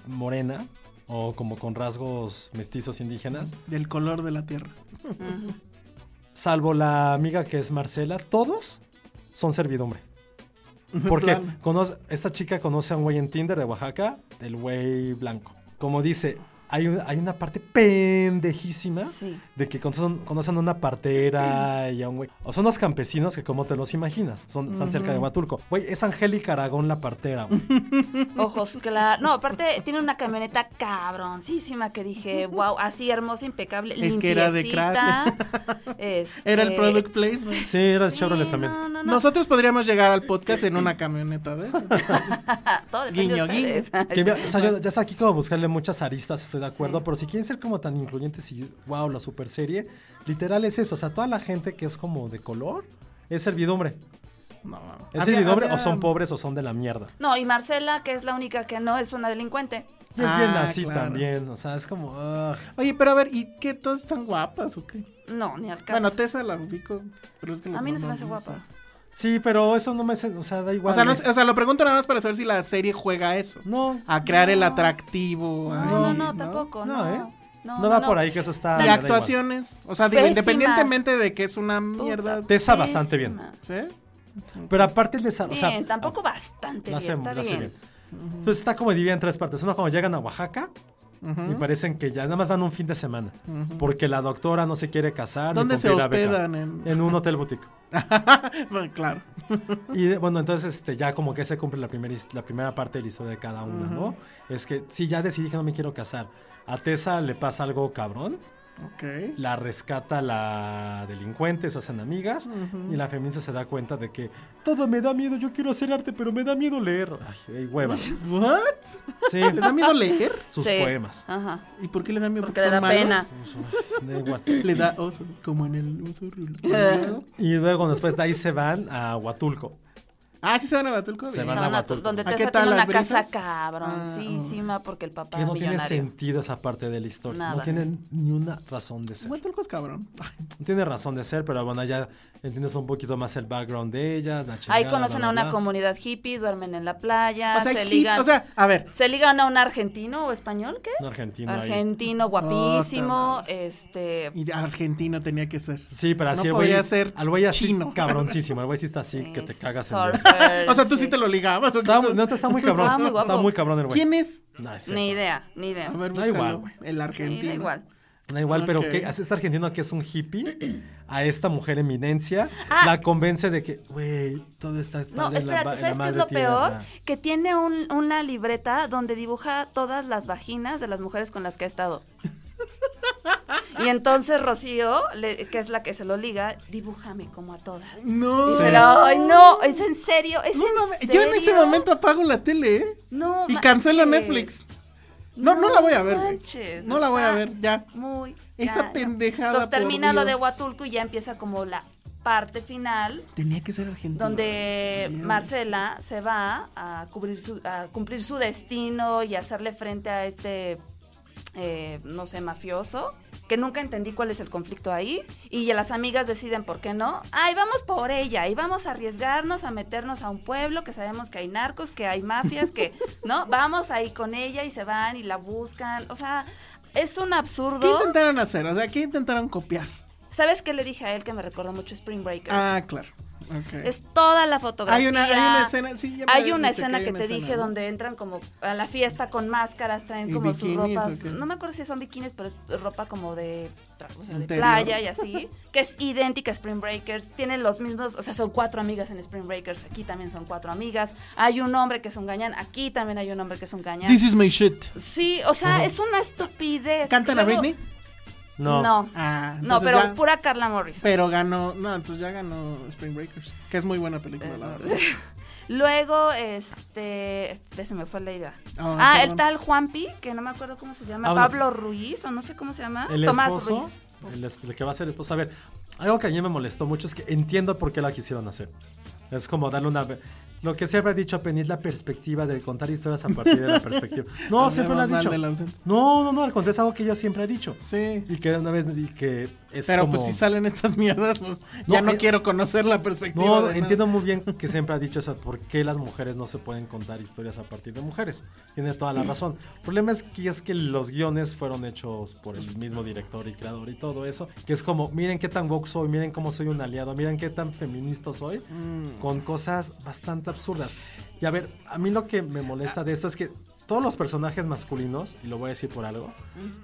[SPEAKER 1] morena o como con rasgos mestizos indígenas,
[SPEAKER 2] Del color de la tierra.
[SPEAKER 1] salvo la amiga que es Marcela, todos son servidumbre. Porque
[SPEAKER 2] Plan.
[SPEAKER 1] conoce- esta chica conoce a un güey en Tinder de Oaxaca, el güey blanco. Como dice, hay, un- hay una parte pendejísima
[SPEAKER 3] Sí.
[SPEAKER 1] de que conocen, conocen a una partera y a un güey. O son los campesinos que como te los imaginas, son, están cerca de Huatulco. Güey, es Angélica Aragón la partera, güey.
[SPEAKER 3] Ojos claros. No, aparte tiene una camioneta cabroncísima que dije, wow, así hermosa, impecable,
[SPEAKER 2] Es que era de
[SPEAKER 3] limpiecita, este-
[SPEAKER 2] Era el product placement.
[SPEAKER 1] Sí, era de
[SPEAKER 3] Sí,
[SPEAKER 1] Chevrolet también.
[SPEAKER 3] No, no, no.
[SPEAKER 2] Nosotros podríamos llegar al podcast en una camioneta de esas.
[SPEAKER 3] Ah, Todo depende
[SPEAKER 2] Guiño,
[SPEAKER 3] de ustedes.
[SPEAKER 1] Que vea- o sea, yo- ya está aquí como buscarle muchas aristas, estoy de acuerdo, pero si quieren ser como tan incluyentes y wow, la super serie, literal es eso, o sea, toda la gente que es como de color es servidumbre. ¿Es
[SPEAKER 2] Había-
[SPEAKER 1] servidumbre
[SPEAKER 2] había-
[SPEAKER 1] o son pobres o son de la mierda?
[SPEAKER 3] No, y Marcela, que es la única que no es una delincuente.
[SPEAKER 1] Y es
[SPEAKER 2] Ah,
[SPEAKER 1] bien así
[SPEAKER 2] claro.
[SPEAKER 1] también, o sea, es como... ah,
[SPEAKER 2] Oye, pero a ver, ¿y qué? ¿Todas están guapas o qué?
[SPEAKER 3] No, ni al caso.
[SPEAKER 2] Bueno, Tessa la ubico. Pero es que los
[SPEAKER 3] a mí no se me
[SPEAKER 2] nombres
[SPEAKER 3] hace guapa.
[SPEAKER 2] sé.
[SPEAKER 1] sí, pero eso no me... hace- O sea, da igual.
[SPEAKER 2] O sea, no-
[SPEAKER 1] es-
[SPEAKER 2] o sea, lo pregunto nada más para saber si la serie juega a eso.
[SPEAKER 1] No.
[SPEAKER 2] A crear el atractivo. ahí,
[SPEAKER 3] No, no, no, tampoco.
[SPEAKER 1] No,
[SPEAKER 3] No,
[SPEAKER 1] ¿eh?
[SPEAKER 3] No,
[SPEAKER 1] No va
[SPEAKER 3] no.
[SPEAKER 1] por ahí que eso está...
[SPEAKER 2] Y
[SPEAKER 1] me da
[SPEAKER 2] actuaciones. O sea, digo,
[SPEAKER 3] Pésimas.
[SPEAKER 2] independientemente de que es una
[SPEAKER 3] Puta,
[SPEAKER 2] mierda.
[SPEAKER 1] Te- Tessa bastante bien.
[SPEAKER 3] pésima.
[SPEAKER 2] ¿Sí?
[SPEAKER 1] igual. Pero aparte el
[SPEAKER 3] Bien,
[SPEAKER 1] desarrollo... o sea, ah,
[SPEAKER 3] tampoco bastante
[SPEAKER 1] lo
[SPEAKER 3] bien,
[SPEAKER 1] hace-
[SPEAKER 3] está
[SPEAKER 1] lo hace
[SPEAKER 3] bien.
[SPEAKER 1] Entonces está como dividida en tres partes. Una cuando llegan a Oaxaca y parecen que ya nada más van un fin de semana. Porque la doctora no se quiere casar. ni
[SPEAKER 2] ¿Dónde se
[SPEAKER 1] cumplir la beca.
[SPEAKER 2] hospedan en-
[SPEAKER 1] En un hotel boutique.
[SPEAKER 2] Bueno, claro.
[SPEAKER 1] Y de- bueno, entonces este, ya como que se cumple la primera, his- la primera parte de la historia de cada una, ¿no? Es que sí, ya decidí que no me quiero casar. A Tessa le pasa algo cabrón.
[SPEAKER 2] Ok.
[SPEAKER 1] La rescata la delincuente, se hacen amigas. Y la feminista se da cuenta de que todo me da miedo, yo quiero hacer arte, pero me da miedo leer. Ay, ey, hueva. Sí.
[SPEAKER 2] ¿What? ¿Le da miedo leer?
[SPEAKER 1] Sus
[SPEAKER 3] Sí. Ah.
[SPEAKER 1] poemas.
[SPEAKER 3] Ajá.
[SPEAKER 2] ¿Y por qué le da miedo?
[SPEAKER 3] Porque le da
[SPEAKER 2] son malos?
[SPEAKER 3] pena.
[SPEAKER 1] Da igual.
[SPEAKER 2] Le da oso, como en el oso rulo.
[SPEAKER 1] Y luego después de ahí se van a Huatulco.
[SPEAKER 2] Ah, sí se van a Batulco.
[SPEAKER 1] Se
[SPEAKER 3] Se
[SPEAKER 1] van
[SPEAKER 3] van
[SPEAKER 1] a
[SPEAKER 3] a tu-
[SPEAKER 1] Huatulco.
[SPEAKER 3] donde
[SPEAKER 2] ¿A
[SPEAKER 3] te
[SPEAKER 2] qué
[SPEAKER 3] hacen
[SPEAKER 2] tal
[SPEAKER 3] una
[SPEAKER 2] las
[SPEAKER 3] casa
[SPEAKER 2] brisas? Ah,
[SPEAKER 3] cabroncísima porque el papá
[SPEAKER 1] Que no tiene
[SPEAKER 3] millonario.
[SPEAKER 1] sentido esa parte de la historia. No
[SPEAKER 3] Nada.
[SPEAKER 1] tiene ni una razón de ser.
[SPEAKER 2] Batulco es cabrón.
[SPEAKER 1] No tiene razón de ser, pero bueno, ya entiendes un poquito más el background de ellas. la
[SPEAKER 3] Ahí
[SPEAKER 1] chingada,
[SPEAKER 3] conocen
[SPEAKER 1] bla,
[SPEAKER 3] a una
[SPEAKER 1] bla, bla.
[SPEAKER 3] comunidad hippie, duermen en la playa,
[SPEAKER 2] O sea,
[SPEAKER 3] Ah, se
[SPEAKER 2] hip-
[SPEAKER 3] ligan.
[SPEAKER 2] o sea, a ver.
[SPEAKER 3] se ligan a un argentino o español, ¿qué es?
[SPEAKER 1] Un argentino ahí.
[SPEAKER 3] Argentino, guapísimo, este
[SPEAKER 2] Y argentino tenía que ser.
[SPEAKER 1] Sí, pero así
[SPEAKER 2] no
[SPEAKER 1] el güey-
[SPEAKER 2] podía ser
[SPEAKER 1] al güey así
[SPEAKER 2] chino.
[SPEAKER 1] cabroncísimo. El güey sí está así que te
[SPEAKER 3] es
[SPEAKER 1] cagas en el...
[SPEAKER 3] eh, surfer,
[SPEAKER 2] O sea, tú sí te lo ligabas. ¿o
[SPEAKER 1] Está,
[SPEAKER 2] qué?
[SPEAKER 1] no, está muy cabrón.
[SPEAKER 3] Estaba muy guapo.
[SPEAKER 1] está muy cabrón el güey.
[SPEAKER 2] ¿Quién es?
[SPEAKER 1] No, es
[SPEAKER 3] Ni
[SPEAKER 1] cierto.
[SPEAKER 3] idea, ni idea.
[SPEAKER 2] A ver,
[SPEAKER 1] Da
[SPEAKER 2] búscalo.
[SPEAKER 1] igual, güey.
[SPEAKER 2] El argentino.
[SPEAKER 3] Sí, da igual.
[SPEAKER 1] Da igual, pero
[SPEAKER 2] Ok.
[SPEAKER 1] que a este argentino que es un hippie, a esta mujer eminencia,
[SPEAKER 3] Ah.
[SPEAKER 1] la convence de que, güey, todo está padre
[SPEAKER 3] No,
[SPEAKER 1] en la ba-
[SPEAKER 3] espérate,
[SPEAKER 1] en la
[SPEAKER 3] ¿sabes qué es
[SPEAKER 1] madre
[SPEAKER 3] lo
[SPEAKER 1] tierra".
[SPEAKER 3] peor? Que tiene un- una libreta donde dibuja todas las vaginas de las mujeres con las que ha estado. Y entonces Rocío, le- que es la que se lo liga, dibújame como a todas.
[SPEAKER 2] No.
[SPEAKER 3] Y se la- ay, no, es en serio, es en
[SPEAKER 2] No, yo en ese
[SPEAKER 3] serio?
[SPEAKER 2] momento apago la tele, ¿eh?
[SPEAKER 3] No
[SPEAKER 2] y cancelo
[SPEAKER 3] manches.
[SPEAKER 2] Netflix. No, no, la voy a ver, güey.
[SPEAKER 3] manches,
[SPEAKER 2] No la voy a
[SPEAKER 3] está
[SPEAKER 2] ver, ya.
[SPEAKER 3] Muy.
[SPEAKER 2] Esa
[SPEAKER 3] cañón.
[SPEAKER 2] pendejada,
[SPEAKER 3] Entonces
[SPEAKER 2] por
[SPEAKER 3] termina lo de
[SPEAKER 2] Dios.
[SPEAKER 3] Huatulco y ya empieza como la parte final
[SPEAKER 2] Tenía que ser argentino.
[SPEAKER 3] donde Marcela se va a, cubrir su- a cumplir su destino y hacerle frente a este, eh, no sé, mafioso, que nunca entendí cuál es el conflicto ahí, y las amigas deciden por qué no, ay, vamos por ella, y vamos a arriesgarnos a meternos a un pueblo que sabemos que hay narcos, que hay mafias, que, ¿no? Vamos ahí con ella y se van y la buscan, o sea... Es un
[SPEAKER 2] ¿Qué
[SPEAKER 3] absurdo.
[SPEAKER 2] intentaron hacer? O sea, ¿qué intentaron copiar?
[SPEAKER 3] ¿Sabes qué le dije a él que me recordó mucho Spring Breakers?
[SPEAKER 2] Ah, claro. Ok.
[SPEAKER 3] Es toda la fotografía.
[SPEAKER 2] Hay una- hay una escena, sí, ya me
[SPEAKER 3] Hay
[SPEAKER 2] habías
[SPEAKER 3] una
[SPEAKER 2] dicho que
[SPEAKER 3] escena
[SPEAKER 2] hay
[SPEAKER 3] que,
[SPEAKER 2] una
[SPEAKER 3] te
[SPEAKER 2] escena,
[SPEAKER 3] dije
[SPEAKER 2] ¿no?
[SPEAKER 3] donde entran como a la fiesta con máscaras, traen
[SPEAKER 2] ¿Y
[SPEAKER 3] como sus
[SPEAKER 2] bikinis
[SPEAKER 3] ropas.
[SPEAKER 2] o qué?
[SPEAKER 3] No me acuerdo si son bikinis, pero es ropa como de, tra- o sea, de
[SPEAKER 2] Interior.
[SPEAKER 3] playa y así. Que es idéntica a Spring Breakers. Tienen los mismos, o sea, son cuatro amigas en Spring Breakers. Aquí también son cuatro amigas. Hay un hombre que es un gañán. Aquí también hay un hombre que es un gañán.
[SPEAKER 2] is my shit.
[SPEAKER 3] Sí, o sea, es una estupidez.
[SPEAKER 2] ¿Cantan a
[SPEAKER 3] Luego-
[SPEAKER 2] Britney?
[SPEAKER 3] No. No,
[SPEAKER 2] Ah,
[SPEAKER 3] no
[SPEAKER 2] entonces
[SPEAKER 3] pero
[SPEAKER 2] ya-
[SPEAKER 3] pura Carla Morrison.
[SPEAKER 2] Pero ganó, no, entonces ya ganó Spring Breakers, que es muy buena película, la verdad.
[SPEAKER 3] Luego, este. Se me fue la idea.
[SPEAKER 2] Ah,
[SPEAKER 3] ah,
[SPEAKER 2] perdón.
[SPEAKER 3] el tal Juanpi, que no me acuerdo cómo se llama.
[SPEAKER 1] Ah, bueno.
[SPEAKER 3] Pablo Ruiz, o no sé cómo se llama.
[SPEAKER 1] El
[SPEAKER 3] Tomás
[SPEAKER 1] esposo,
[SPEAKER 3] Ruiz.
[SPEAKER 1] el, es- el que va a ser esposo. A ver, algo que a mí me molestó mucho es que entiendo por qué la quisieron hacer. Es como darle una... Lo que siempre he dicho, Penny, es la perspectiva de contar historias a partir de la perspectiva. No,
[SPEAKER 2] Hablemos
[SPEAKER 1] siempre lo ha
[SPEAKER 2] mal
[SPEAKER 1] dicho.
[SPEAKER 2] del ausente.
[SPEAKER 1] No, no, no, al contrario, es algo que ella siempre ha dicho.
[SPEAKER 2] Sí.
[SPEAKER 1] Y que una vez, y que es
[SPEAKER 2] Pero
[SPEAKER 1] como-
[SPEAKER 2] pues si salen estas mierdas, pues
[SPEAKER 1] No,
[SPEAKER 2] ya no
[SPEAKER 1] eh,
[SPEAKER 2] quiero conocer la perspectiva.
[SPEAKER 1] No,
[SPEAKER 2] de nada.
[SPEAKER 1] entiendo muy bien que siempre ha dicho eso, por qué las mujeres no se pueden contar historias a partir de mujeres. Tiene toda la razón. El problema es que, es que los guiones fueron hechos por el mismo director y creador y todo eso, que es como, miren qué tan woke soy, miren cómo soy un aliado, miren qué tan feminista soy,
[SPEAKER 2] Mm.
[SPEAKER 1] con cosas bastante absurdas. Y a ver, a mí lo que me molesta de esto es que todos los personajes masculinos, y lo voy a decir por algo,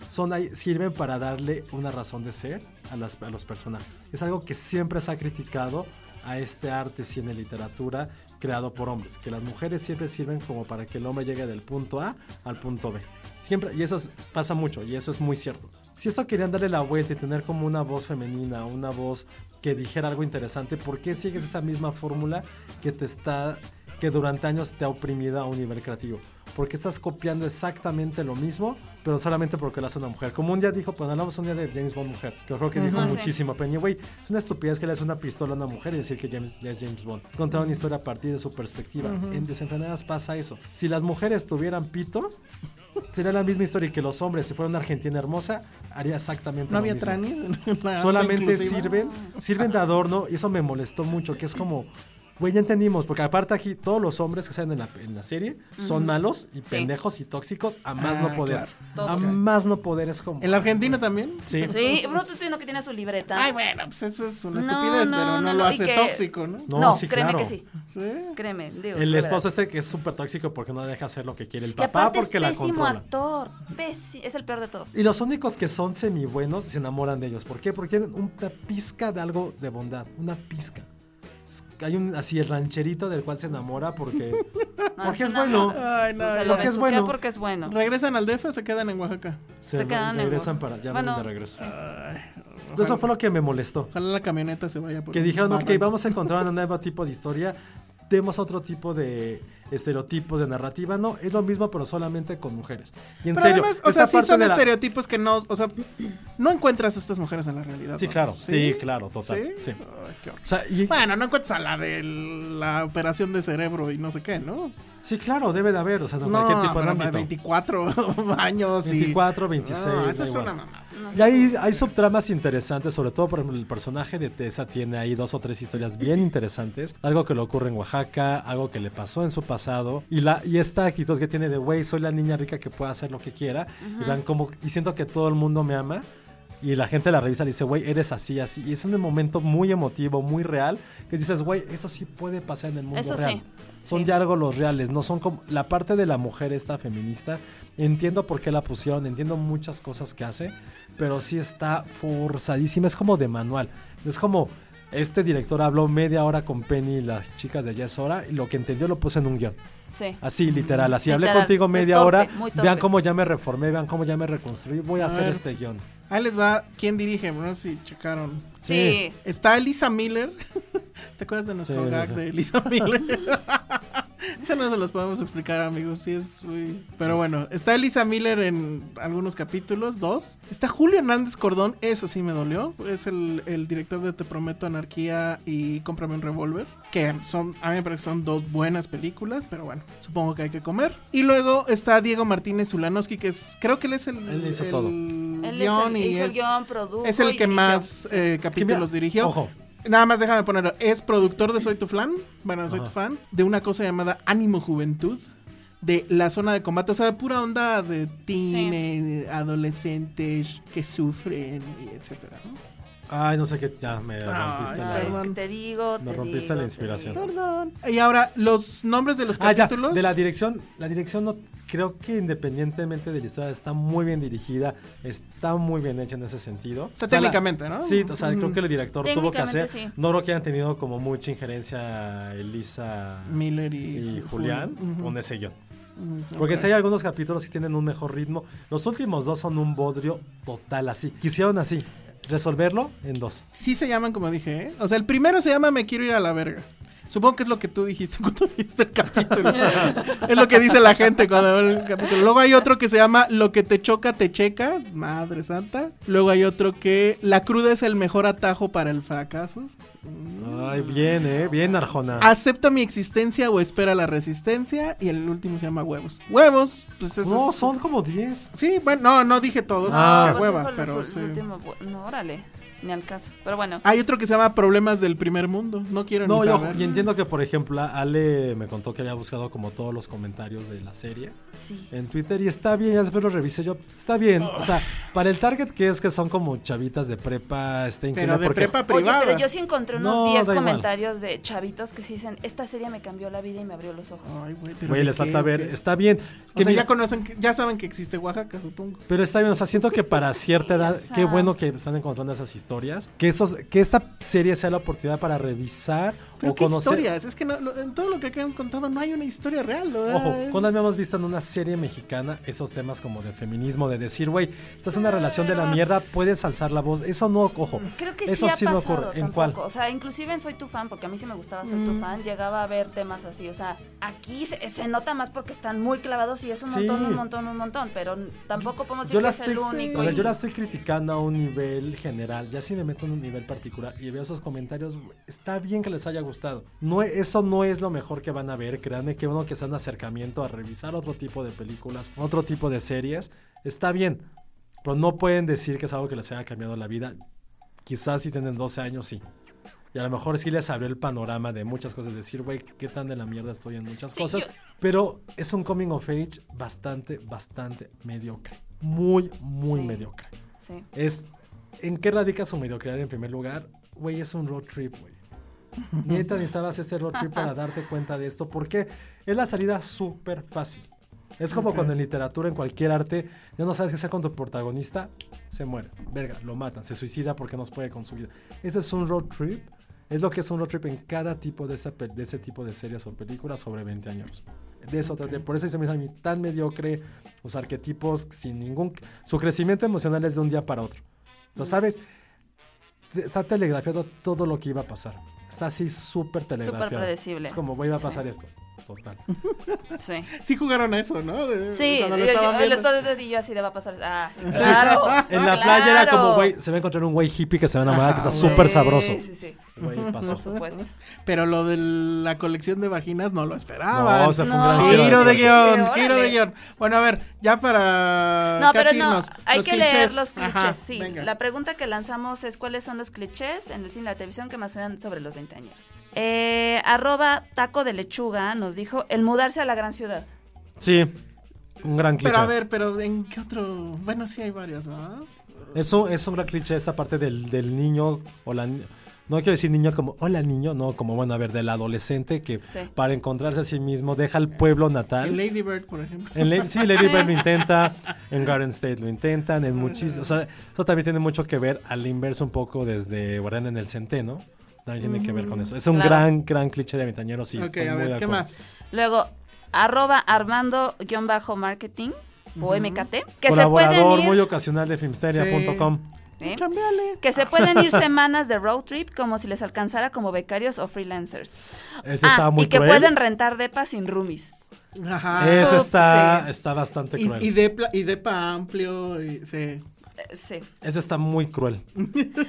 [SPEAKER 1] son ahí, sirven para darle una razón de ser a, las- a los personajes. Es algo que siempre se ha criticado a este arte, cine, literatura creado por hombres, que las mujeres siempre sirven como para que el hombre llegue del punto A al punto B. Siempre, y eso es- pasa mucho, y eso es muy cierto. Si esto querían darle la vuelta y tener como una voz femenina, una voz que dijera algo interesante, ¿por qué sigues esa misma fórmula que te está que durante años te ha oprimido a un nivel creativo. Porque estás copiando exactamente lo mismo, pero solamente porque lo hace una mujer. Como un día dijo, cuando hablamos un día de James Bond mujer, que creo que dijo
[SPEAKER 3] Ujú. Ah, sí.
[SPEAKER 1] muchísimo, Peña, güey, es una estupidez que le hace una pistola a una mujer y decir que James, ya es James Bond. Contar una historia a partir de su perspectiva.
[SPEAKER 2] Ujú.
[SPEAKER 1] En Desenfrenadas pasa eso. Si las mujeres tuvieran pito, sería la misma historia y que los hombres, si fuera una Argentina hermosa, haría exactamente
[SPEAKER 2] ¿No
[SPEAKER 1] lo
[SPEAKER 2] había
[SPEAKER 1] mismo
[SPEAKER 2] tranis? en la
[SPEAKER 3] Ah,
[SPEAKER 1] solamente
[SPEAKER 2] inclusiva?
[SPEAKER 1] sirven, sirven de adorno y eso me molestó mucho, que es como, güey, ya entendimos, porque aparte aquí todos los hombres que salen en la, en la serie son
[SPEAKER 2] Ujú.
[SPEAKER 1] malos y
[SPEAKER 2] Sí.
[SPEAKER 1] pendejos y tóxicos a más
[SPEAKER 2] Ah,
[SPEAKER 1] no poder.
[SPEAKER 2] claro.
[SPEAKER 1] A
[SPEAKER 2] Todos.
[SPEAKER 1] más no poder es como...
[SPEAKER 2] ¿En la Argentina también?
[SPEAKER 1] Sí.
[SPEAKER 3] Sí, Bruno estoy diciendo que tiene su libreta. Ay,
[SPEAKER 2] bueno, pues eso es una estupidez, pero no lo hace tóxico, ¿no?
[SPEAKER 1] No,
[SPEAKER 3] No,
[SPEAKER 1] sí,
[SPEAKER 3] créeme
[SPEAKER 1] claro.
[SPEAKER 3] que sí. Créeme, digo.
[SPEAKER 1] El
[SPEAKER 3] de
[SPEAKER 1] esposo
[SPEAKER 3] veras.
[SPEAKER 1] este que es súper tóxico porque no deja hacer lo que quiere el
[SPEAKER 3] Que
[SPEAKER 1] papá
[SPEAKER 3] aparte
[SPEAKER 1] porque
[SPEAKER 3] es
[SPEAKER 1] la
[SPEAKER 3] pésimo
[SPEAKER 1] controla.
[SPEAKER 3] actor. pési- es el peor de todos.
[SPEAKER 1] Y los únicos que son semi buenos se enamoran de ellos. ¿Por qué? Porque tienen una pizca de algo de bondad, una pizca. Es- Hay un así el rancherito del cual se enamora porque porque es bueno.
[SPEAKER 2] Ay, no,
[SPEAKER 3] O sea,
[SPEAKER 2] no.
[SPEAKER 3] lo Porque es besuquea bueno. porque es bueno.
[SPEAKER 2] ¿Regresan al DF o se quedan en Oaxaca?
[SPEAKER 1] Se, quedan regresan para ya
[SPEAKER 2] Bueno,
[SPEAKER 1] van de regreso.
[SPEAKER 2] ojalá-
[SPEAKER 1] Eso fue lo que me molestó.
[SPEAKER 2] Ojalá la camioneta se vaya por
[SPEAKER 1] Que
[SPEAKER 2] un
[SPEAKER 1] dijeron, ok,
[SPEAKER 2] barranco.
[SPEAKER 1] vamos a encontrar un nuevo tipo de historia, demos otro tipo de estereotipos de narrativa. No, es lo mismo, pero solamente con mujeres. Y en
[SPEAKER 2] Pero
[SPEAKER 1] serio,
[SPEAKER 2] además, o
[SPEAKER 1] esta
[SPEAKER 2] sea, sí
[SPEAKER 1] parte
[SPEAKER 2] son
[SPEAKER 1] de la-
[SPEAKER 2] estereotipos que no, o sea, no encuentras a estas mujeres en la realidad.
[SPEAKER 1] Sí,
[SPEAKER 2] ¿no?
[SPEAKER 1] claro, sí, claro, total.
[SPEAKER 2] ¿Sí?
[SPEAKER 1] sí.
[SPEAKER 2] Ay, qué horror.
[SPEAKER 1] O sea, y-
[SPEAKER 2] Bueno, no encuentras a la de la operación de cerebro y no sé qué, ¿no?
[SPEAKER 1] Sí, claro, debe de haber, o sea, de
[SPEAKER 2] No,
[SPEAKER 1] cualquier tipo de
[SPEAKER 2] pero
[SPEAKER 1] ámbito. Ah,
[SPEAKER 2] 24 años y...
[SPEAKER 1] 24, 26.
[SPEAKER 2] No,
[SPEAKER 1] da
[SPEAKER 2] eso es
[SPEAKER 1] igual.
[SPEAKER 2] una mamada.
[SPEAKER 1] Y hay, hay subtramas interesantes, sobre todo por ejemplo el personaje de Tessa tiene ahí dos o tres historias bien interesantes. Algo que le ocurre en Oaxaca, algo que le pasó en su pasado. Y, la, y esta actitud que tiene de, güey, soy la niña rica que puede hacer lo que quiera.
[SPEAKER 3] Ajá.
[SPEAKER 1] Y, van como, y siento que todo el mundo me ama. Y la gente la revisa y le dice, güey, eres así, así. Y es un momento muy emotivo, muy real, que dices, güey, eso sí puede pasar en el mundo
[SPEAKER 3] Eso sí,
[SPEAKER 1] real. Son
[SPEAKER 3] sí.
[SPEAKER 1] diálogos los reales, no son como... La parte de la mujer esta feminista, entiendo por qué la pusieron, entiendo muchas cosas que hace, pero sí está forzadísima, es como de manual. Es como, este director habló media hora con Penny y las chicas de Yes Hora, y lo que entendió lo puso en un guión.
[SPEAKER 3] Sí.
[SPEAKER 1] Así, literal, así hablé
[SPEAKER 3] Literal,
[SPEAKER 1] contigo
[SPEAKER 3] es
[SPEAKER 1] media
[SPEAKER 3] torpe,
[SPEAKER 1] hora,
[SPEAKER 3] muy torpe.
[SPEAKER 1] vean cómo ya me reformé, vean cómo ya me reconstruí, voy a,
[SPEAKER 2] A
[SPEAKER 1] hacer
[SPEAKER 2] ver.
[SPEAKER 1] este guión.
[SPEAKER 2] Ahí les va quién dirige, no sé si checaron.
[SPEAKER 1] Sí.
[SPEAKER 3] Sí.
[SPEAKER 2] Está Elisa Miller. ¿Te acuerdas de nuestro
[SPEAKER 1] Sí,
[SPEAKER 2] gag
[SPEAKER 1] sí, sí.
[SPEAKER 2] de Elisa Miller? Eso no se los podemos explicar, amigos. Sí, es muy... Pero bueno, está Elisa Miller en algunos capítulos, dos. Está Julio Hernández Cordón, eso sí me dolió. Es el, el director de Te Prometo Anarquía y Cómprame un Revólver. Que son, a mí me parece que son dos buenas películas, pero bueno, supongo que hay que comer. Y luego está Diego Martínez Zulanowski, que es, creo que él es el.
[SPEAKER 1] Él hizo
[SPEAKER 2] el
[SPEAKER 1] todo.
[SPEAKER 3] Él
[SPEAKER 2] guión
[SPEAKER 3] es
[SPEAKER 2] y
[SPEAKER 3] el, hizo el
[SPEAKER 2] es-
[SPEAKER 3] guión, produjo.
[SPEAKER 2] es el
[SPEAKER 3] y
[SPEAKER 2] que
[SPEAKER 3] dirigió.
[SPEAKER 2] más eh, capítulos dirigió.
[SPEAKER 1] Ojo.
[SPEAKER 2] Nada más déjame ponerlo. Es productor de Soy tu Flan. Bueno, soy
[SPEAKER 1] Ajá.
[SPEAKER 2] tu fan. De una cosa llamada Ánimo Juventud. De la zona de combate. O sea, de pura onda de teen, adolescentes que sufren, y etcétera. ¿no?
[SPEAKER 1] Ay, no sé qué, ya me
[SPEAKER 2] Ay,
[SPEAKER 1] rompiste
[SPEAKER 3] No,
[SPEAKER 1] la...
[SPEAKER 3] es que te digo,
[SPEAKER 1] Me
[SPEAKER 3] te
[SPEAKER 1] rompiste
[SPEAKER 3] digo,
[SPEAKER 1] la
[SPEAKER 3] te
[SPEAKER 1] inspiración.
[SPEAKER 3] digo.
[SPEAKER 2] Perdón. Y ahora, los nombres de los
[SPEAKER 1] Ah, ya,
[SPEAKER 2] capítulos.
[SPEAKER 1] de la dirección, la dirección no creo que independientemente de la historia está muy bien dirigida, está muy bien hecha en ese sentido.
[SPEAKER 2] sea,
[SPEAKER 1] la-
[SPEAKER 2] técnicamente, ¿no?
[SPEAKER 1] Sí, o sea,
[SPEAKER 2] Mm.
[SPEAKER 1] creo que el director tuvo que hacer.
[SPEAKER 3] Técnicamente, sí.
[SPEAKER 1] No creo que hayan tenido como mucha injerencia Elisa
[SPEAKER 2] Miller y,
[SPEAKER 1] y Julián
[SPEAKER 2] Jul- ujú.
[SPEAKER 1] con ese guión. Porque si hay algunos capítulos que tienen un mejor ritmo, los últimos dos son un bodrio total así. Quisieron así, resolverlo en dos.
[SPEAKER 2] Sí se llaman como dije, ¿eh? O sea, el primero se llama Me quiero ir a la verga. Supongo que es lo que tú dijiste cuando viste el capítulo. es lo que dice la gente cuando ve el capítulo. Luego hay otro que se llama Lo que te choca, te checa. Madre santa. Luego hay otro que La cruda es el mejor atajo para el fracaso.
[SPEAKER 1] Ay, bien, eh, bien Arjona.
[SPEAKER 2] Acepta mi existencia o espera la resistencia. Y el último se llama huevos. Huevos, pues esos-
[SPEAKER 1] No, son como 10.
[SPEAKER 2] Sí, bueno, no, no dije todos.
[SPEAKER 1] Ah.
[SPEAKER 2] porque
[SPEAKER 3] Por
[SPEAKER 2] hueva,
[SPEAKER 3] ejemplo,
[SPEAKER 2] pero
[SPEAKER 3] los
[SPEAKER 2] sí. Ah,
[SPEAKER 3] últimos- no, órale, ni al caso. Pero bueno,
[SPEAKER 2] Hay otro que se llama Problemas del Primer Mundo. No quiero
[SPEAKER 1] No,
[SPEAKER 2] ni
[SPEAKER 1] yo-
[SPEAKER 2] saber.
[SPEAKER 1] y entiendo que, por ejemplo, Ale me contó que había buscado como todos los comentarios de la serie
[SPEAKER 3] sí.
[SPEAKER 1] en Twitter y está bien, ya después lo revisé yo. Está bien, o sea, para el target que es que son como chavitas de prepa, está increíble.
[SPEAKER 2] Pero de
[SPEAKER 1] porque-
[SPEAKER 2] prepa
[SPEAKER 3] Oye,
[SPEAKER 2] privada.
[SPEAKER 3] pero yo sí encontré
[SPEAKER 1] No,
[SPEAKER 3] unos 10
[SPEAKER 1] da igual.
[SPEAKER 3] comentarios de chavitos que sí dicen, esta serie me cambió la vida y me abrió los ojos.
[SPEAKER 2] Ay, güey, pero
[SPEAKER 1] Güey,
[SPEAKER 2] ¿de
[SPEAKER 1] les
[SPEAKER 2] qué,
[SPEAKER 1] falta
[SPEAKER 2] o
[SPEAKER 1] ver,
[SPEAKER 2] qué?
[SPEAKER 1] está bien.
[SPEAKER 2] O
[SPEAKER 1] que
[SPEAKER 2] sea,
[SPEAKER 1] mira-
[SPEAKER 2] ya conocen, que- ya saben que existe Oaxaca, supongo.
[SPEAKER 1] Pero está bien, o sea, siento que para cierta edad,
[SPEAKER 3] o sea.
[SPEAKER 1] qué bueno que están encontrando esas historias. Que, esos, que esta serie sea la oportunidad para revisar
[SPEAKER 2] Pero
[SPEAKER 1] o
[SPEAKER 2] qué
[SPEAKER 1] conocer.
[SPEAKER 2] historias, es que no- lo- en todo lo que han contado no hay una historia real. ¿no? Eh,
[SPEAKER 1] Ojo,
[SPEAKER 2] Es-
[SPEAKER 1] cuando habíamos visto en una serie mexicana esos temas como de feminismo, de decir, güey, estás en una relación de la mierda, puedes alzar la voz. Eso no, ojo.
[SPEAKER 3] Creo que
[SPEAKER 1] eso
[SPEAKER 3] sí ha
[SPEAKER 1] sí no
[SPEAKER 3] pasado
[SPEAKER 1] ocurre. ¿En
[SPEAKER 3] tampoco.
[SPEAKER 1] cuál?
[SPEAKER 3] O sea, inclusive en Soy tu fan, porque a mí sí me gustaba Soy
[SPEAKER 2] Mm.
[SPEAKER 3] tu fan, llegaba a ver temas así. O sea, aquí se, se nota más porque están muy clavados y es un
[SPEAKER 1] Sí.
[SPEAKER 3] montón, un montón, un montón. Pero n- tampoco podemos
[SPEAKER 1] Yo
[SPEAKER 3] decir que
[SPEAKER 1] la,
[SPEAKER 3] es
[SPEAKER 1] estoy,
[SPEAKER 3] el único.
[SPEAKER 1] o sea, yo
[SPEAKER 3] y-
[SPEAKER 1] la estoy criticando a un nivel general. Ya si me meto en un nivel particular y veo esos comentarios, está bien que les haya gustado. No, e- eso no es lo mejor que van a ver. Créanme que uno que sea un acercamiento a revisar otro tipo de películas, otro tipo de series, está bien. Pero no pueden decir que es algo que les haya cambiado la vida. Quizás si tienen 12 años, sí. Y a lo mejor sí les abrió el panorama de muchas cosas. Decir, güey, qué tan de la mierda estoy en muchas
[SPEAKER 3] Sí,
[SPEAKER 1] cosas.
[SPEAKER 3] yo-
[SPEAKER 1] Pero es un coming of age bastante, bastante mediocre. Muy, muy
[SPEAKER 3] Sí.
[SPEAKER 1] mediocre.
[SPEAKER 3] Sí.
[SPEAKER 1] Es, ¿En qué radica su mediocridad en primer lugar? Güey, es un road trip, güey. Neta, necesitabas ese road trip para darte cuenta de esto. Porque es la salida súper fácil. Es como cuando en literatura, en cualquier arte, ya no sabes qué hacer con tu protagonista, se muere. Verga, lo matan, se suicida porque no puede con su vida. Este es un road trip. Es lo que es un road trip en cada tipo de, esa pe- de ese tipo de series o películas sobre 20 años. De eso traté. Por eso se me hizo a mí tan mediocre, los arquetipos sin ningún... Su crecimiento emocional es de un día para otro. O sea, ¿sabes? Te- Está telegrafiado todo lo que iba a pasar. Está así súper telegrafiado.
[SPEAKER 3] predecible.
[SPEAKER 1] Es como, güey, va a
[SPEAKER 3] Sí.
[SPEAKER 1] pasar esto. Total.
[SPEAKER 3] Sí.
[SPEAKER 2] Sí jugaron a eso, ¿no? De-
[SPEAKER 3] Sí,
[SPEAKER 2] cuando lo
[SPEAKER 3] yo- yo-
[SPEAKER 2] estaban
[SPEAKER 3] el
[SPEAKER 2] viendo.
[SPEAKER 3] estado de- y yo así de va a pasar. Ah, sí, claro.
[SPEAKER 1] En la playa era
[SPEAKER 3] claro.
[SPEAKER 1] como, güey, se va a encontrar un güey hippie que se va a enamorar, que está
[SPEAKER 2] Ajá,
[SPEAKER 1] súper
[SPEAKER 3] Sí,
[SPEAKER 1] sabroso.
[SPEAKER 3] Sí, sí,
[SPEAKER 1] Güey, pasó.
[SPEAKER 3] por supuesto.
[SPEAKER 2] Pero lo de la colección de vaginas no lo esperaban.
[SPEAKER 1] No, se fue un
[SPEAKER 3] No.
[SPEAKER 1] gran
[SPEAKER 3] Sí,
[SPEAKER 1] giro.
[SPEAKER 2] Giro de guión,
[SPEAKER 3] Órale.
[SPEAKER 2] giro de guión. Bueno, a ver, ya para.
[SPEAKER 3] No,
[SPEAKER 2] casi
[SPEAKER 3] pero no,
[SPEAKER 2] irnos,
[SPEAKER 3] hay
[SPEAKER 2] los
[SPEAKER 3] que
[SPEAKER 2] clichés.
[SPEAKER 3] leer los clichés,
[SPEAKER 2] Ajá,
[SPEAKER 3] sí.
[SPEAKER 2] venga.
[SPEAKER 3] La pregunta que lanzamos es cuáles son los clichés en el cine y la televisión que más suenan sobre los 20 años. Eh, arroba taco de lechuga nos dijo el mudarse a la gran ciudad.
[SPEAKER 1] Sí, un gran cliché.
[SPEAKER 2] Pero a ver, pero ¿en qué otro? Bueno, sí hay varios, ¿verdad?
[SPEAKER 1] Es un, es un gran cliché esta parte del, del niño o la ni- No quiero decir niño como, hola niño, no, como, bueno, a ver, del adolescente que
[SPEAKER 3] Sí.
[SPEAKER 1] para encontrarse a sí mismo deja el pueblo natal.
[SPEAKER 2] El Lady Bird, por ejemplo.
[SPEAKER 1] En Lady- sí, Lady Bird lo intenta, en Garden State lo intentan, en muchísimos. O sea, eso también tiene mucho que ver al inverso un poco desde Guardián en el Centeno. También tiene que ver con eso. Es un
[SPEAKER 3] Mm, Claro.
[SPEAKER 1] gran, gran cliché de ventañero, sí.
[SPEAKER 2] ok,
[SPEAKER 1] estoy
[SPEAKER 2] a
[SPEAKER 1] muy de
[SPEAKER 2] ver, ¿qué
[SPEAKER 1] acuerdo.
[SPEAKER 2] más?
[SPEAKER 3] Luego, arroba armando-marketing o MKT. Que se pueden
[SPEAKER 1] Colaborador
[SPEAKER 3] ir.
[SPEAKER 1] muy ocasional de filmsteria.com.
[SPEAKER 3] ¿eh?
[SPEAKER 2] Cambiale.
[SPEAKER 3] Que se pueden ir semanas de road trip como si les alcanzara como becarios o freelancers.
[SPEAKER 1] Ese
[SPEAKER 3] Ah,
[SPEAKER 1] está muy
[SPEAKER 3] y que
[SPEAKER 1] cruel.
[SPEAKER 3] pueden rentar depa sin roomies.
[SPEAKER 2] Ajá.
[SPEAKER 1] Ese
[SPEAKER 3] Ups,
[SPEAKER 1] está,
[SPEAKER 3] sí.
[SPEAKER 1] está bastante
[SPEAKER 2] Ah, Y,
[SPEAKER 1] cruel.
[SPEAKER 2] y de pla- y depa amplio, y, sí.
[SPEAKER 3] Eh, sí.
[SPEAKER 1] Ese está muy cruel.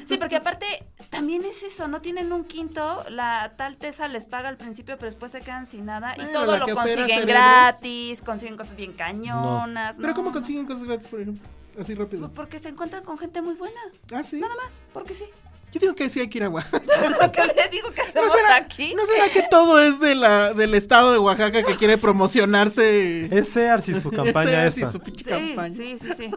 [SPEAKER 3] Sí, porque aparte también es eso, no tienen un quinto, la tal Tesa les paga al principio, pero después se quedan sin nada
[SPEAKER 2] Bueno,
[SPEAKER 3] y todo
[SPEAKER 2] la que opera
[SPEAKER 3] lo consiguen
[SPEAKER 2] cerebros.
[SPEAKER 3] gratis, consiguen cosas bien cañonas.
[SPEAKER 2] Pero
[SPEAKER 3] no,
[SPEAKER 2] ¿cómo
[SPEAKER 3] no.
[SPEAKER 2] consiguen cosas gratis, por ejemplo? Así rápido.
[SPEAKER 3] Pues Porque se encuentran con gente muy buena,
[SPEAKER 2] Ah, sí.
[SPEAKER 3] nada más, porque sí.
[SPEAKER 2] Yo digo que sí hay que ir a Oaxaca.
[SPEAKER 3] Es lo que le digo que
[SPEAKER 2] ¿No
[SPEAKER 3] hacemos
[SPEAKER 2] será,
[SPEAKER 3] aquí.
[SPEAKER 2] no será que todo es de la, del estado de Oaxaca que quiere promocionarse?
[SPEAKER 1] Ese Arsi su campaña
[SPEAKER 2] Ese es
[SPEAKER 1] esta.
[SPEAKER 2] su pinche
[SPEAKER 3] Sí,
[SPEAKER 2] campaña.
[SPEAKER 3] sí, sí, sí.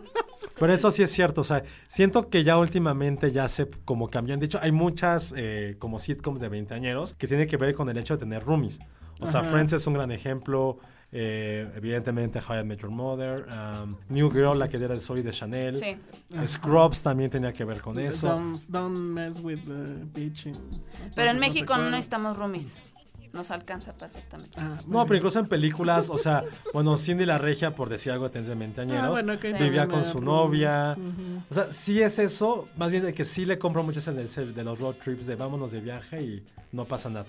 [SPEAKER 1] Pero eso sí es cierto, o sea, siento que ya últimamente ya se como cambió. De hecho, hay muchas eh, como sitcoms de veinteañeros que tienen que ver con el hecho de tener roomies. O sea, Friends es un gran ejemplo. eh, evidentemente, How I Met Your Mother, um, New Girl, la que era el Zoe de Chanel.
[SPEAKER 3] Sí.
[SPEAKER 1] Scrubs también tenía que ver con eso.
[SPEAKER 2] Don't, don't mess with the beach. in-
[SPEAKER 3] Pero en
[SPEAKER 2] pues no
[SPEAKER 3] México no
[SPEAKER 2] recuerdo.
[SPEAKER 3] necesitamos roomies. nos alcanza perfectamente.
[SPEAKER 2] Ah,
[SPEAKER 1] No, pero incluso en películas, o sea, bueno, Cindy la Regia, por decir algo, tendencialmente añeros,
[SPEAKER 2] Ah, bueno, ok.
[SPEAKER 1] vivía
[SPEAKER 2] Sí.
[SPEAKER 1] con su novia. O sea, sí es eso, más bien de que sí le compro mucho es en el ser- de los road trips de vámonos de viaje y no pasa nada.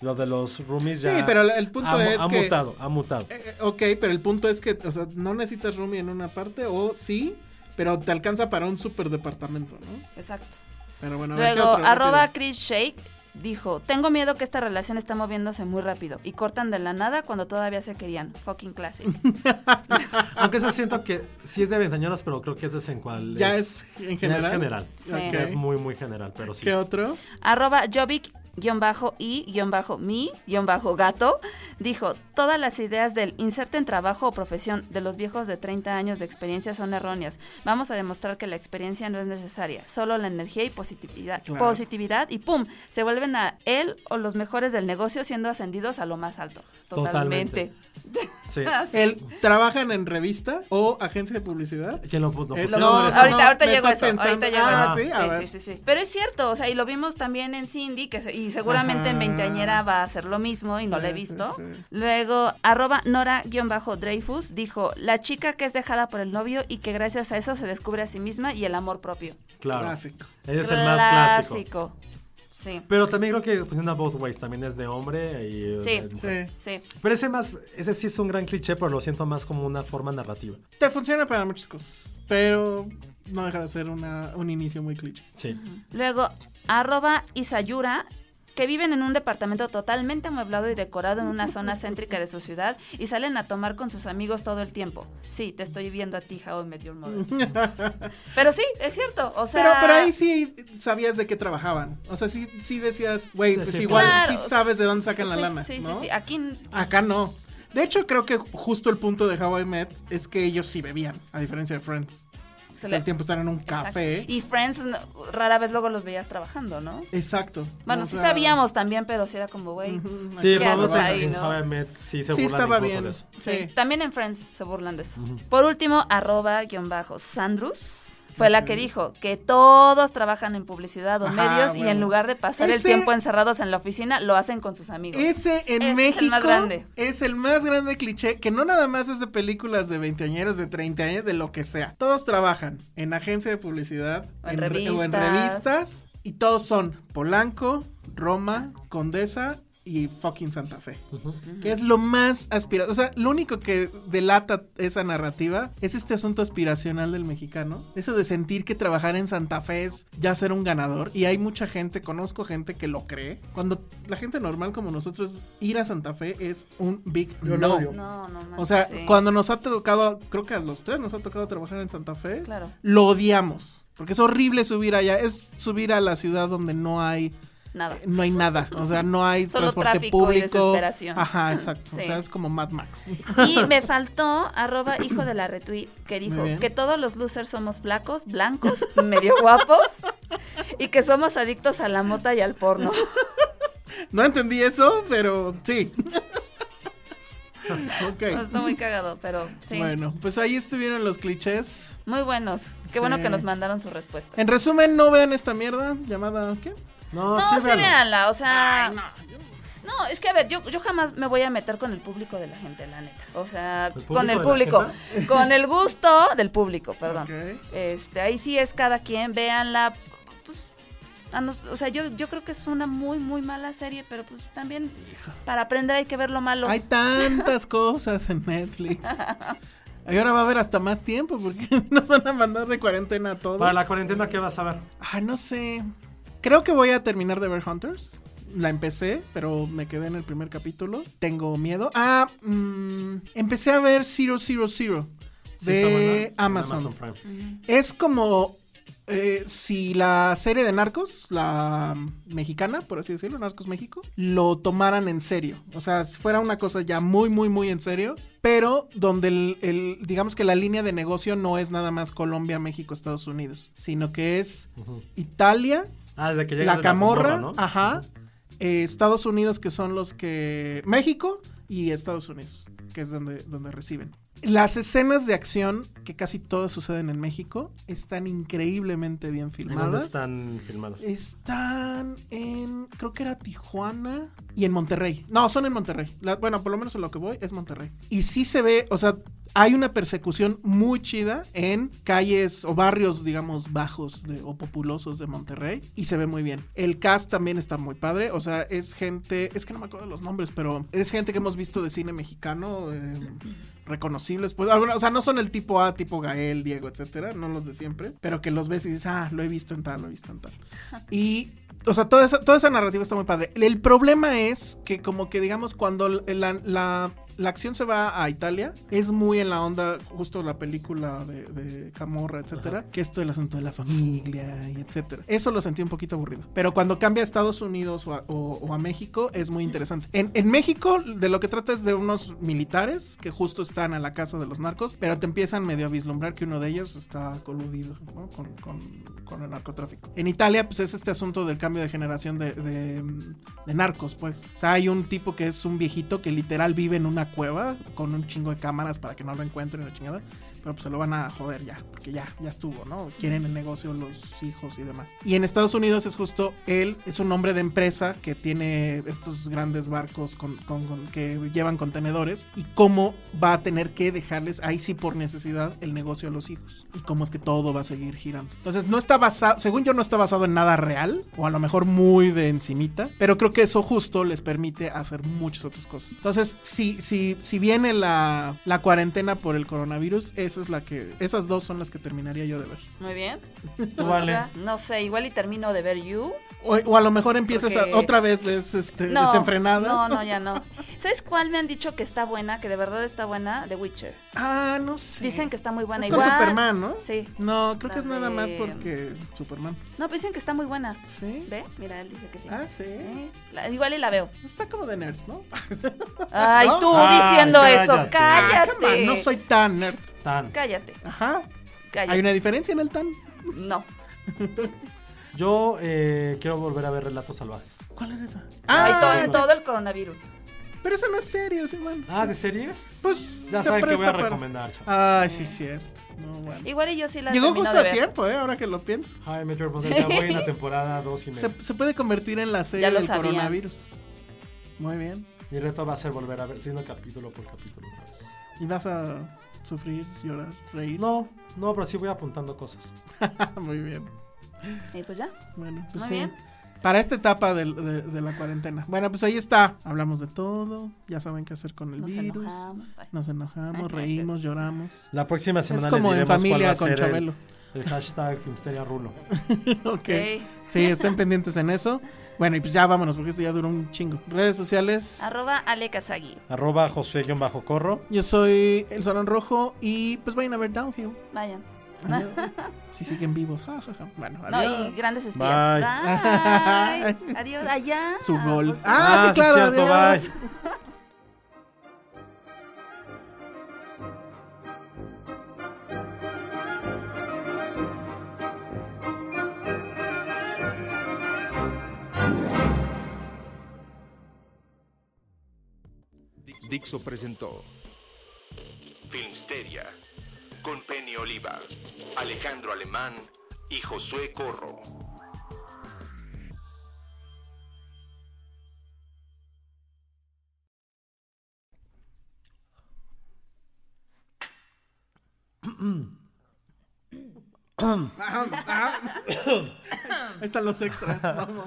[SPEAKER 1] Lo de los roomies ya.
[SPEAKER 2] Sí, pero el punto
[SPEAKER 1] ha, mu-
[SPEAKER 2] es
[SPEAKER 1] ha
[SPEAKER 2] que-
[SPEAKER 1] mutado, ha mutado.
[SPEAKER 2] Eh, Ok, pero el punto es que, o sea, no necesitas roomie en una parte, o sí, pero te alcanza para un super departamento, ¿no?
[SPEAKER 3] Exacto.
[SPEAKER 2] Pero bueno, a ver, ¿qué
[SPEAKER 3] Luego,
[SPEAKER 2] otro?
[SPEAKER 3] arroba
[SPEAKER 2] Rápido.
[SPEAKER 3] Chris Shake dijo, tengo miedo que esta relación está moviéndose muy rápido y cortan de la nada cuando todavía se querían. Fucking classic.
[SPEAKER 2] ah.
[SPEAKER 1] Aunque eso siento que sí es de ventañeros, pero creo que ese es en cual.
[SPEAKER 2] Ya es en
[SPEAKER 1] Ya es
[SPEAKER 2] general.
[SPEAKER 1] general.
[SPEAKER 3] Sí.
[SPEAKER 1] Ya Es muy, muy general, pero sí.
[SPEAKER 2] ¿Qué otro?
[SPEAKER 3] Arroba Jobbik guión bajo y guión bajo mi guión bajo gato dijo todas las ideas del inserte en trabajo o profesión de los viejos de 30 años de experiencia son erróneas vamos a demostrar que la experiencia no es necesaria solo la energía y positividad
[SPEAKER 2] Claro.
[SPEAKER 3] positividad y pum se vuelven a él o los mejores del negocio siendo ascendidos a lo más alto totalmente,
[SPEAKER 1] Totalmente. Sí.
[SPEAKER 2] El, ¿Trabajan en revista o agencia de publicidad?
[SPEAKER 1] ¿Quién lo, pues, pu- lo
[SPEAKER 2] Es-
[SPEAKER 1] pusieron?
[SPEAKER 2] no,
[SPEAKER 1] Eso.
[SPEAKER 3] ahorita, ahorita
[SPEAKER 2] me
[SPEAKER 3] llego a eso,
[SPEAKER 2] estás pensando.
[SPEAKER 3] ahorita llego a
[SPEAKER 2] Ah,
[SPEAKER 3] eso.
[SPEAKER 2] sí, a ver.
[SPEAKER 3] sí, sí, sí. Pero es cierto, o sea, y lo vimos también en Cindy, que se- y seguramente en
[SPEAKER 2] Ajá.
[SPEAKER 3] Veinteañera va a hacer lo mismo y no
[SPEAKER 2] Sí,
[SPEAKER 3] lo he
[SPEAKER 2] sí,
[SPEAKER 3] visto.
[SPEAKER 2] sí.
[SPEAKER 3] Luego, arroba Nora-Dreyfus dijo, la chica que es dejada por el novio y que gracias a eso se descubre a sí misma y el amor propio.
[SPEAKER 1] Claro.
[SPEAKER 2] Clásico.
[SPEAKER 1] Ese es el más clásico.
[SPEAKER 3] Clásico. Sí,
[SPEAKER 1] Pero también creo que funciona both ways. También es de hombre y. eh,
[SPEAKER 3] Sí.
[SPEAKER 1] de mujer.
[SPEAKER 2] Sí.
[SPEAKER 3] sí.
[SPEAKER 1] Pero ese más, ese sí es un gran cliché, pero lo siento más como una forma narrativa.
[SPEAKER 2] Te funciona para muchas cosas, pero no deja de ser una, un inicio muy cliché.
[SPEAKER 1] Sí.
[SPEAKER 3] Luego, arroba Isayura, que viven en un departamento totalmente amueblado y decorado en una zona céntrica de su ciudad y salen a tomar con sus amigos todo el tiempo. Sí, te estoy viendo a ti, How I Met Your Mother. Pero sí, es cierto. O sea,
[SPEAKER 2] Pero, pero ahí sí sabías de qué trabajaban. O sea, sí, sí decías, güey,
[SPEAKER 1] Sí,
[SPEAKER 2] pues
[SPEAKER 1] sí,
[SPEAKER 2] igual
[SPEAKER 3] claro,
[SPEAKER 2] sí sabes de dónde sacan la
[SPEAKER 3] sí,
[SPEAKER 2] lana.
[SPEAKER 3] Sí,
[SPEAKER 2] ¿no?
[SPEAKER 3] sí, sí. Aquí
[SPEAKER 2] Acá no. De hecho, creo que justo el punto de How I Met es que ellos sí bebían, a diferencia de Friends.
[SPEAKER 3] se
[SPEAKER 2] Todo
[SPEAKER 3] le-
[SPEAKER 2] el tiempo están en un
[SPEAKER 3] Exacto.
[SPEAKER 2] café.
[SPEAKER 3] Y Friends no- rara vez luego los veías trabajando, ¿no?
[SPEAKER 2] Exacto.
[SPEAKER 3] Bueno,
[SPEAKER 2] O
[SPEAKER 3] sí
[SPEAKER 2] sea,
[SPEAKER 3] sabíamos también, pero sí era como, güey.
[SPEAKER 2] ujú,
[SPEAKER 1] Sí,
[SPEAKER 3] ¿Qué
[SPEAKER 1] vamos
[SPEAKER 3] haces
[SPEAKER 1] a
[SPEAKER 3] ahí,
[SPEAKER 1] en
[SPEAKER 3] no?
[SPEAKER 1] How I Met, Sí, se
[SPEAKER 2] Sí,
[SPEAKER 1] burlan
[SPEAKER 2] estaba
[SPEAKER 1] incluso
[SPEAKER 2] bien.
[SPEAKER 1] de eso.
[SPEAKER 3] Sí.
[SPEAKER 2] Sí.
[SPEAKER 3] También en Friends se burlan de eso. Por último, arroba guión bajo Sandrus. Fue la que dijo que todos trabajan en publicidad o
[SPEAKER 2] Ajá,
[SPEAKER 3] medios y
[SPEAKER 2] bueno.
[SPEAKER 3] en lugar de pasar el
[SPEAKER 2] Ese-
[SPEAKER 3] tiempo encerrados en la oficina, lo hacen con sus amigos.
[SPEAKER 2] Ese en
[SPEAKER 3] Ese es el
[SPEAKER 2] México
[SPEAKER 3] más grande.
[SPEAKER 2] es el más grande cliché que no nada más es de películas de veinteañeros, de treintañeros, de lo que sea. Todos trabajan en agencia de publicidad
[SPEAKER 3] O en
[SPEAKER 2] re- o en
[SPEAKER 3] revistas.
[SPEAKER 2] revistas y todos son Polanco, Roma, Condesa y fucking Santa Fe. Que es lo más aspirado. O sea, lo único que delata esa narrativa es este asunto aspiracional del mexicano. Eso de sentir que trabajar en Santa Fe es ya ser un ganador. Y hay mucha gente, conozco gente que lo cree. Cuando la gente normal como nosotros, ir a Santa Fe es un big no.
[SPEAKER 3] No, no, man,
[SPEAKER 2] O sea,
[SPEAKER 3] sí.
[SPEAKER 2] cuando nos ha tocado, creo que a los tres nos ha tocado trabajar en Santa Fe,
[SPEAKER 3] Claro.
[SPEAKER 2] lo odiamos. Porque es horrible subir allá. Es subir a la ciudad donde no hay
[SPEAKER 3] Nada.
[SPEAKER 2] no hay nada, o sea, no hay
[SPEAKER 3] Solo
[SPEAKER 2] transporte
[SPEAKER 3] tráfico
[SPEAKER 2] público.
[SPEAKER 3] y desesperación.
[SPEAKER 2] Ajá, exacto.
[SPEAKER 3] Sí.
[SPEAKER 2] O sea, es como Mad Max.
[SPEAKER 3] Y me faltó arroba hijo de la retweet que dijo
[SPEAKER 2] Muy bien.
[SPEAKER 3] que todos los losers somos flacos, blancos, medio guapos y que somos adictos a la mota y al porno.
[SPEAKER 2] No entendí eso, pero sí. ok.
[SPEAKER 3] Está muy cagado, pero Pues, sí.
[SPEAKER 2] Bueno, pues ahí estuvieron los clichés.
[SPEAKER 3] Muy buenos. Qué bueno
[SPEAKER 2] Sí.
[SPEAKER 3] que nos mandaron sus respuestas.
[SPEAKER 2] En resumen, no vean esta mierda llamada ¿qué?
[SPEAKER 1] No,
[SPEAKER 3] No,
[SPEAKER 1] sí,
[SPEAKER 3] sí,
[SPEAKER 1] véanlo.
[SPEAKER 3] véanla, o sea... no. es que a ver, yo, yo jamás me voy a meter con el público de la gente, la neta. O sea,
[SPEAKER 1] ¿El
[SPEAKER 3] con el
[SPEAKER 1] público de
[SPEAKER 3] público,
[SPEAKER 1] la
[SPEAKER 3] con el gusto del público, perdón.
[SPEAKER 2] Ok.
[SPEAKER 3] Este, ahí sí es cada quien, véanla. pues, a nos- o sea, yo, yo creo que es una muy, muy mala serie, pero pues también para aprender hay que ver lo malo.
[SPEAKER 2] Hay tantas cosas en Netflix. Y ahora va a haber hasta más tiempo porque nos van a mandar de cuarentena a todos.
[SPEAKER 1] Para la cuarentena, ¿qué vas a ver?
[SPEAKER 2] Ah, no sé. Creo que voy a terminar de ver Hunters. La empecé, pero me quedé en el primer capítulo. Tengo miedo. Ah, mm, empecé a ver Zero Zero Zero
[SPEAKER 1] Sí, está buena.
[SPEAKER 2] de
[SPEAKER 1] En
[SPEAKER 2] Amazon.
[SPEAKER 1] Prime.
[SPEAKER 2] Es como eh, si la serie de Narcos, la mexicana, por así decirlo, Narcos México, lo tomaran en serio. O sea, si fuera una cosa ya muy, muy, muy en serio, pero donde el, el- digamos que la línea de negocio no es nada más Colombia, México, Estados Unidos, sino que es Italia,
[SPEAKER 1] Ah, desde que llega
[SPEAKER 2] la camorra, ¿ah, ajá, eh, Estados Unidos que son los que México y Estados Unidos, que es donde donde reciben. Las escenas de acción que casi todas suceden en México están increíblemente bien
[SPEAKER 1] ¿En dónde
[SPEAKER 2] filmadas.
[SPEAKER 1] están filmados?
[SPEAKER 2] Están en creo que era Tijuana y en Monterrey. No, son en Monterrey. La- bueno, por lo menos en lo que voy es Monterrey. Y sí se ve, o sea, hay una persecución muy chida en calles o barrios, digamos, bajos de- o populosos de Monterrey. Y se ve muy bien. El cast también está muy padre. O sea, es gente, es que no me acuerdo los nombres, pero es gente que hemos visto de cine mexicano. eh, reconocibles, pues, alguna- o sea, no son el tipo A, tipo Gael, Diego, etcétera, no los de siempre, pero que los ves y dices, ah, lo he visto en tal, lo he visto en tal. Y, o sea, toda esa, toda esa narrativa está muy padre. El problema es que, como que digamos, cuando la, la- la acción se va a Italia, es muy en la onda, justo la película de, de Camorra, etcétera, que esto el asunto de la familia y etcétera. Eso lo sentí un poquito aburrido. Pero cuando cambia a Estados Unidos o a, o- o a México, es muy interesante. En, en México, de lo que trata es de unos militares que justo están a la casa de los narcos, pero te empiezan medio a vislumbrar que uno de ellos está coludido ¿no? con, con- con el narcotráfico. En Italia, pues es este asunto del cambio de generación de, de, mm, de narcos, pues. O sea, hay un tipo que es un viejito que literal vive en una cueva con un chingo de cámaras para que no lo encuentren, la chingada. Pero pues se lo van a joder ya, porque ya, ya estuvo, ¿no? Quieren el negocio los hijos y demás. Y en Estados Unidos es justo él, es un hombre de empresa que tiene estos grandes barcos con, con- con- que llevan contenedores y cómo va a tener que dejarles, ahí sí por necesidad, el negocio a los hijos. Y cómo es que todo va a seguir girando. Entonces no está basado, según yo no está basado en nada real, o a lo mejor muy de encimita, pero creo que eso justo les permite hacer muchas otras cosas. Entonces, si, si, si viene la, la cuarentena por el coronavirus, esa es la que, esas dos son las que terminaría yo de ver.
[SPEAKER 3] Muy bien.
[SPEAKER 1] Tú, Vale.
[SPEAKER 3] Otra, No sé, igual y termino de ver You.
[SPEAKER 2] O, o a lo mejor empiezas a-
[SPEAKER 3] Porque-
[SPEAKER 2] otra vez, ves este,
[SPEAKER 3] No,
[SPEAKER 2] desenfrenadas.
[SPEAKER 3] No, no, ya no. ¿Sabes cuál me han dicho que está buena? Que de verdad está buena. The Witcher.
[SPEAKER 2] Ah, no sé.
[SPEAKER 3] Dicen que está muy buena
[SPEAKER 2] es con
[SPEAKER 3] igual.
[SPEAKER 2] Superman, ¿no?
[SPEAKER 3] Sí.
[SPEAKER 2] No, creo que es
[SPEAKER 3] La
[SPEAKER 2] nada más
[SPEAKER 3] de-
[SPEAKER 2] porque Superman.
[SPEAKER 3] No, pero dicen que está muy buena.
[SPEAKER 2] Sí.
[SPEAKER 3] ¿Ve? Mira, él dice que sí.
[SPEAKER 2] Ah, sí.
[SPEAKER 3] ¿Eh? La- igual y la veo.
[SPEAKER 2] Está como de nerds, ¿no?
[SPEAKER 3] Ay,
[SPEAKER 2] ¿No?
[SPEAKER 3] tú
[SPEAKER 1] Ay,
[SPEAKER 3] diciendo eso.
[SPEAKER 1] cállate.
[SPEAKER 2] Ah,
[SPEAKER 3] Cállate.
[SPEAKER 2] come on, no soy tan nerd.
[SPEAKER 1] Tan.
[SPEAKER 3] Cállate.
[SPEAKER 2] Ajá.
[SPEAKER 3] Cállate.
[SPEAKER 2] Hay una diferencia en el tan.
[SPEAKER 3] No.
[SPEAKER 1] Yo eh, quiero volver a ver Relatos Salvajes.
[SPEAKER 2] ¿Cuál era esa?
[SPEAKER 3] Ay, todo,
[SPEAKER 2] ya.
[SPEAKER 3] todo el coronavirus.
[SPEAKER 2] Pero eso no es serio, sí, bueno.
[SPEAKER 1] Ah, ¿de series?
[SPEAKER 2] Pues
[SPEAKER 1] Ya
[SPEAKER 2] se
[SPEAKER 1] saben que voy
[SPEAKER 2] presta
[SPEAKER 1] a
[SPEAKER 2] para-
[SPEAKER 1] recomendar, chavos.
[SPEAKER 2] Ay, sí, cierto. No, bueno.
[SPEAKER 3] Igual y yo sí la
[SPEAKER 2] Llegó
[SPEAKER 3] termino
[SPEAKER 2] justo
[SPEAKER 3] de
[SPEAKER 2] a
[SPEAKER 3] ver.
[SPEAKER 2] tiempo, ¿eh? Ahora que lo pienso.
[SPEAKER 1] Ay, me ya voy en la temporada 2 y
[SPEAKER 2] Se,
[SPEAKER 1] medio.
[SPEAKER 2] se puede convertir en la serie
[SPEAKER 3] Ya lo
[SPEAKER 2] del
[SPEAKER 3] sabía.
[SPEAKER 2] coronavirus. Muy bien.
[SPEAKER 1] Mi reto va a ser volver a ver, siendo capítulo por capítulo otra vez.
[SPEAKER 2] ¿Y vas a sufrir, llorar, reír?
[SPEAKER 1] No, no, pero sí voy apuntando cosas.
[SPEAKER 2] Muy bien.
[SPEAKER 3] Y pues ya.
[SPEAKER 2] Bueno, pues
[SPEAKER 3] Muy
[SPEAKER 2] sí.
[SPEAKER 3] bien.
[SPEAKER 2] Para esta etapa del- de, de la cuarentena. Bueno, pues ahí está. Hablamos de todo. Ya saben qué hacer con el
[SPEAKER 3] Nos
[SPEAKER 2] virus.
[SPEAKER 3] enojamos. Ay.
[SPEAKER 2] Nos enojamos, reímos, lloramos.
[SPEAKER 1] La próxima
[SPEAKER 2] Es
[SPEAKER 1] semana
[SPEAKER 2] como
[SPEAKER 1] les
[SPEAKER 2] en
[SPEAKER 1] diremos cuál va
[SPEAKER 2] familia
[SPEAKER 1] a
[SPEAKER 2] con
[SPEAKER 1] ser el-
[SPEAKER 2] Chabelo.
[SPEAKER 1] El, hashtag Filmsteria Rulo.
[SPEAKER 2] Ok.
[SPEAKER 3] Sí.
[SPEAKER 2] Sí, estén pendientes en eso. Bueno, y pues ya vámonos, porque esto ya duró un chingo. Redes sociales.
[SPEAKER 3] Arroba Ale Kazagi.
[SPEAKER 1] Arroba Josué-Corro.
[SPEAKER 2] Yo soy El Salón Rojo y pues vayan a ver Downhill.
[SPEAKER 3] Vayan.
[SPEAKER 2] Adiós. si siguen vivos. Ja, ja, ja. Bueno,
[SPEAKER 3] No,
[SPEAKER 2] adiós.
[SPEAKER 3] y grandes espías. Bye. Adiós. Allá.
[SPEAKER 2] Su gol.
[SPEAKER 3] Porque-
[SPEAKER 2] Ah, sí, claro,
[SPEAKER 1] cierto,
[SPEAKER 2] adiós.
[SPEAKER 1] bye.
[SPEAKER 7] Dixo presentó
[SPEAKER 8] Filmsteria, con Penny Oliva, Alejandro Alemán y Josué Corro.
[SPEAKER 2] Ahí están los extras. Vamos.